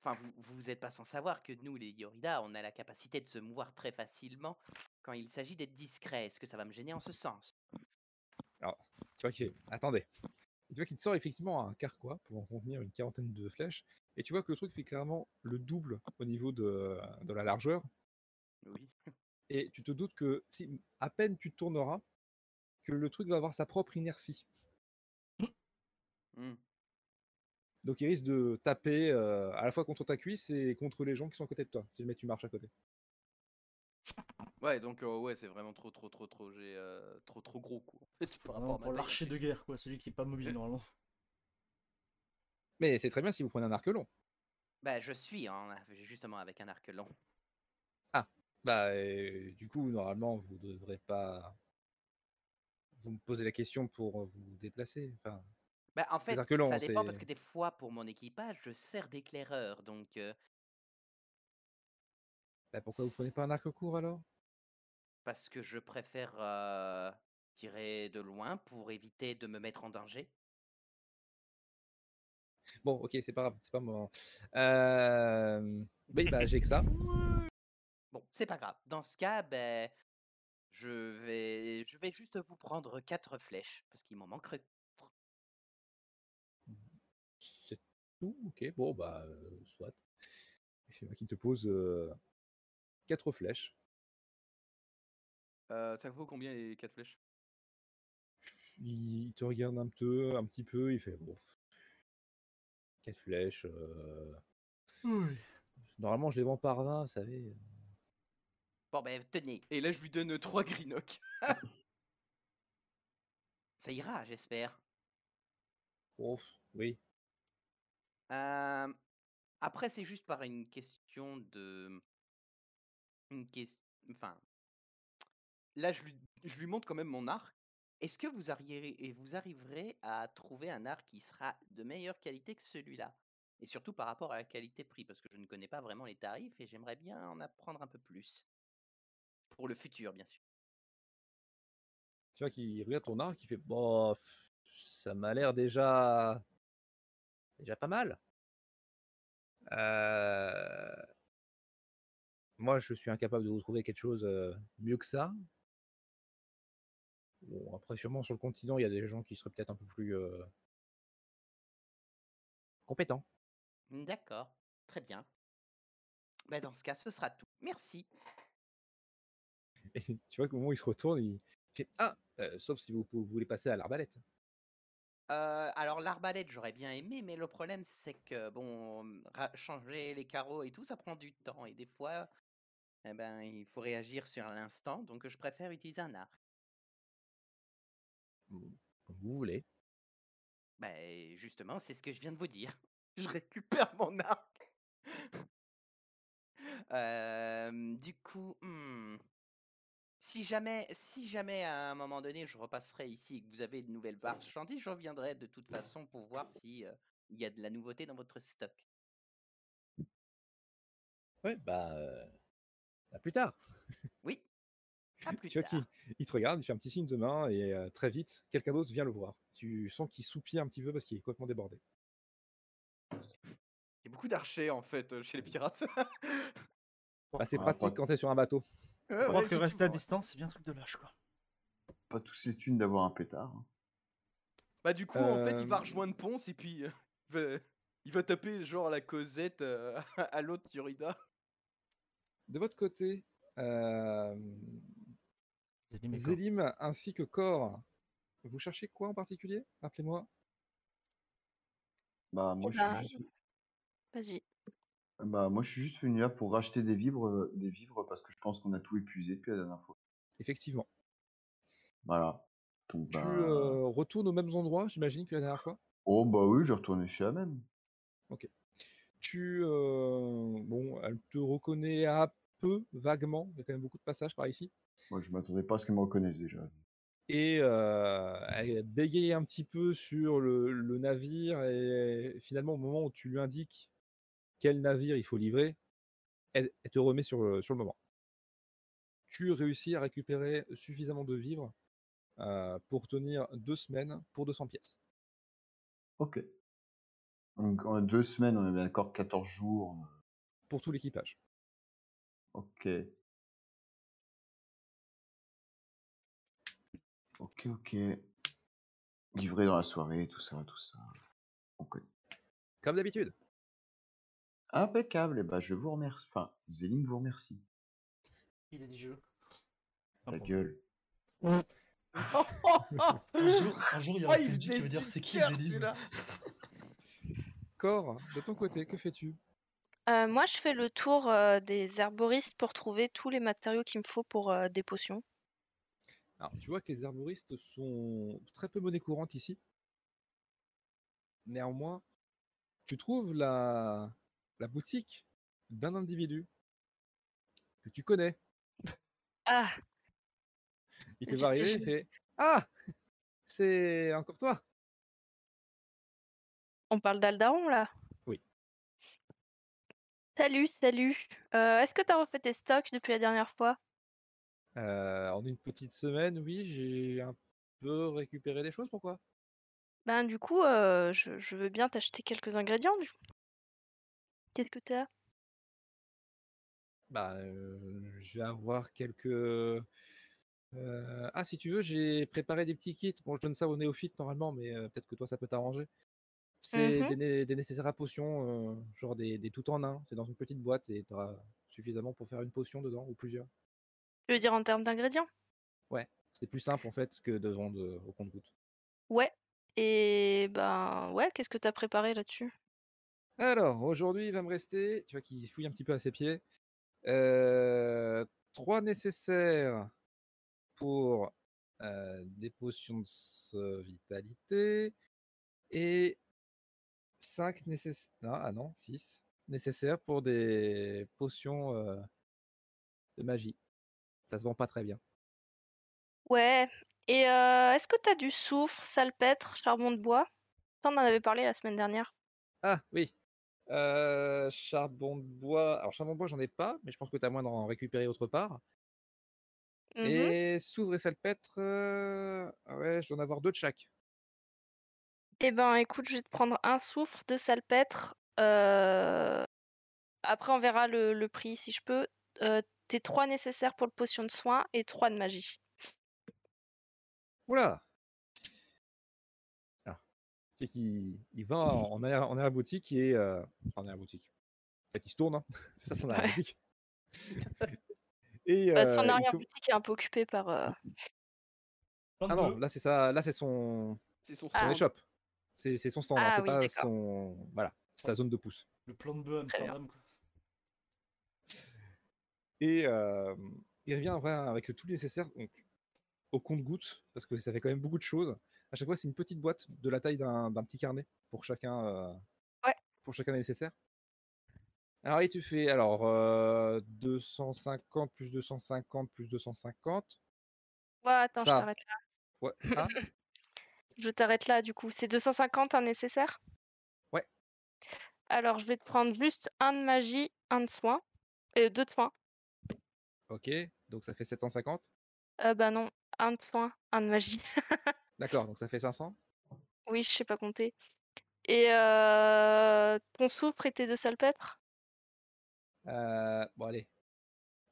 Enfin, vous, vous êtes pas sans savoir que nous, les Yorida, on a la capacité de se mouvoir très facilement quand il s'agit d'être discret. Est-ce que ça va me gêner en ce sens
tu vois qu'il fait, attendez. Tu vois qu'il te sort effectivement un carquois pour en contenir une quarantaine de flèches, et tu vois que le truc fait clairement le double au niveau de, euh, de la largeur,
Oui.
et tu te doutes que si à peine tu tourneras, que le truc va avoir sa propre inertie.
Mhm.
Donc il risque de taper euh, à la fois contre ta cuisse et contre les gens qui sont à côté de toi, si jamais tu marches à côté.
Ouais, donc euh, ouais, c'est vraiment trop, trop, trop, trop, j'ai euh, trop, trop gros quoi. En fait, par
Vraiment
rapport à ma
pour
taille,
l'archer
en
de
fait.
guerre, quoi, celui qui est pas mobile normalement.
Mais c'est très bien si vous prenez un arc long.
Bah, je suis en- justement avec un arc long.
Bah, euh, du coup, normalement, vous ne devrez pas vous me posez la question pour euh, vous déplacer. Enfin,
Bah, en fait,
arcs longs,
ça dépend parce
c'est-
que des fois, pour mon équipage, je sers d'éclaireur, donc euh,
bah, pourquoi vous prenez pas un arc court alors
parce que je préfère euh, tirer de loin pour éviter de me mettre en danger.
Bon, ok, c'est pas grave, c'est pas moi. Euh... Oui, bah, j'ai que ça.
Bon, c'est pas grave. Dans ce cas, ben, je vais, je vais juste vous prendre quatre flèches parce qu'il m'en manque.
C'est tout, ok, bon, bah, euh, soit. C'est moi qui te pose euh, quatre flèches.
ça vaut combien les quatre flèches
Il te regarde un peu, un petit peu, il fait bon. Quatre flèches. euh, Normalement, je les vends par 20, vous savez.
Bon, ben, tenez. Et là, je lui donne trois grinocs. ça ira, j'espère.
Bon, Oh, oui.
Euh, après, c'est juste par une question de. mmh, Une question. Enfin. Là, je lui, je lui montre quand même mon arc. Est-ce que vous, arriérez- et vous arriverez à trouver un arc qui sera de meilleure qualité que celui-là Et surtout par rapport à la qualité-prix, parce que je ne connais pas vraiment les tarifs et j'aimerais bien en apprendre un peu plus. Pour le futur, bien sûr.
Tu vois qu'il regarde ton arc, il fait bon, ça m'a l'air déjà déjà pas mal. Euh, Moi, je suis incapable de vous trouver quelque chose euh, mieux que ça. Bon, après, sûrement sur le continent, il y a des gens qui seraient peut-être un peu plus euh, compétents.
D'accord, très bien. Bah, dans ce cas, ce sera tout. Merci.
Et tu vois qu'au moment où il se retourne, il fait ah, euh, sauf si vous, vous voulez passer à l'arbalète.
Euh, alors l'arbalète j'aurais bien aimé, mais le problème c'est que bon, mmh, ra- changer les carreaux et tout, ça prend du temps et des fois, eh ben il faut réagir sur l'instant, donc je préfère utiliser un arc.
Bon, Comme vous voulez.
Ben justement, c'est ce que je viens de vous dire. Je récupère mon arc. Euh, du coup, hmm, si jamais, si jamais à un moment donné je repasserai ici et que vous avez de nouvelles marchandises, je reviendrai de toute façon pour voir si euh, il y a de la nouveauté dans votre stock.
Ouais, bah euh, à plus tard.
Oui. À plus
Tu vois
tard.
qu'il il te regarde, il fait un petit signe de main et euh, très vite, quelqu'un d'autre vient le voir. Tu sens qu'il soupire un petit peu parce qu'il est complètement débordé.
Il y a beaucoup d'archers en fait euh, chez
Mmh.
les pirates.
Bah, c'est
Ah,
pratique
ouais.
quand t'es sur un bateau.
Ouais,
Voir
ouais,
que rester à
effectivement, ouais.
distance, c'est bien un truc de lâche, quoi.
Pas tous ces thunes d'avoir un pétard. hein.
Bah du coup en fait il va
Euh,
rejoindre Ponce et puis euh, il, va... il va taper genre la Cosette euh, à l'autre Yurida.
De votre côté, euh,
Zélim est corps.
Zélim ainsi que Cor, vous cherchez quoi en particulier Rappelez-moi.
Bah moi,
Eh
je
ben,
suis juste...
Vas-y.
bah moi je suis juste venu là pour racheter des vivres, euh, des vivres parce que je pense qu'on a tout épuisé depuis la dernière fois.
Effectivement.
Voilà. Donc,
Tu
bah...
euh, retournes aux mêmes endroits, j'imagine, que la dernière fois
Oh bah oui, je retourné chez la même.
Tu. euh, bon, elle te reconnaît un peu, vaguement. Il y a quand même beaucoup de passages par ici.
Moi je m'attendais pas à ce qu'elle me reconnaisse déjà.
et euh, elle bégaye un petit peu sur le, le navire et finalement au moment où tu lui indiques quel navire il faut livrer, elle, elle te remet sur le, sur le moment. Tu réussis à récupérer suffisamment de vivres euh, pour tenir deux semaines pour 200 pièces.
Ok. Donc en deux semaines, on est bien d'accord, 14 jours. euh,
Pour tout l'équipage.
Ok. Ok, ok. Livré dans la soirée, tout ça, tout ça. On connaît.
Comme d'habitude.
Impeccable, et bah je vous remercie. Enfin, Zélim vous remercie.
Il a dit jeu.
Ta gueule.
Un jour, un jour, il y a
Ah,
un
il
PNJ qui
venait
veut dire
du
c'est qui
cœur,
Zélim
celui-là.
Corps, de ton côté, que fais-tu
Euh, moi, je fais le tour euh, des herboristes pour trouver tous les matériaux qu'il me faut pour euh, des potions.
Alors, tu vois que les herboristes sont très peu monnaie courante ici. Néanmoins, tu trouves la, la boutique d'un individu que tu connais.
Ah,
Il te
Je
va
te
arriver et
jure.
fait Ah C'est encore toi
on parle d'Aldaron là
Oui.
Salut, salut. Euh, Est-ce que t'as refait tes stocks depuis la dernière fois
Euh, En une petite semaine, oui, j'ai un peu récupéré des choses. Pourquoi
Ben, du coup, euh, je, je veux bien t'acheter quelques ingrédients. du coup. Qu'est-ce que t'as
Bah, euh, je vais avoir quelques. euh, Ah, si tu veux, j'ai préparé des petits kits. Bon, je donne ça aux néophytes normalement, mais euh, peut-être que toi, ça peut t'arranger. C'est
Mhm.
des, né- des nécessaires à potions, euh, genre des, des tout en un. C'est dans une petite boîte et t'auras suffisamment pour faire une potion dedans ou plusieurs.
Je veux dire en termes d'ingrédients
Ouais, c'est plus simple en fait que de vendre euh, au compte-goutte.
Ouais. Et ben, ouais, qu'est-ce que t'as préparé là-dessus
Alors, aujourd'hui, il va me rester, tu vois qu'il fouille un petit peu à ses pieds, euh, trois nécessaires pour euh, des potions de s- vitalité et cinq nécessaires... Ah non, six nécessaires pour des potions euh, de magie. Ça se vend pas très bien.
Ouais. Et euh, est-ce que t'as du soufre, salpêtre, charbon de bois Ça, on en avait parlé la semaine dernière.
Ah oui. Euh, charbon de bois. Alors charbon de bois, j'en ai pas, mais je pense que tu as moyen d'en récupérer autre part.
Mhm.
Et s'ouvre et salpêtre. euh, Ouais, je dois en avoir deux de chaque.
Eh ben, écoute, je vais te prendre un soufre, deux salpêtre. euh, Après, on verra le, le prix si je peux. Euh, T'es trois nécessaires pour le potion de soin et trois de magie.
Oula Alors, c'est qu'il il va en en arrière, en arrière boutique et. euh, En arrière boutique. En fait, il se tourne, hein. c'est ça son
Ouais.
arrière boutique. Et.
Euh, son
euh, il... com-
arrière-boutique est un peu occupée par. euh,
Ah non, là c'est ça, là c'est son.
C'est son
Son
Ah.
stand.
échoppe. C'est c'est son stand, hein,
Ah
c'est
oui,
pas
d'accord.
son. Voilà, sa zone de pouce.
Le plan de bœuf
Très bien.
Amsterdam, quoi.
Et euh, il revient après avec tout le nécessaire donc, au compte-gouttes, parce que ça fait quand même beaucoup de choses. À chaque fois, c'est une petite boîte de la taille d'un d'un petit carnet pour chacun, euh,
Ouais.
pour chacun des nécessaires. Alors, et tu fais alors euh, 250 plus 250 plus 250.
Ouais, attends, je
Ça,
t'arrête là.
ouais, ah,
Je t'arrête là, du coup. C'est 250 un nécessaire
Ouais.
Alors, je vais te prendre juste un de magie, un de soin. Et deux de soin.
ok, donc ça fait 750.
Euh, bah non, un de soin, un de magie.
D'accord, donc ça fait 500.
Oui, je sais pas compter. Et euh, ton soufre et tes deux salpêtres
Euh, bon, allez,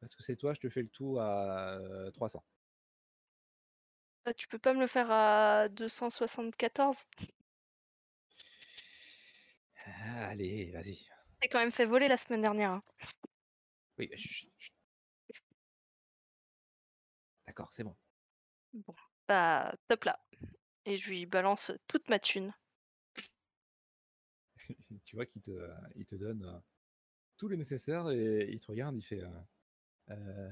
parce que c'est toi, je te fais le tout à euh, 300.
Euh, Tu peux pas me le faire à 274
Ah, allez, vas-y.
T'es quand même fait voler la semaine dernière. hein.
Oui, bah, chut, chut. D'accord, c'est bon.
Bon, bah top là. Et je lui balance toute ma thune.
tu vois qu'il te, euh, il te donne euh, tout le nécessaire et il te regarde, il fait euh, Euh,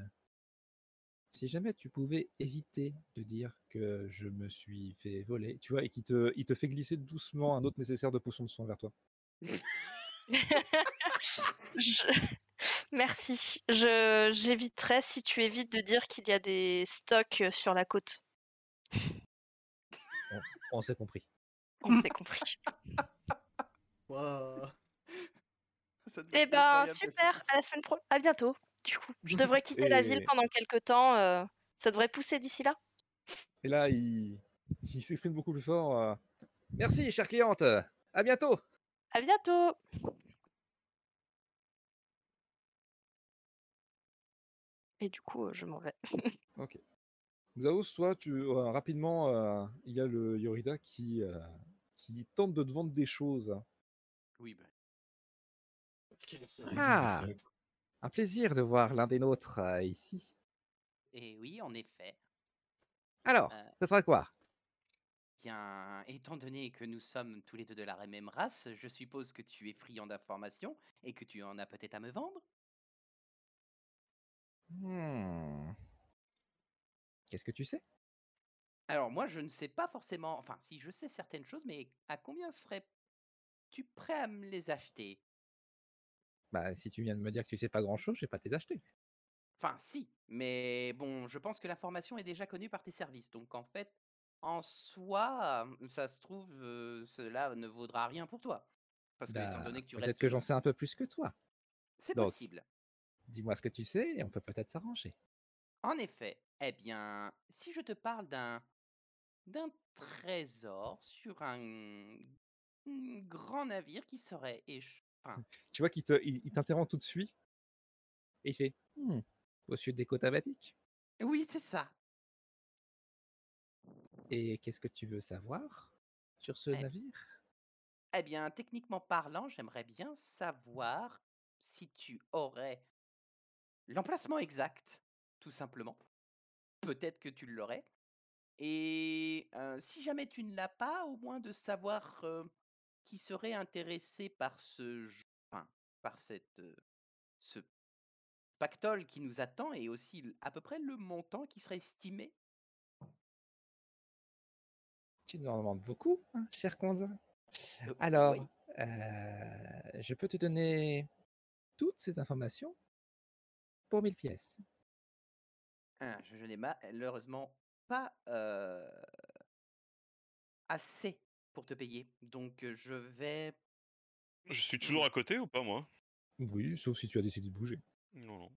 Si jamais tu pouvais éviter de dire que je me suis fait voler, tu vois, et qu'il te, il te fait glisser doucement un autre nécessaire de potion de soin vers toi.
Je- Merci. Je j'éviterai si tu évites de dire qu'il y a des stocks euh, sur la côte.
On s'est compris.
On s'est compris.
Ouah.
Ça devient
Eh ben
incroyable, la
super.
séquence.
À la semaine pro. À bientôt. Du coup, je devrais quitter la ville
Et-
pendant quelques temps. euh, Ça devrait pousser d'ici là.
Et là, il, il s'exprime beaucoup plus fort. euh, Merci, chère cliente. À bientôt.
À bientôt. Et du coup, euh, je m'en vais.
Xaos, toi, tu, euh, rapidement, euh, il y a le Yorida qui, euh, qui tente de te vendre des choses.
Oui, bah,
Quel salaud.
Ah, un plaisir de voir l'un des nôtres euh, ici.
et oui, en effet.
Alors,
Euh.
ça sera quoi
bien, étant donné que nous sommes tous les deux de la même race, je suppose que tu es friand d'informations et que tu en as peut-être à me vendre
Hmm. Qu'est-ce que tu sais
Alors moi, je ne sais pas forcément, enfin si je sais certaines choses, mais à combien serais-tu prêt à me les acheter
Bah, si tu viens de me dire que tu sais pas grand-chose, je vais pas te les acheter.
Enfin si, mais bon, je pense que l'information est déjà connue par tes services, donc en fait, en soi, ça se trouve, euh, cela ne vaudra rien pour toi. Parce que étant
Bah,
donné que tu
peut-être
restes...
que j'en sais un peu plus que toi.
C'est
donc.
possible.
Dis-moi ce que tu sais et on peut peut-être s'arranger.
En effet, eh bien, si je te parle d'un d'un trésor sur un, un grand navire qui serait éch- enfin,
Tu vois qu'il te- il- il t'interrompt tout de suite et il fait Hmm, au sud des côtes abatiques.
Oui, c'est ça.
Et qu'est-ce que tu veux savoir sur ce
Eh.
navire
Eh bien, techniquement parlant, j'aimerais bien savoir si tu aurais l'emplacement exact, tout simplement. Peut-être que tu l'aurais. Et euh, si jamais tu ne l'as pas, au moins de savoir euh, qui serait intéressé par ce jeu- enfin, par cette, euh, ce pactole qui nous attend et aussi l- à peu près le montant qui serait estimé.
Tu nous en demandes beaucoup, hein, cher Konza.
Euh,
Alors,
oui.
euh, je peux te donner toutes ces informations pour 1000 pièces.
Ah, je je n'ai malheureusement pas euh, assez pour te payer. Donc euh, je vais.
Je suis toujours à côté ou pas, moi
Oui, sauf si tu as décidé de bouger.
Non, non.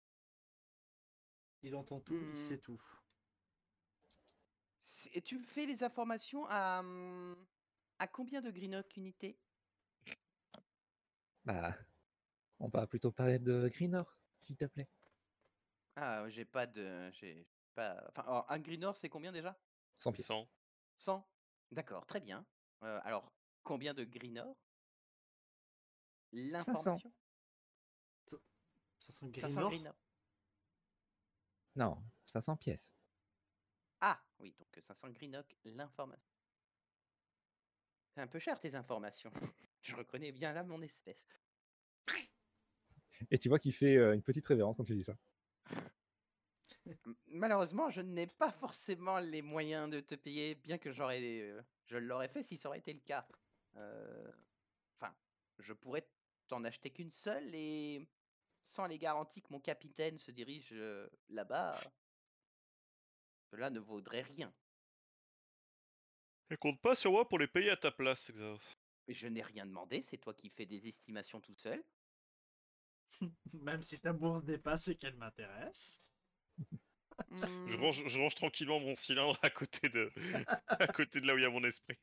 Il entend tout,
Mmh.
il sait tout.
C'est- Et tu me fais les informations à. hum, À combien de Greenock unité
Bah, on va plutôt parler de Greenor, s'il te plaît.
Ah, j'ai pas de. J'ai pas. Enfin, alors, un Greenor, c'est combien déjà
100 pièces.
100.
100 D'accord, très bien. Euh, alors, combien de Greenor L'information 500
500 Greenor
Greenor.
Non, 500 pièces.
Ah, oui, donc euh, 500 Greenock, l'information. C'est un peu cher tes informations. Je reconnais bien là mon espèce.
Et tu vois qu'il fait euh, une petite révérence quand il dit ça.
M- Malheureusement, je n'ai pas forcément les moyens de te payer, bien que j'aurais, euh, je l'aurais fait si ça aurait été le cas. Euh, Enfin, je pourrais t'en acheter qu'une seule et sans les garanties que mon capitaine se dirige euh, là-bas, cela ne vaudrait rien.
Et compte pas sur moi pour les payer à ta place, Xav.
Je n'ai rien demandé, c'est toi qui fais des estimations tout seul.
Même si ta bourse dépasse et qu'elle m'intéresse.
Je
Mmh.
Hmm,
range, je range tranquillement mon cylindre à côté de, à côté de là où il y a mon esprit.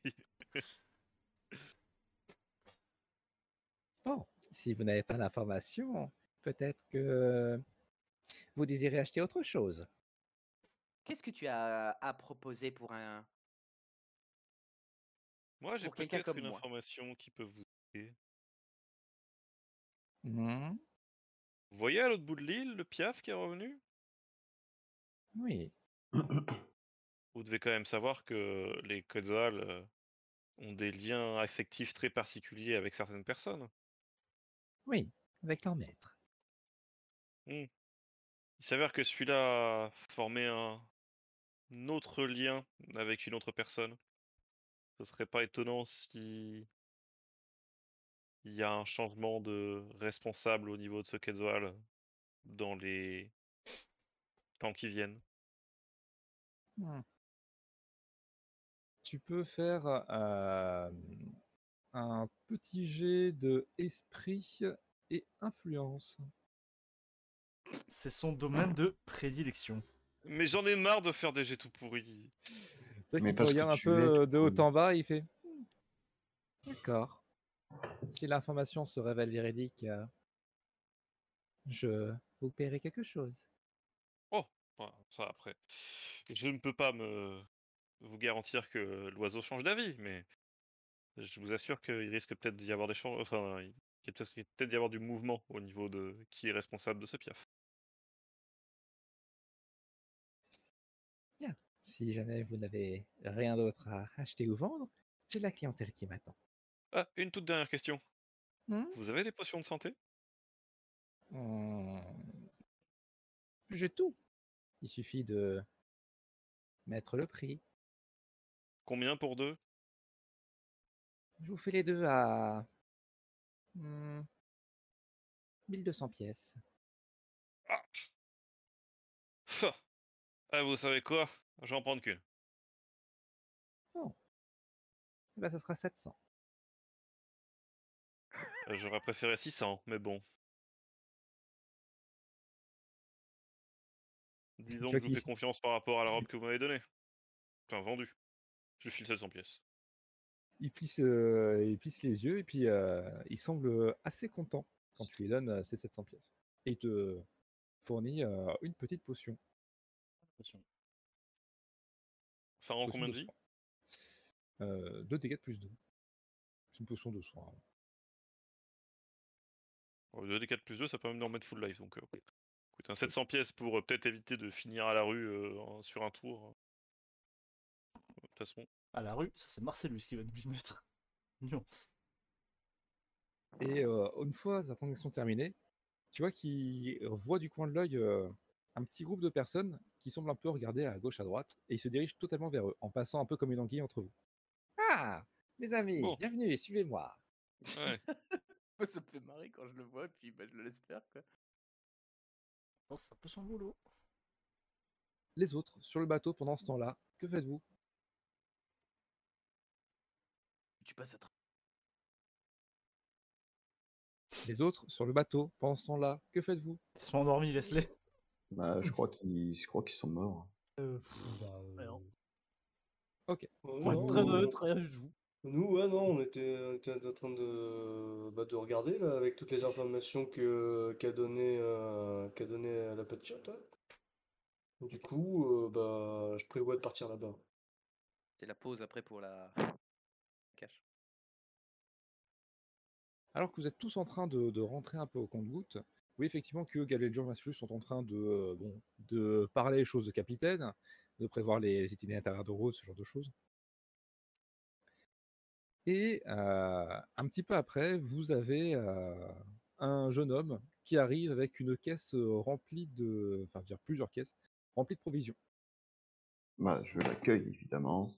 Bon, si vous n'avez pas d'informations, peut-être que vous désirez acheter autre chose.
Qu'est-ce que tu as à proposer pour un
Moi, j'ai
Pour quelqu'un
peut-être
comme
une
moi.
information qui peut vous aider.
Hmm,
Vous voyez à l'autre bout de l'île le piaf qui est revenu
oui.
Vous devez quand même savoir que les Quetzals euh, ont des liens affectifs très particuliers avec certaines personnes.
Oui, avec leur maître.
Hmm. Il s'avère que celui-là a formé un... un autre lien avec une autre personne. Ce serait pas étonnant si il y a un changement de responsable au niveau de ce Quetzal dans les temps qui viennent.
Hmm. Tu peux faire euh, un petit jet de esprit et influence.
C'est son domaine de prédilection.
Mais j'en ai marre de faire des jets tout pourris.
Tu sais
Mais
qu'il te
parce que
regarde un
tu
peu
es,
euh, de haut
tu-
en bas et il fait Hmm, D'accord. Si l'information se révèle véridique, euh, je vous paierai quelque chose.
Enfin, ça après. Je ne peux pas me vous garantir que l'oiseau change d'avis, mais je vous assure qu'il risque peut-être d'y avoir des changements. Enfin, il il risque peut-être d'y avoir du mouvement au niveau de qui est responsable de ce piaf.
Si jamais vous n'avez rien d'autre à acheter ou vendre, j'ai la clientèle qui m'attend.
Ah, une toute dernière question.
Hmm
Vous avez des potions de santé
Hmm. J'ai tout. Il suffit de mettre le prix.
Combien pour deux
Je vous fais les deux à hmm, 1200 pièces.
Pfff. Ah, vous savez quoi J'en prends qu'une.
Oh. Eh ben, ça sera 700.
Euh, J'aurais préféré 600, mais bon. Disons que je vous fais
Chucky.
confiance par rapport à la robe que vous m'avez donnée. Enfin, vendue. Je file 700 pièces.
Il plisse, euh, il plisse les yeux et puis euh, il semble assez content quand tu lui donnes euh, ces 700 pièces. Et il te fournit euh, une petite potion.
Ça rend
Potion
combien de vie
soin. euh, 2 dégâts de plus 2. C'est une potion de soin.
2 des 4 plus 2, ça permet d'en mettre full life. Donc, euh, écoute, un 700 pièces pour euh, peut-être éviter de finir à la rue euh, en- sur un tour. Euh, De toute façon.
À la rue, ça c'est Marcellus qui va nous le mettre. Nuance.
Et euh, une fois sa transaction terminée, tu vois qu'il voit du coin de l'œil euh, un petit groupe de personnes qui semblent un peu regarder à gauche, à droite, et il se dirige totalement vers eux, en passant un peu comme une anguille entre vous.
Ah Mes amis,
Bon.
bienvenue, suivez-moi.
Ouais.
Moi, ça me fait marrer quand je le vois, puis bah, je le laisse faire, quoi.
Bon, Oh, c'est un peu son boulot.
Les autres, sur le bateau pendant ce temps-là, que faites-vous
Tu passes à travers.
Les autres, sur le bateau pendant ce temps-là, que faites-vous
Ils sont endormis, laisse-les.
Bah, je crois qu'ils je crois qu'ils sont morts. hein.
Ok.
Pour être
Bah, Euh, non,
très
non,
neutre,
non.
rien du tout.
Nous, ouais, non, on était, on était en train de, bah, de regarder là, avec toutes les informations que, qu'a donné, euh, qu'a donné la petite. Du coup, euh, bah, je prévois de partir là-bas.
C'est la pause après pour la. Cache.
Alors que vous êtes tous en train de, de rentrer un peu au compte-goutte, oui, effectivement, que Galadjur et Masculus sont en train de, euh, bon, de parler les choses de capitaine, de prévoir les, les itinéraires de route, ce genre de choses. Et euh, un petit peu après, vous avez euh, un jeune homme qui arrive avec une caisse euh, remplie de. Enfin, je veux dire plusieurs caisses, remplies de provisions.
Bah, je l'accueille, évidemment.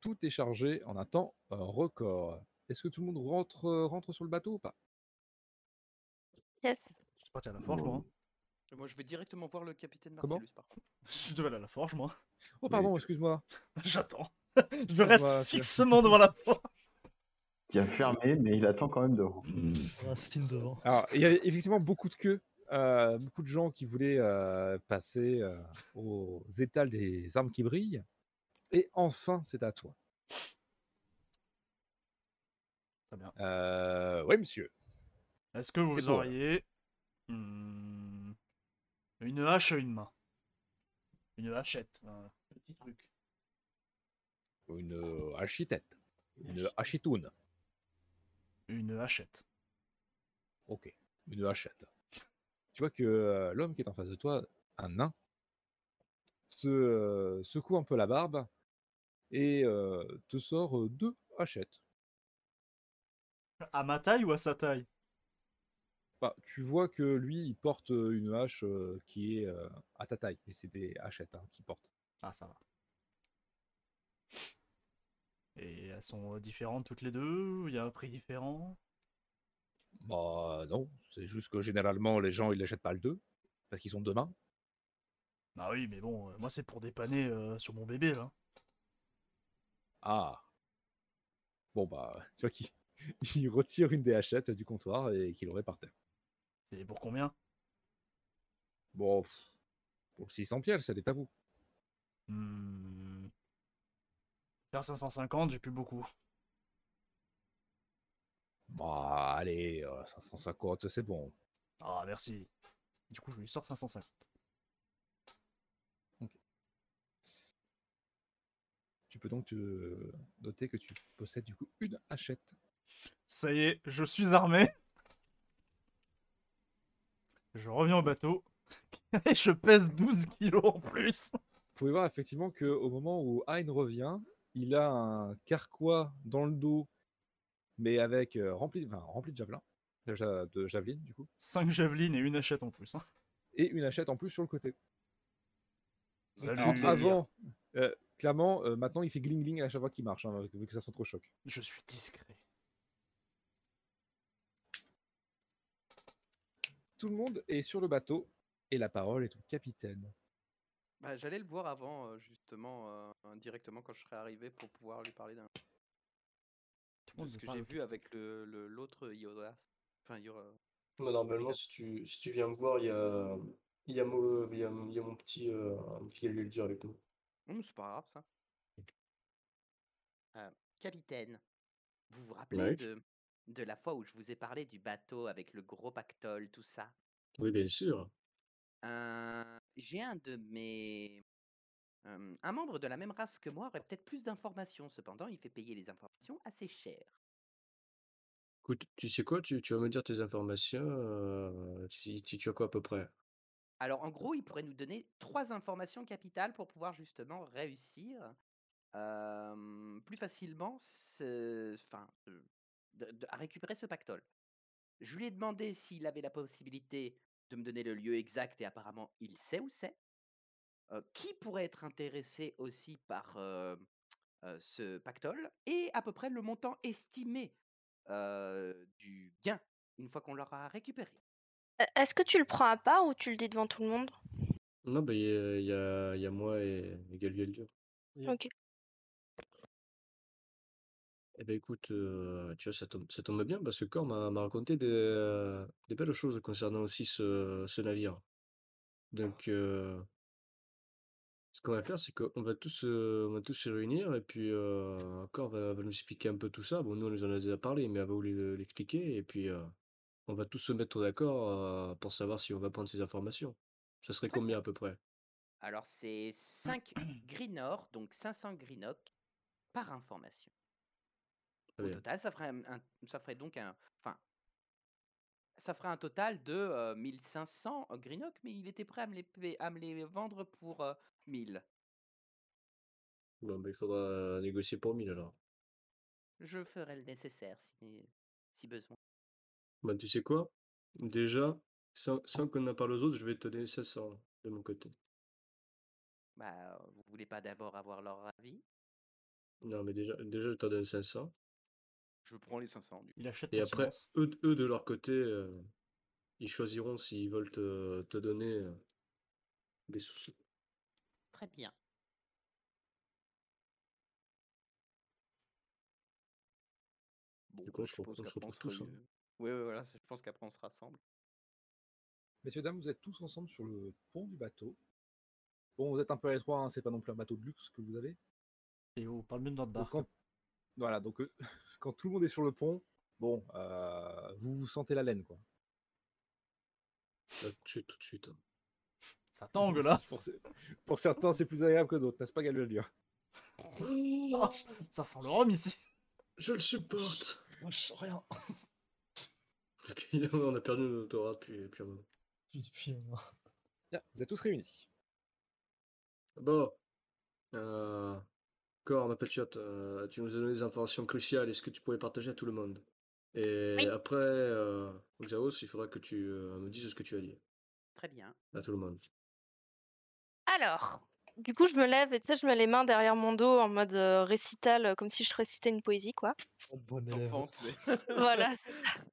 Tout est chargé en un temps euh, record. Est-ce que tout le monde rentre, euh, rentre sur le bateau ou pas
Yes.
Je suis parti à la forge, moi. hein.
Et Moi, je vais directement voir le capitaine
Comment
Marcellus, par contre.
Je suis devant la forge, moi.
Oh, pardon, excuse-moi.
J'attends. Je
Excuse-moi,
reste
c'est-
fixement devant la forge.
Qui a fermé, mais il attend quand même de.
Racine devant.
Alors, il y avait effectivement beaucoup de queues, euh, beaucoup de gens qui voulaient euh, passer euh, aux étals des armes qui brillent. Et enfin, c'est à toi.
Très bien.
Euh, oui, monsieur.
Est-ce que
C'est
vous
pour, euh,
auriez hmm, une hache à une main Une hachette, un petit truc.
Une euh, architecte. Une hachitoune.
Une hachette.
Ok. Une hachette. Tu vois que euh, l'homme qui est en face de toi, un nain, se euh, secoue un peu la barbe et euh, te sort euh, deux hachettes.
À ma taille ou à sa taille
Bah, tu vois que lui, il porte euh, une hache euh, qui est euh, à ta taille, mais c'est des hachettes hein, qu'il porte.
Ah, ça va. Et elles sont euh, différentes toutes les deux Il y a un prix différent
Bah non, c'est juste que généralement les gens ils les jettent pas le 2 parce qu'ils ont deux mains.
Ah oui, mais bon, euh, moi c'est pour dépanner euh, sur mon bébé, là.
Ah. Bon bah, tu vois qu'il il retire une des hachettes du comptoir et qu'il aurait par terre.
C'est pour combien
Bon, pff, pour 600 pièces, elle est à vous.
Hmm. Faire 550, j'ai plus beaucoup.
Bah allez, euh, 550, c'est bon.
Ah, merci. Du coup, je lui sors 550.
Tu peux donc te noter que tu possèdes du coup une hachette.
Ça y est, je suis armé. Je reviens au bateau. Et je pèse 12 kilos en plus.
Vous pouvez voir effectivement qu'au moment où Hein revient, il a un carquois dans le dos, mais avec euh, rempli, enfin, rempli de javelins, de, ja- de javelines du coup,
5 javelines et une hachette en plus. hein.
et une hachette en plus sur le côté.
Salut.
Alors, avant, euh, clairement, euh, maintenant il fait gling gling à chaque fois qu'il marche, hein, vu que ça s'entrechoque.
Je suis discret.
Tout le monde est sur le bateau et la parole est au capitaine.
Bah, J'allais le voir avant, euh, justement, euh, directement quand je serais arrivé pour pouvoir lui parler d'un.
monde
De ce
veut
que
parler
j'ai
au
vu avec l'autre le, l'autre Iodas. Enfin, euh, Iora-
Moi, Bah, normalement, si tu, si tu viens me voir, il y a, il y a, mon, euh, il y a- il y a mon petit, euh, un petit gars de dur avec nous.
Non, Mmh, mais c'est pas grave ça. Euh, capitaine, vous vous rappelez
Ouais.
de, de la fois où je vous ai parlé du bateau avec le gros pactole, tout ça
Oui, bien sûr.
Euh, J'ai un de mes. euh, un membre de la même race que moi aurait peut-être plus d'informations, cependant, il fait payer les informations assez cher.
Écoute, tu sais quoi, tu, tu vas me dire tes informations. euh, tu, tu, tu as quoi à peu près?
Alors, en gros, il pourrait nous donner trois informations capitales pour pouvoir justement réussir euh, plus facilement ce- enfin, euh, de- de- à récupérer ce pactole. Je lui ai demandé s'il avait la possibilité de me donner le lieu exact et apparemment il sait où c'est. Euh, qui pourrait être intéressé aussi par euh, euh, ce pactole et à peu près le montant estimé euh, du gain une fois qu'on l'aura récupéré.
Euh, Est-ce que tu le prends à part ou tu le dis devant tout le monde
Non, bah, il y a, il y a- il y a moi et, et Galviel Dur.
Ok.
Eh ben écoute, euh, tu vois, ça tombe, ça tombe bien parce que Cor m'a m'a raconté des, euh, des belles choses concernant aussi ce, ce navire. Donc, euh, ce qu'on va faire, c'est qu'on va tous, euh, on va tous se réunir et puis euh, Cor va, va nous expliquer un peu tout ça. Bon, nous, on nous en a déjà parlé, mais elle va vous les- l'expliquer et puis euh, on va tous se mettre d'accord euh, pour savoir si on va prendre ces informations. Ça serait
Très bien.
combien à peu près?
Alors, c'est 5 Greenor, donc 500 Greenock par information.
Très
Au
bien.
total, ça ferait, un- un- ça ferait donc un. Enfin, ça ferait un total de euh, 1500 Greenock, mais il était prêt à me les, pa- à me les vendre pour euh, 1000.
Bon, bah, il faudra négocier pour 1000 alors.
Je ferai le nécessaire si, si besoin.
Bah, tu sais quoi? Déjà, sans, sans qu'on en parle aux autres, je vais te donner 700 de mon côté.
Bah, vous voulez pas d'abord avoir leur avis
Non, mais déjà, déjà, je te donne 500.
Je prends les 500. Du...
Il achète
Et
mon
après,
silence.
eux, eux, de leur côté, euh, ils choisiront s'ils veulent te, te donner euh, des sous.
Très bien. Bon,
Du coup,
bah,
on
je
se, re-
suppose
on se
qu'après on
retrouve
se
tous.
réunit.
hein.
Oui, voilà, c'est- je pense qu'après on se rassemble.
Messieurs, dames, vous êtes tous ensemble sur le pont du bateau. Bon, vous êtes un peu à l'étroit, hein, c'est pas non plus un bateau de luxe que vous avez.
Et oh, parle même dans le
Donc,
bar.
quand- Voilà, donc euh, quand tout le monde est sur le pont, bon, euh, vous vous sentez la laine, quoi.
Là, tout de suite, tout de suite. hein.
Ça tangue là.
pour, ce- pour certains, c'est plus agréable que d'autres, n'est-ce pas, Galvaldur
Oh, ça sent le rhum ici.
Je le supporte.
Moi, je sais rien.
Évidemment, on a perdu notre autorat depuis, depuis un moment.
Depuis un mois.
Bien, Vous êtes tous réunis.
Bon, euh, Cor, ma petite, euh, tu nous as donné des informations cruciales. Est-ce que tu pourrais partager à tout le monde? Et
Oui.
après, euh, Xaos, il faudra que tu euh, me dises ce que tu as dit
Très bien.
à tout le monde.
Alors, du coup, je me lève et tu sais, je mets les mains derrière mon dos en mode euh, récital, euh, comme si je récitais une poésie, quoi.
Pas de Oh, bon élève.
T'enfant, tu sais.
Voilà. c'est ça.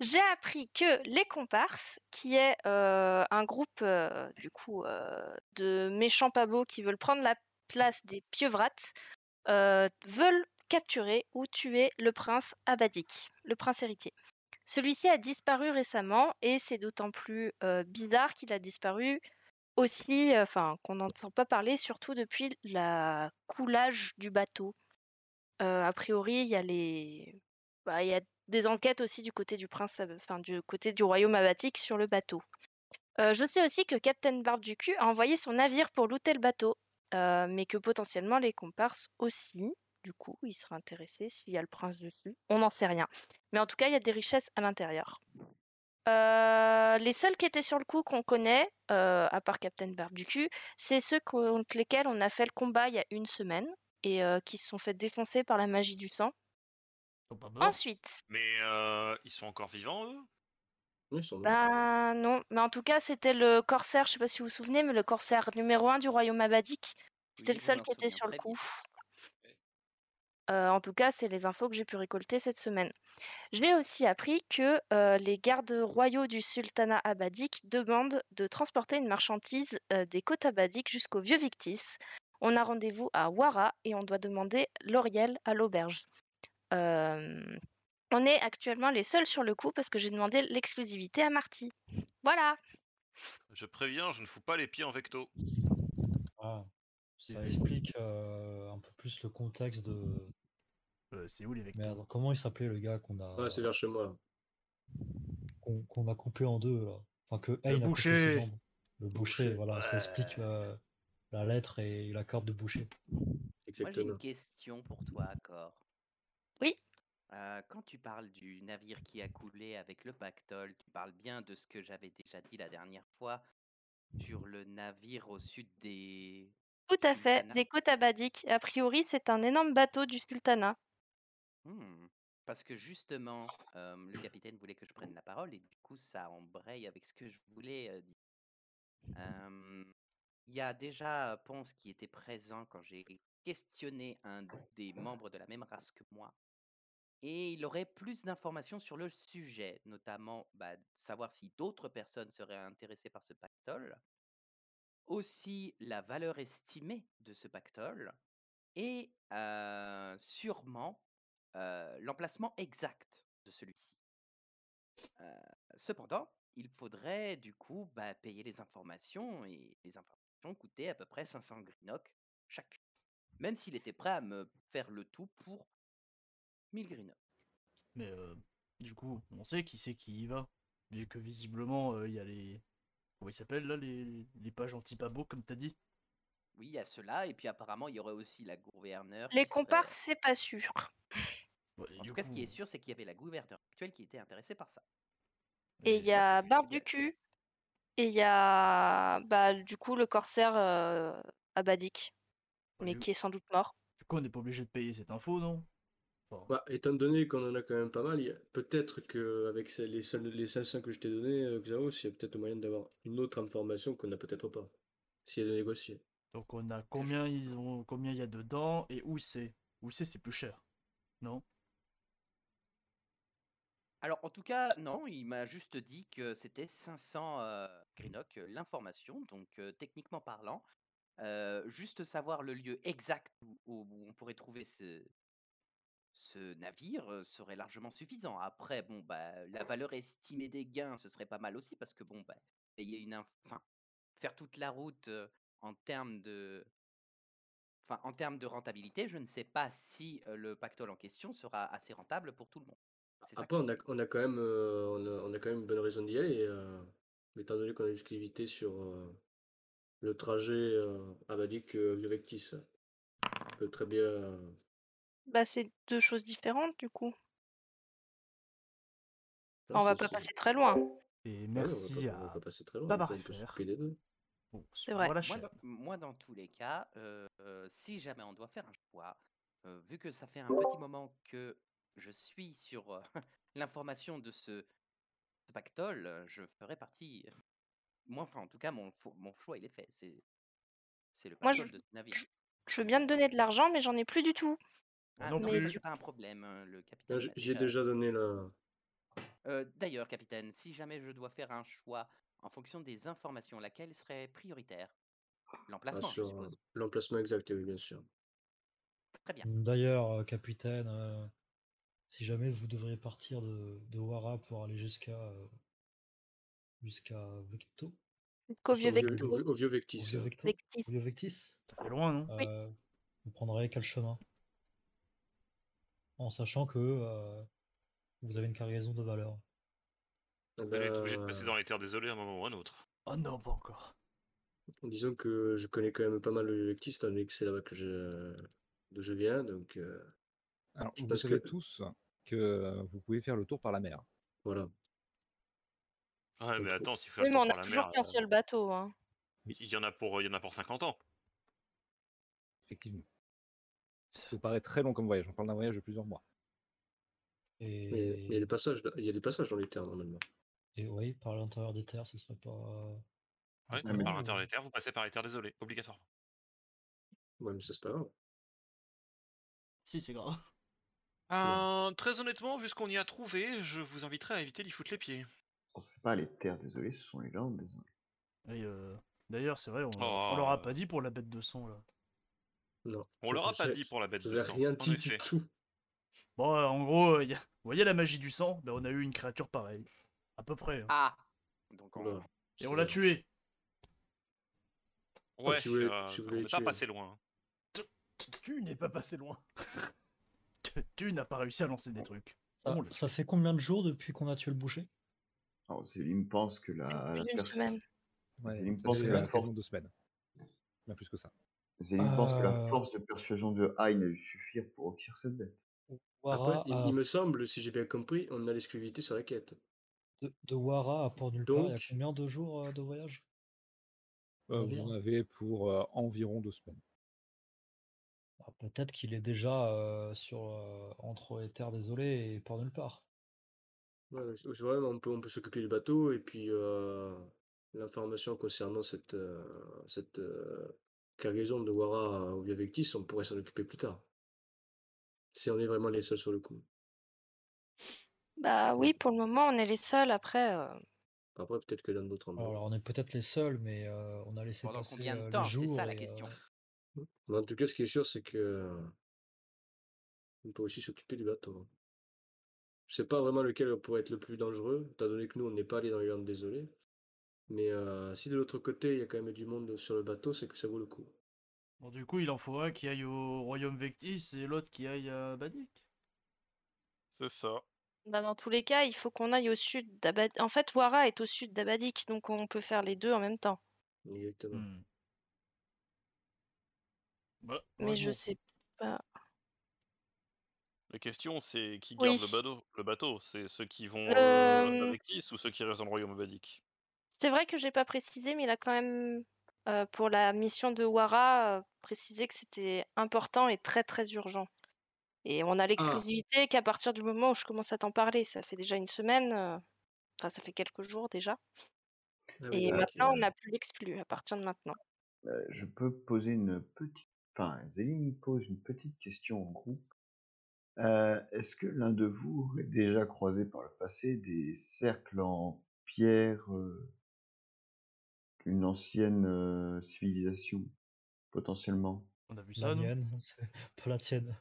J'ai appris que les comparses, qui est euh, un groupe euh, du coup euh, de méchants pabots qui veulent prendre la place des pieuvrates, euh, veulent capturer ou tuer le prince Abadik, le prince héritier. Celui-ci a disparu récemment et c'est d'autant plus euh, bizarre qu'il a disparu aussi, euh, enfin qu'on n'entend pas parler, surtout depuis la coulage du bateau. Euh, a priori, il y a les, bah, il y a des enquêtes aussi du côté du prince, Ab- enfin du côté du royaume abatique sur le bateau. Euh, je sais aussi que Captain Barbe du cul a envoyé son navire pour looter le bateau, euh, mais que potentiellement les comparses aussi. Du coup, il sera intéressé s'il y a le prince dessus. On n'en sait rien. Mais en tout cas, il y a des richesses à l'intérieur. Euh, les seuls qui étaient sur le coup qu'on connaît, euh, à part Captain Barbecue, c'est ceux contre lesquels on a fait le combat il y a une semaine et euh, qui se sont fait défoncer par la magie du sang. Ensuite.
Mais euh, ils sont encore vivants, eux
Bah non, mais en tout cas c'était le corsaire, je sais pas si vous vous souvenez, mais le corsaire numéro 1 du royaume abadique. C'était
Oui,
le
je
seul
m'en
qui était
souviens
sur le
très
coup. Euh, en tout cas, c'est les infos que j'ai pu récolter cette semaine. J'ai aussi appris que euh, les gardes royaux du sultanat abadique demandent de transporter une marchandise euh, des côtes abadiques jusqu'au vieux Victis. On a rendez-vous à Wara et on doit demander l'Oriel à l'auberge. Euh, on est actuellement les seuls sur le coup parce que j'ai demandé l'exclusivité à Marty. Voilà.
Je préviens, je ne fous pas les pieds en vecto.
Ah, ça explique euh, un peu plus le contexte de.
c'est où les mecs
Merde, comment il s'appelait le gars qu'on a,
Ouais, c'est vers chez moi.
qu'on, qu'on a coupé en deux là Enfin, que Hein a coupé ses
boucher.
jambes. Le boucher, voilà, ça explique euh, la lettre et la corde de boucher.
Moi, j'ai une question pour toi, Cor.
Oui.
quand tu parles du navire qui a coulé avec le pactole, tu parles bien de ce que j'avais déjà dit la dernière fois sur le navire au sud des.
Tout à fait, des côtes abadiques. A priori, c'est un énorme bateau du sultanat.
Hmm, Parce que justement, euh, le capitaine voulait que je prenne la parole et du coup, ça embraye avec ce que je voulais euh, dire. Euh, Il y a déjà euh, Ponce qui était présent quand j'ai questionné un des membres de la même race que moi. Et il aurait plus d'informations sur le sujet, notamment bah, savoir si d'autres personnes seraient intéressées par ce pactole, aussi la valeur estimée de ce pactole, et euh, sûrement euh, l'emplacement exact de celui-ci. Euh, cependant, il faudrait du coup bah, payer les informations, et les informations coûtaient à peu près 500 greenock chacune, même s'il était prêt à me faire le tout pour 1000 greenock.
Mais euh, du coup, on sait qui c'est qui y va. Vu que visiblement, euh, il y a les. Comment ils s'appellent là les... les pages anti-pabot, comme t'as dit
Oui, il y a cela, et puis apparemment, il y aurait aussi la gouverneure.
Les
qui serait-
comparses, c'est pas sûr.
En tout cas, ce qui est sûr, c'est qu'il y avait la gouverneure actuelle qui était intéressée par ça.
Et il y a Barbe du cul. Et il y a bah, du coup le corsaire euh, abadique, mais qui est sans doute mort.
Du coup, on n'est pas obligé de payer cette info, non
Ouais, Bah, étant donné qu'on en a quand même pas mal, il y a- peut-être qu'avec les, seuls- les 500 que je t'ai donnés, euh, Xaos, il y a peut-être moyen d'avoir une autre information qu'on n'a peut-être pas, si elle est négociée.
Donc on a combien ils ont, combien il y a dedans et où c'est. Où c'est, c'est plus cher. Non
Alors, en tout cas, non, il m'a juste dit que c'était 500 euh, greenock, euh, l'information, donc euh, techniquement parlant, euh, juste savoir le lieu exact où, où- où on pourrait trouver ce, ce navire euh, serait largement suffisant. Après, bon, bah, la valeur estimée des gains, ce serait pas mal aussi, parce que, bon, bah, payer une inf- enfin, faire toute la route euh, en termes de... Enfin, en termes de rentabilité, je ne sais pas si euh, le pactole en question sera assez rentable pour tout le monde. C'est ça
Après, on a, on a quand même, euh, on a, on a quand même une bonne raison d'y aller, euh, étant donné qu'on a l'exclusivité sur euh, le trajet euh, abadique euh, Virectis. On peut très bien. euh,
Bah, c'est deux choses différentes du coup.
Ah,
on va
c'est-
pas
c'est-
passer très loin.
Et
Ah non, on va
merci
pas- on va
à
pas passer très loin,
Babar
on peut
Fer.
s'occuper des deux.
Bon,
C'est vrai.
moi, dans, moi, dans tous les cas, euh, euh, si jamais on doit faire un choix, euh, vu que ça fait un petit moment que je suis sur euh, l'information de ce, ce pactole, euh, je ferai partie. Moi, enfin, en tout cas, mon, fo- mon choix, il est fait. C'est c'est le
Moi,
pactole
je-
de ce navire.
Je veux bien te donner de l'argent, mais j'en ai plus du tout.
Ah,
non
non,
plus.
mais c'est pas un problème, euh, le capitaine.
Non,
m'a
j'- J'ai
déjà-
déjà donné la. ah,
Euh, D'ailleurs, capitaine, si jamais je dois faire un choix en fonction des informations, laquelle serait prioritaire
Ah,
L'emplacement, je
sur
suppose.
euh, l'emplacement exact, oui, bien sûr.
Très bien.
D'ailleurs, euh, capitaine, euh, si jamais vous devriez partir de, de Wara pour aller jusqu'à euh, jusqu'à Vecto,
Jusqu'au vieux
Au vieux,
Vectis.
au vieux- au euh. vieux
au
Vectis.
vieux Vecto,
Vectis.
au vieux Vectis,
Ça fait loin, non
euh, vous prendrez quel chemin? En sachant que euh, vous avez une cargaison de valeur.
Vous allez être obligé de passer dans les terres désolées à un moment ou à un autre.
Ah bah. Oh non, pas encore.
Disons que je connais quand même pas mal le vieux Vectis, étant donné que c'est là-bas que je, d'où je viens, donc. euh,
Alors,
je
vous
pense
savez
que-
tous que vous pouvez faire le tour par la mer.
Voilà.
Ouais, mais attends, s'il faut
Oui, mais on
attendre
a
par la
toujours
mer,
qu'un seul bateau. hein.
il y en a pour euh, il y en a pour 50 ans.
Effectivement. Ça vous paraît très long comme voyage. On parle d'un voyage de plusieurs mois.
Mais mais il y a des passages, dans- il y a des passages dans les terres normalement.
Et oui, par l'intérieur des terres, ce serait pas. un
Ouais,
Ah,
peu long,
par
ou-
l'intérieur des terres, vous passez par les terres, désolé, obligatoirement.
Ouais, mais ça c'est pas grave.
Si, c'est grave.
Euh, très honnêtement, vu ce qu'on y a trouvé, je vous inviterai à éviter d'y foutre les pieds.
On sait pas les terres, désolé, ce sont les landes, désolé.
Et, euh, D'ailleurs, c'est vrai, on,
Oh.
on leur a pas dit pour la bête de sang, là.
Non.
On leur a pas dit pour la bête de sang. en effet.
Bon, euh, en gros, euh, y a- vous voyez la magie du sang ben, On a eu une créature pareille. À peu près. hein.
Ah Donc on...
Et on l'a tuée.
Ouais,
si vous voulez-
euh,
si vous
on
voulez
n'est pas
tuer.
passé loin. hein.
Tu n'es pas passé loin. Tu- tu n'as pas réussi à lancer des trucs.
Ça,
On l'a-
ça fait combien de jours depuis qu'on a tué le boucher
Alors, Zélim Oh, pense que la. la
Plus d'une
perso-
semaine.
Ouais,
Ouais,
Zélim
ça
pense
fait,
que la
euh,
force
quasiment deux semaines. Bien plus que ça.
Zélim pense que la
Euh.
force de persuasion de Hein a dû suffire pour obtenir cette bête.
Ah
Après,
Wara
il,
a-
il me semble, si j'ai bien compris, on a l'exclusivité sur la quête.
de, de Wara à Port nulle part, il y a
Donc-
combien de jours euh, de voyage
Euh, vous
Environ.
en avez pour euh, environ deux semaines.
Ah, Peut-être qu'il est déjà euh, sur euh, entre les terres désolées et Port nulle part.
Ouais, mais c'est- c'est vrai, on peut, on peut s'occuper du bateau et puis euh, l'information concernant cette, euh, cette euh, cargaison de Wara au Viavectis, on pourrait s'en occuper plus tard. Si on est vraiment les seuls sur le coup.
Bah oui, pour le moment, on est les seuls. Après, euh,
Après, peut-être que dans d'autres
Alors,
endroits.
alors, on est peut-être les seuls, mais euh, on a laissé
Pendant
passer
combien de
euh,
temps
le
C'est
jour.
ça la
et,
question.
euh,
Mais En tout cas, ce qui est sûr, c'est que euh, on peut aussi s'occuper du bateau. hein. Je sais pas vraiment lequel pourrait être le plus dangereux, étant donné que nous, on n'est pas allé dans les landes désolées. Mais euh, si de l'autre côté, il y a quand même du monde sur le bateau, c'est que ça vaut le coup.
Bon, du coup, il en faut un qui aille au royaume Vectis et l'autre qui aille à Badik.
C'est ça.
bah, dans tous les cas, il faut qu'on aille au sud d'Abadik. En fait, Wara est au sud d'Abadik, donc on peut faire les deux en même temps.
hein. Exactement.
Mmh.
Bah,
Mais je sais pas.
La question, c'est qui
Oui.
garde le bateau Le bateau, c'est ceux qui vont
Euh,
euh, à Vectis ou ceux qui restent dans le royaume Vadique
C'est vrai que j'ai pas précisé, mais il a quand même, euh, pour la mission de Wara, euh, précisé que c'était important et très très urgent. Et on a l'exclusivité qu'à partir du moment où je commence à t'en parler, ça fait déjà une semaine, euh, enfin ça fait quelques jours déjà.
Ah oui,
Et
ok.
maintenant, on n'a plus l'exclu à partir de maintenant.
Euh, je peux poser une petite. Enfin, Zélim pose une petite question en groupe. Euh, Est-ce que l'un de vous aurait déjà croisé par le passé des cercles en pierre euh, d'une ancienne euh, civilisation, potentiellement
On a vu
La
ça, nous
mienne, c'est pas la tienne.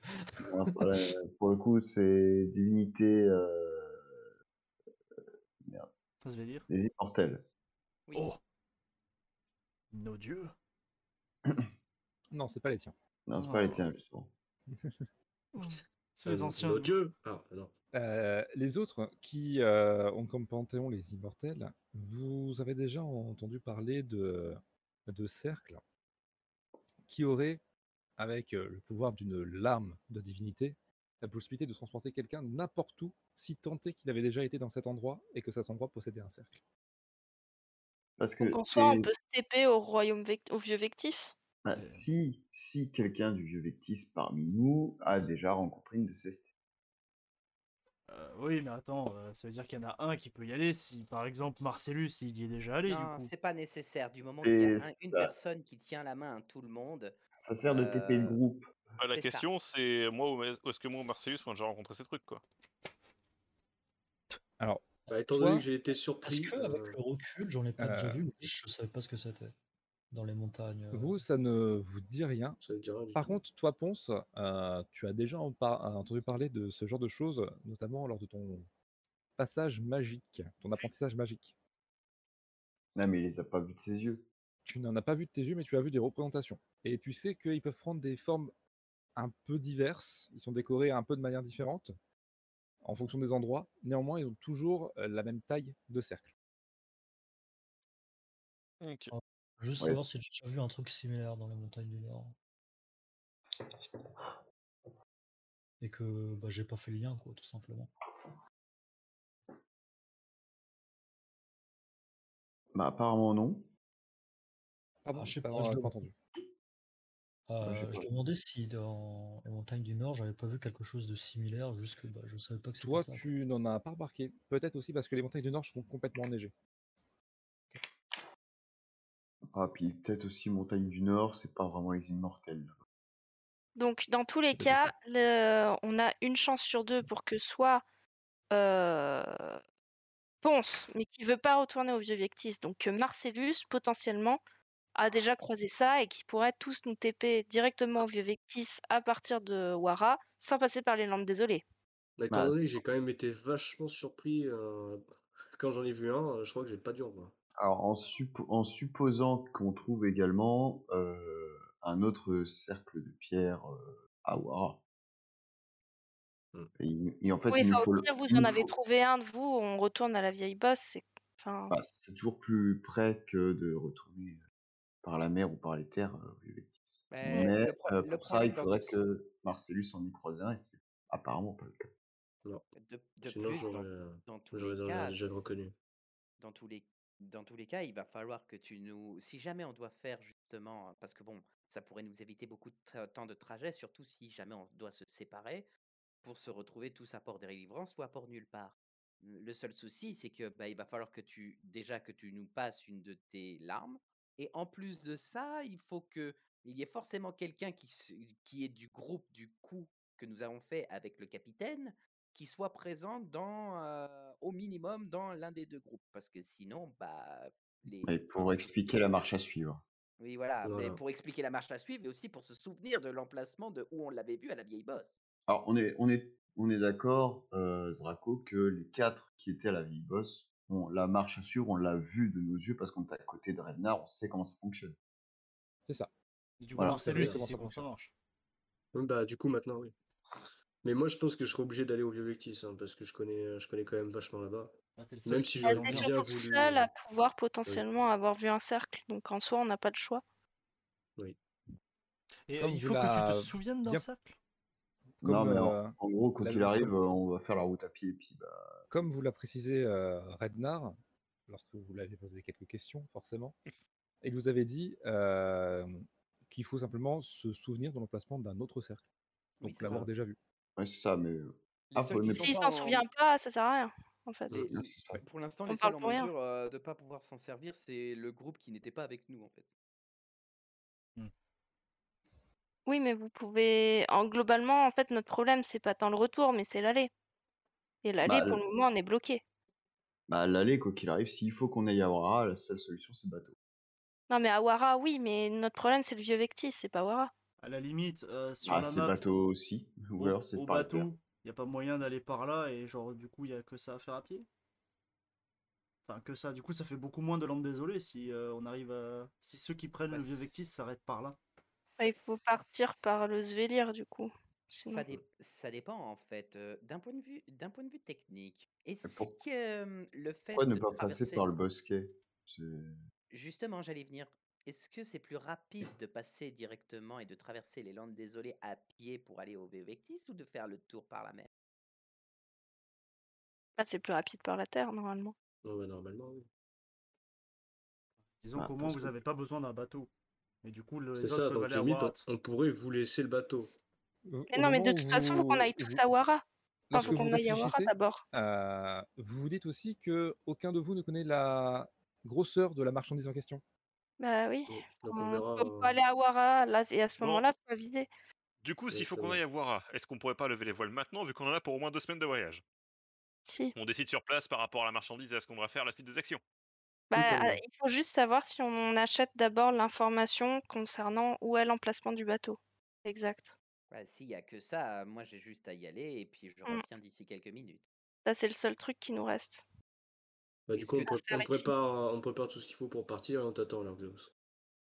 Non, pour, la- pour le coup, c'est divinité euh,
Ça se fait lire.
des immortels.
Oh Nos dieux
Non, c'est pas les tiens.
Non, c'est pas les tiens, justement.
C'est les anciens.
Nos
nous.
dieux Ah, non.
Euh, les autres qui euh, ont comme panthéon les immortels, vous avez déjà entendu parler de, de cercles qui auraient, avec euh, le pouvoir d'une larme de divinité, la possibilité de transporter quelqu'un n'importe où, si tant est qu'il avait déjà été dans cet endroit et que cet endroit possédait un cercle.
Parce que
Donc en soi, on
c'est-
peut se TP au royaume vect- au vieux vectif.
bah, si, si quelqu'un du vieux Vectis parmi nous a déjà rencontré une de ces stèles.
Euh, oui, mais attends, euh, ça veut dire qu'il y en a un qui peut y aller si, par exemple, Marcellus, il y est déjà allé, du
non,
coup.
c'est pas nécessaire. Du moment qu'il y
C'est
a un- une
ça.
personne qui tient la main à tout le monde.
Ça sert de TP le
euh,
groupe.
Euh, La
c'est ça.
question, c'est moi ou est-ce que moi ou Marcellus, on a déjà rencontré ces trucs, quoi
Alors,
Bah, étant
Toi,
donné que j'ai été
Parce
surpris.
que avec
euh,
le recul, j'en ai pas déjà
euh,
vu, mais je savais pas ce que c'était dans les montagnes. euh.
Vous, ça ne vous dit rien.
Ça veut dire rien du
Par
tout.
contre, toi, Ponce, euh, tu as déjà en par- euh, entendu parler de ce genre de choses, notamment lors de ton passage magique, ton apprentissage magique.
Non, mais il les a pas vus de ses yeux.
Tu n'en as pas vu de tes yeux, mais tu as vu des représentations. Et tu sais qu'ils peuvent prendre des formes un peu diverses. Ils sont décorés un peu de manière différente en fonction des endroits. Néanmoins, ils ont toujours euh, la même taille de cercle.
Alors, Ah, Juste
Ouais.
savoir si j'ai déjà vu un truc similaire dans les montagnes du Nord. Et que bah, j'ai pas fait le lien, quoi, tout simplement.
Bah, apparemment, non.
Ah bon,
je sais
pas,
pas, je
euh,
le-
pas entendu.
Euh,
Ouais, je sais
je
pas.
demandais si dans les montagnes du Nord, j'avais pas vu quelque chose de similaire, juste que bah, je savais pas que c'était
Toi,
ça.
tu n'en as pas remarqué. Peut-être aussi parce que les montagnes du Nord sont complètement enneigées.
Ah, puis peut-être aussi Montagne du Nord, c'est pas vraiment les immortels.
Donc, dans tous les cas, le- on a une chance sur deux pour que soit euh, Ponce, mais qui veut pas retourner au vieux Vectis, donc que Marcellus, potentiellement, a déjà croisé ça et qui pourrait tous nous TP directement au vieux Vectis à partir de Wara, sans passer par les Landes Désolées.
Mais
Bah,
étant donné que j'ai quand même été vachement surpris euh, quand j'en ai vu un, euh, je crois que j'ai pas dû en voir.
Alors, en, suppo- en supposant qu'on trouve également euh, un autre cercle de pierre euh, à Wara. Et, il- et en fait,
oui,
il nous
enfin,
faut.
au
le-
pire, vous
il
en
nous
avez
faut-
trouvé un de vous, on retourne à la vieille bosse. c'est-
hein.
Enfin,
bah, c'est toujours plus près que de retourner par la mer ou par les terres. euh, au Helvétis.
Mais
Mais
le pro-
euh,
le
pour ça,
problème
il
dans
faudrait
tout ça-
que Marcellus en y croise un, et c'est apparemment pas le cas.
De, de
Sinon,
plus,
j'aurais
dans,
euh,
dans tous
j'aurais
les cas,
déjà déjà reconnu.
dans tous les dans tous les cas, il va falloir que tu nous si jamais on doit faire justement euh, parce que bon, ça pourrait nous éviter beaucoup de tra- temps de trajet, surtout si jamais on doit se séparer pour se retrouver tous à port des délivrances ou à port nulle part. Mmh, Le seul souci, c'est que bah, il va falloir que tu déjà que tu nous passes une de tes larmes et en plus de ça, il faut que il y ait forcément quelqu'un qui se- qui est du groupe du coup que nous avons fait avec le capitaine qui soit présent dans, euh, au minimum dans l'un des deux groupes. Parce que sinon, bah, les...
Et pour expliquer la marche à suivre.
oui, voilà. Mais
Voilà.
pour expliquer la marche à suivre et aussi pour se souvenir de l'emplacement de où on l'avait vu à la vieille bosse.
Alors, on est, on est, on est d'accord, euh, Zrako, que les quatre qui étaient à la vieille bosse, bon, la marche assure, on l'a vu de nos yeux parce qu'on est à côté de Rednar, on sait comment ça fonctionne.
C'est ça.
Du coup,
Voilà.
Marcellus, il sait comment ça marche.
Oui, Bah, du coup, maintenant, oui. Mais moi, je pense que je serai obligé d'aller au Vieux Vectis, hein, parce que je connais, je connais quand même vachement là-bas.
Ah, t'es le seul
Même
qui
si
connaît
j'aurais
Ah, t'es
bien
surtout
l'ambiance.
le
voulu.
seul à
euh,
pouvoir potentiellement avoir vu un cercle, donc en soi, on n'a pas de choix.
Oui.
Et euh,
Comme
il
vous
faut que tu te
la-
souviennes d'un
bien-
cercle.
non,
Comme,
mais en,
euh,
en gros, quand
la-
il arrive,
comme-
euh, on va faire la route à pied. Et puis, bah,
Comme vous l'a précisé euh, Rednar, lorsque vous l'avez posé quelques questions, forcément, il vous avait dit euh, qu'il faut simplement se souvenir de l'emplacement d'un autre cercle.
Oui,
Donc
c'est
l'avoir
ça.
déjà vu.
ouais, c'est ça, mais. euh,
Les
ah,
seuls
faut-
qui
mais-
sont
S'il
pas
hein.
s'en
en-
souvient pas, ça sert à rien, en
Ah,
fait.
les-
Non,
l-
c'est ça.
Pour l'instant,
On
les seuls
parle
en
pour rien.
mesure euh, de pas pouvoir s'en servir, c'est le groupe qui n'était pas avec nous, en fait.
Oui, mais vous pouvez. En, globalement, en fait, notre problème, c'est pas tant le retour, mais c'est l'aller. Et l'aller,
Bah,
pour
le-
le moment, on est bloqué.
Bah, l'aller, quoi qu'il arrive, s'il faut qu'on aille à Wara, la seule solution, c'est bateau.
Non, mais à Wara, oui, mais notre problème, c'est le vieux Vectis, c'est pas Wara.
À la limite, euh, sur
Ah,
la
c'est
map,
bateau aussi. Ou
au,
alors, c'est
au
par les terres.
bateau, il a pas moyen d'aller par là et genre du coup, il y a que ça à faire à pied. Enfin, que ça. Du coup, ça fait beaucoup moins de landes désolées si euh, on arrive à... Si ceux qui
Bah,
prennent le vieux Vectis s'arrêtent par là.
Bah, il faut partir par le Svelir, du coup. sinon.
Ça, dé- ça dépend en fait. euh, d'un point de vue, d'un point de vue technique, est-ce
pour-
que euh, le fait
Pourquoi ne
de
pas passer
traverser,
par le bosquet C'est-
justement, j'allais venir. Est-ce que c'est plus rapide de passer directement et de traverser les landes désolées à pied pour aller au Vectis ou de faire le tour par la mer
Ah, c'est plus rapide par la terre, normalement.
Non, bah, normalement, oui.
Disons
Ah,
qu'au moins,
parce
vous
que-
n'avez pas besoin d'un bateau. Et du coup, le-
C'est
les autres
ça,
peuvent
donc
aller à
limite, on,
Warat.
on pourrait vous laisser le bateau.
Mais non, mais de toute façon, faut qu'on aille tous à Wara. Enfin,
Lorsque
faut
vous
qu'on aille à Wara
réfléchissez,
d'abord.
euh, vous vous dites aussi que aucun de vous ne connaît la grosseur de la marchandise en question.
Bah oui.
Mmh, Donc on
On
verra.
faut faut
euh,
aller à Wara, là, et à ce
Non.
moment-là, faut aviser.
Du coup, s'il faut qu'on
Exactement.
aille à Wara, est-ce qu'on pourrait pas lever les voiles maintenant vu qu'on en a pour au moins deux semaines de voyage
Si.
On décide sur place par rapport à la marchandise et à ce qu'on va faire la suite des actions.
Bah,
Totalement.
ah, il faut juste savoir si on achète d'abord l'information concernant où est l'emplacement du bateau. Exact.
Bah, S'il n'y a que ça, moi j'ai juste à y aller et puis je
Mmh.
Mm.
reviens d'ici quelques minutes.
Ça, c'est le seul truc qui nous reste.
Bah, du
Est-ce
coup,
que
on, pré-
faire
on
ici.
prépare, on prépare tout ce qu'il faut pour partir et on t'attend, Largos.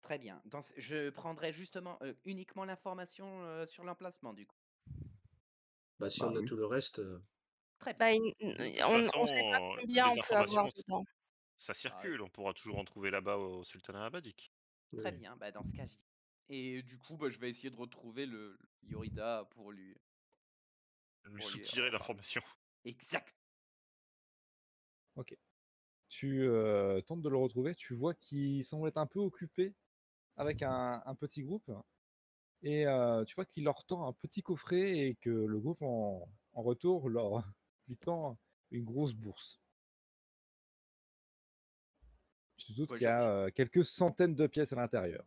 Très bien. Dans ce- Je prendrai justement euh, uniquement l'information euh, sur l'emplacement du coup.
Bah, si
Bah
on a
oui.
tout le reste. euh,
Très bien.
Bah, il-
De toute
on
façon,
ne sait pas
euh,
combien on
les
peut avoir
informations, c-
dedans.
ça
Ah,
circule. On pourra toujours en trouver là-bas au Sultanat Abadik.
Très
oui.
bien, bah dans ce cas, j'y
Et du coup, bah, je vais essayer de retrouver le le Yorida pour lui.
Lui
Pour lui
soutirer
en parler.
l'information.
Exact.
Ok. Tu euh, tentes de le retrouver, tu vois qu'il semble être un peu occupé avec un, un petit groupe. Et euh, tu vois qu'il leur tend un petit coffret et que le groupe en, en retour leur lui tend une grosse bourse. Je te doute
Ouais,
qu'il y a
j'avoue.
euh, quelques centaines de pièces à l'intérieur.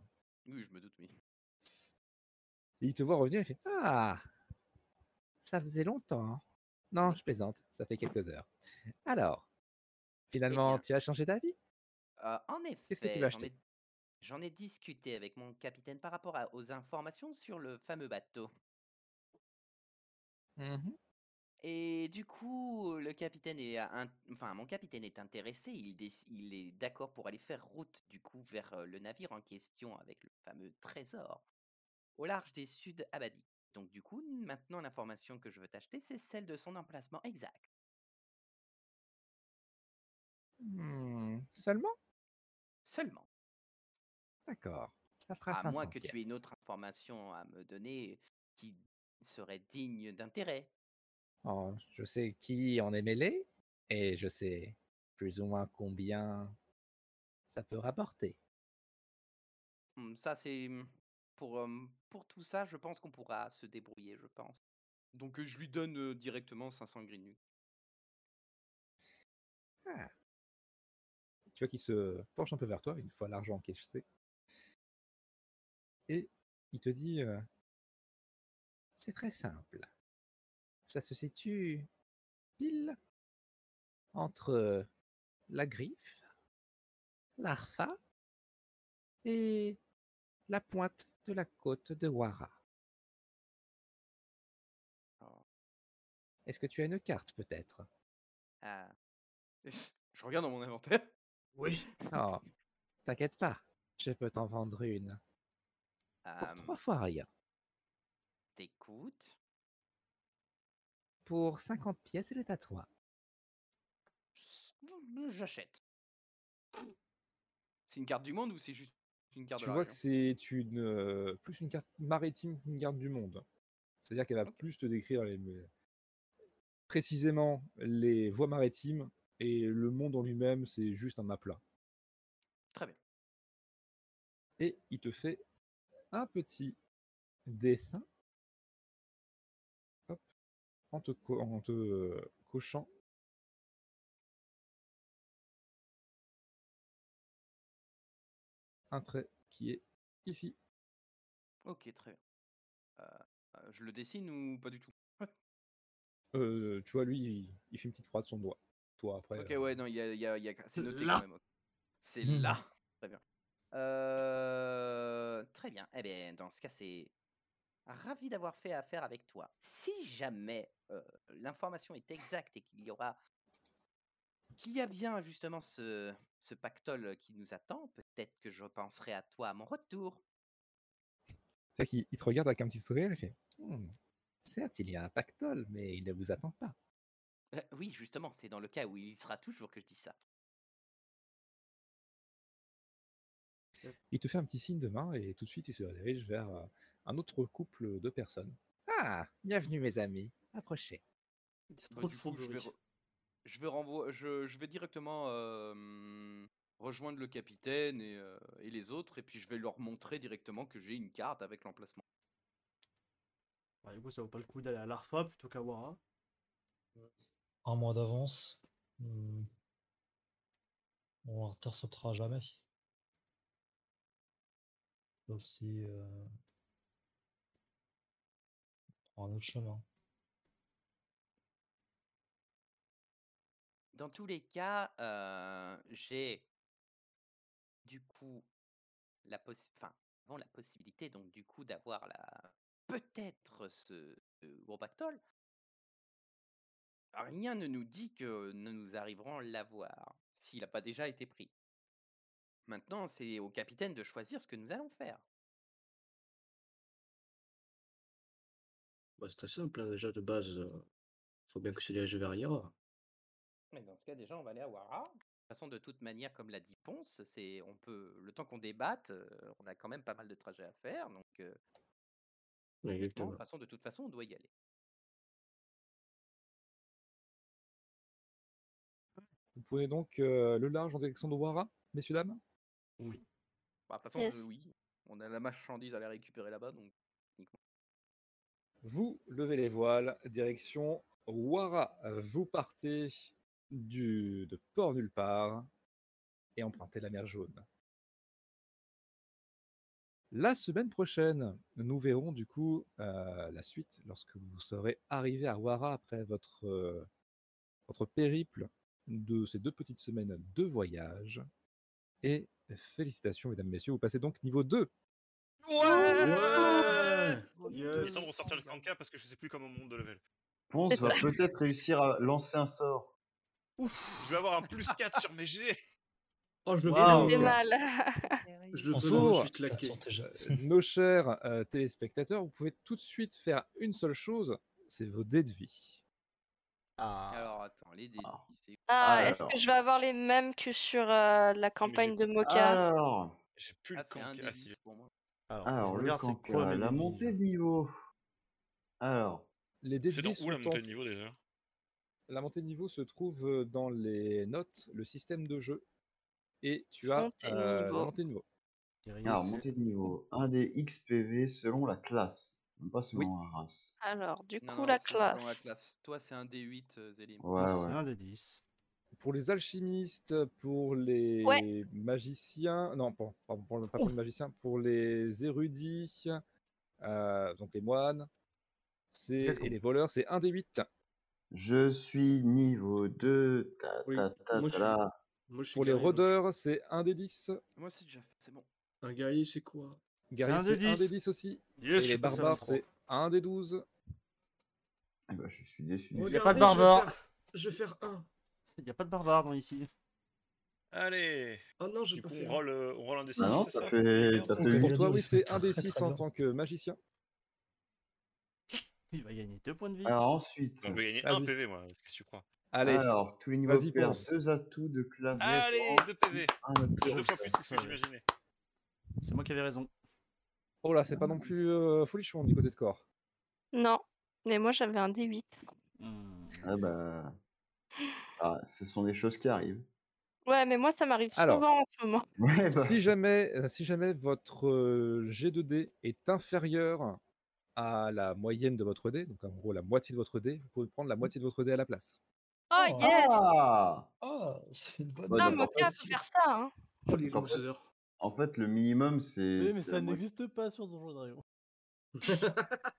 Oui, je me doute, oui.
Et il te voit revenir et fait Ah Ça faisait longtemps. hein. Non, je plaisante, ça fait quelques heures. Alors, finalement, tu as changé d'avis
Euh, en effet,
Qu'est-ce que tu vas
j'en ai- j'en ai, discuté avec mon capitaine par rapport à- aux informations sur le fameux bateau. Et du coup, le capitaine est à un- enfin, mon capitaine est intéressé. Il, déc- il est d'accord pour aller faire route du coup vers euh, le navire en question avec le fameux trésor au large des Sud Abadi. Donc du coup, maintenant l'information que je veux t'acheter, c'est celle de son emplacement exact.
Hmm, Seulement
Seulement.
D'accord. Ça fera
À moins
500
que tu aies une
pièces.
autre information à me donner qui serait digne d'intérêt.
Oh, je sais qui en est mêlé et je sais plus ou moins combien ça peut rapporter.
Hum, Ça, c'est hum, pour, hum, pour tout ça, je pense qu'on pourra se débrouiller, je pense.
Donc euh, je lui donne euh, directement 500 Greenwood.
Ah. Tu vois qu'il se penche un peu vers toi une fois l'argent encaissé. Et il te dit euh, C'est très simple. Ça se situe pile entre la griffe, l'arfa et la pointe de la côte de Wara. Est-ce que tu as une carte peut-être
Ah.
Je regarde dans mon inventaire.
Oui.
Oh, t'inquiète pas, je peux t'en vendre une. Pour
Hum,
trois fois rien.
T'écoutes.
Pour 50 pièces, elle est à toi.
Hum, J'achète.
C'est une carte du monde ou c'est juste une carte
Tu
de la
vois que
région
c'est une, euh, plus une carte maritime qu'une carte du monde. C'est-à-dire qu'elle va plus te décrire les- les- précisément les voies maritimes et le monde en lui-même, c'est juste un map plat.
Très bien.
Et il te fait un petit dessin hop, en te, co- en te euh, cochant un trait qui est ici.
Ok, très bien. Euh, euh, je le dessine ou pas du tout
Euh, tu vois, lui, il, il fait une petite croix de son doigt. Toi, après.
Ok,
euh,
ouais, non, il y a, il y a- il y a- c'est noté
Là.
quand même. ok. C'est
Hmm.
là.
Très bien. Euh, Très bien. Eh bien, dans ce cas, c'est ravi d'avoir fait affaire avec toi. Si jamais euh, l'information est exacte et qu'il y aura, qu'il y a bien justement ce, ce pactole qui nous attend, peut-être que je penserai à toi à mon retour.
C'est qu'il il te regarde avec un petit sourire et fait Hmm, Certes, il y a un pactole, mais il ne vous attend pas.
Euh, oui, justement, c'est dans le cas où il y sera toujours que je dis ça.
Il te fait un petit signe de main et tout de suite, il se dirige vers euh, un autre couple de personnes. Ah, bienvenue, mes amis. Approchez.
Bah, du coup, je vais, re- je vais renvoi- je, je vais directement euh, hum, rejoindre le capitaine et, euh, et les autres, et puis je vais leur montrer directement que j'ai une carte avec l'emplacement.
Bah, du coup, ça vaut pas le coup d'aller à l'Arfa plutôt qu'à Wara.
Un mois d'avance. hmm, On ne interceptera jamais. Sauf si euh, on prend un autre chemin.
Dans tous les cas, euh, j'ai du coup la possi- enfin, avant la possibilité donc du coup d'avoir la peut-être ce ce gros pactole. Rien ne nous dit que ne nous arriverons à l'avoir s'il n'a pas déjà été pris. Maintenant, c'est au capitaine de choisir ce que nous allons faire.
Bah, c'est très simple, hein, déjà de base, il faut bien que se dirige vers Yara.
Mais dans ce cas, déjà, on va aller à Wara. De toute façon, de toute manière, comme l'a dit Ponce, c'est on peut le temps qu'on débatte, euh, on a quand même pas mal de trajets à faire, donc euh, techniquement,
Ouais,
de
Exactement.
toute façon, de toute façon, on doit y aller.
Vous prenez donc euh, le large en direction de Wara, messieurs, dames
Oui.
Bah, de toute façon,
Yes.
euh, oui. On a la marchandise à la récupérer là-bas, donc. techniquement.
Vous levez les voiles, direction Wara. Vous partez du, de port nulle part et empruntez la mer jaune. La semaine prochaine, nous verrons du coup euh, la suite lorsque vous serez arrivé à Wara après votre, euh, votre périple de ces deux petites semaines de voyage. Et félicitations, mesdames, messieurs, vous passez donc niveau 2.
Ouais
Il me
Yes.
semble ressortir le 30k parce que je sais plus comment on monte de level.
Ponce va peut-être réussir à lancer un sort.
Je vais avoir un plus 4 sur mes G.
Oh, je le
Waouh.
fais,
C'est
donc.
mal.
Je le fais, donc, je
Bonjour,
suis claqué.
nos chers euh, téléspectateurs, vous pouvez tout de suite faire une seule chose, c'est vos dés de vie.
Alors, attends, les dés. c'est-
Ah,
Ah,
est-ce que
alors.
je vais avoir les mêmes que sur euh, la campagne de Mocha
Alors,
J'ai plus
Ah,
le
c'est un
camp.
des
Ah,
dix
si.
pour moi.
Alors,
alors
je
le
regarde c'est
camp,
quoi mes
la
dés.
montée de niveau. Alors,
Les dés de
C'est dans
vie
où la
sont en-
montée de niveau déjà
la montée de niveau se trouve euh, dans les notes, le système de jeu, et tu as
Montée de
euh,
niveau.
la montée de niveau.
alors Ah, montée de niveau. Un des XPV selon la classe, non pas selon la race.
Alors, du coup,
Non, non,
la,
c'est selon
classe.
la classe. Toi, c'est un D8, euh, Zélim.
Ouais,
Moi,
ouais.
c'est un des 10.
Pour les alchimistes, pour les magiciens, non, pour- pardon, pour, le- pas pour les magiciens, pour les érudits, euh, donc les moines, c'est
Let's go.
et les voleurs, c'est 1 des 8.
Je suis niveau 2. Ta,
Oui,
ta, ta, ta,
moi, je suis-
la.
Moi, je suis
Pour les
guerrier, donc.
rôdeurs, c'est 1 des 10.
Moi, c'est déjà fait, c'est bon.
Un guerrier, c'est quoi
Gary,
un
c'est
des
1 des
10.
10 aussi.
Yes,
et
je
les
suis passé à
barbares,
23.
c'est 1 des Oh, 12.
Eh ben, je suis déçu.
y a
Regardez,
pas de
je vais
barbare.
faire- Je vais faire un.
Il n'y a pas de barbare dans ici.
Allez
Oh non, j'ai
Du
pas
coup,
fait.
on
un.
roll, euh, on roll un des 6.
Ah non, t'as fait- t'as fait
Pour
Regardez
toi,
où
oui,
ils se
c'est 1 des
très, très
6 en
bien.
tant que magicien.
Il va gagner 2 points de vie.
Alors ensuite,
On peut gagner
Vas-y.
1 PV, moi. Qu'est-ce que tu crois
Allez,
alors tous les niveaux
Vas-y,
perdent
Ponce.
deux atouts de classe.
Allez, 2 PV.
Un atout.
C'est deux fois plus que ce
Ouais.
que j'imaginais.
C'est moi qui avais raison.
oh là, c'est pas non plus euh, folichon du côté de corps.
Non, mais moi j'avais un D8.
Hmm.
Ah bah. Ah, ce sont des choses qui arrivent.
Ouais, mais moi ça m'arrive
Alors.
souvent en ce moment.
Ouais, bah,
Si jamais, euh, si jamais votre euh, G2D est inférieur à la moyenne de votre dé, donc en gros la moitié de votre dé, vous pouvez prendre la moitié de votre dé à la place.
Oh
Oh.
yes
Ah
Ah, c'est une bonne
Bah,
Ah,
d'accord.
Mocha peut faire ça, hein
Oh, les
En fait-
losers.
En fait, le minimum, c'est.
Oui, mais
c'est
ça
la moitié.
n'existe pas sur Donjon Dragon.
Ça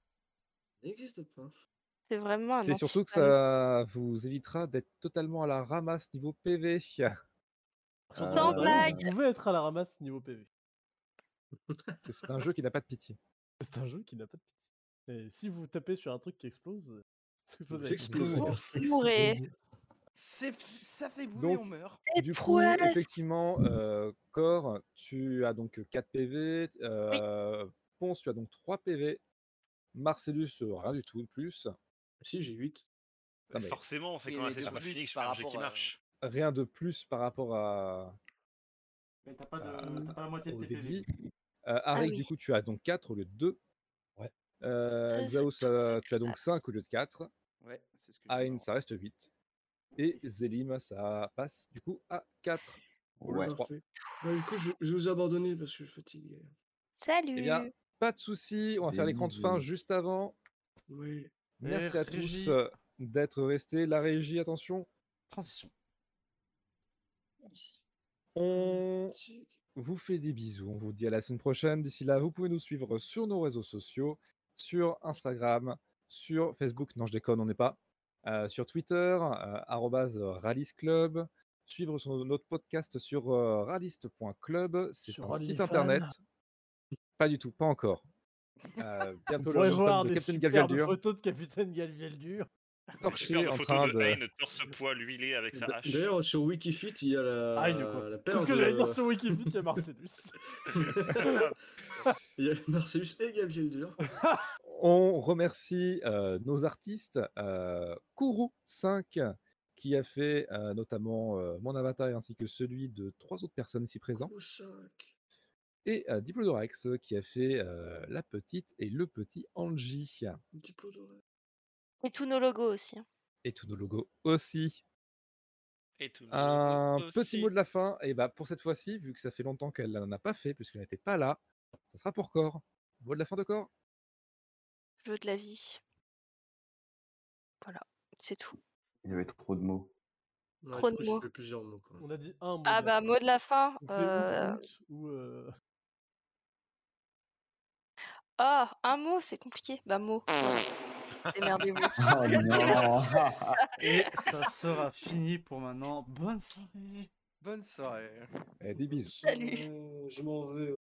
n'existe pas.
C'est vraiment un
Ah
C'est surtout que
anti-fan.
ça vous évitera d'être totalement à la ramasse niveau PV.
Ah
Parce
Sur
Euh,
Donjon Dragon,
blague.
vous pouvez être à la ramasse niveau PV.
que c'est un jeu qui n'a pas de pitié.
C'est un jeu qui n'a pas de pitié. Et si vous tapez sur un truc qui explose, euh, ça explose avec
J'explose.
vous.
Oh,
Oh,
c'est bourré.
C'est... f- Ça fait bouler,
Donc,
on meurt.
Du coup,
prouesses.
effectivement, euh, Cor, tu as donc 4 PV. euh, Ponce, tu as donc 3 PV. Marcellus, euh, rien du tout de plus.
Si, j'ai 8.
Ah, mais
Forcément, c'est
Oui,
quand on
mais
est
de
sur la
plus
Phoenix, je fais
par
un jet qui
rapport euh, à-
marche.
Rien de plus par rapport à,
Mais t'as pas, de...
Euh,
t'as pas la moitié de
au
tes
dé de
PV.
vie. Euh,
Ah
Arik,
oui.
du coup, tu as donc 4 au lieu de 2.
Ouais.
Euh,
Deux,
Xaos,
c'est trop
euh, tu as donc
dégueulasse.
5 au lieu de 4.
Ouais, c'est ce que je voulais
Ain,
avoir.
ça reste 8. Et Zélim, ça passe du coup à 4. au lieu de
Ouais.
trois.
Parfait. Bah, du coup, je, je vous ai abandonné parce que je suis fatigué.
Salut
Eh bien, pas de souci, on va faire l'écran de fin
Zélim.
juste avant.
Oui.
Merci à tous
Régie.
euh, d'être restés. La régie, attention.
Transition.
On
Tic.
vous fait des bisous. On vous dit à la semaine prochaine. D'ici là, vous pouvez nous suivre sur nos réseaux sociaux, sur Instagram, sur Facebook. Non, je déconne, on n'est pas. euh, sur Twitter, euh, arobase Rallys Club. Suivre son- notre podcast sur euh, rallist.club. C'est
Sur
un site
OnlyFans.
internet. Pas du tout, pas encore. Euh,
Vous
bientôt
pourrez
le
voir
fan de
des
Captain
superbes
Galviel
photos de Capitaine Galviel Dur.
torché
Superbe
en
photo
train
de
de.
Hein, torse poids huilé avec sa
D'a-
hache.
D'ailleurs, sur Wikifit, il y a la,
Ah, il y a quoi
la paire
Tout ce Euh, que
de-
j'allais dire sur Wikipédia, il y a Marcellus.
Il y a Marcellus et Gabriel Dur.
On remercie euh, nos artistes. Euh, Kourou 5 qui a fait euh, notamment euh, mon avatar ainsi que celui de trois autres personnes ici présentes.
Ou cinq.
Et euh, Diplodorex euh, qui a fait euh, la petite et le petit Angie.
Diplodoré.
Et tous nos logos aussi. hein.
Et tous nos logos aussi.
Et tout le
Un
monde
petit
aussi.
mot de la fin. Et bah pour cette fois-ci, vu que ça fait longtemps qu'elle n'en a pas fait, puisqu'elle n'était pas là, ça sera pour corps. Mot de la fin de corps.
Jeu de la vie. Voilà, c'est tout.
Il y avait trop de mots.
Ouais,
Trop
du
de
coup, ça
mots.
fait plusieurs mots. quoi.
On a dit un mot.
Ah
de
bah,
la fin.
mot de la fin.
Donc
euh,
C'est ou Groot ou. euh,
Ah, un mot, c'est compliqué. Bah, mot. Démerdez-vous.
Ah,
Oh, Et ça sera fini pour maintenant. Bonne soirée.
Bonne soirée.
Eh, des bisous.
Salut.
euh,
Je m'en vais.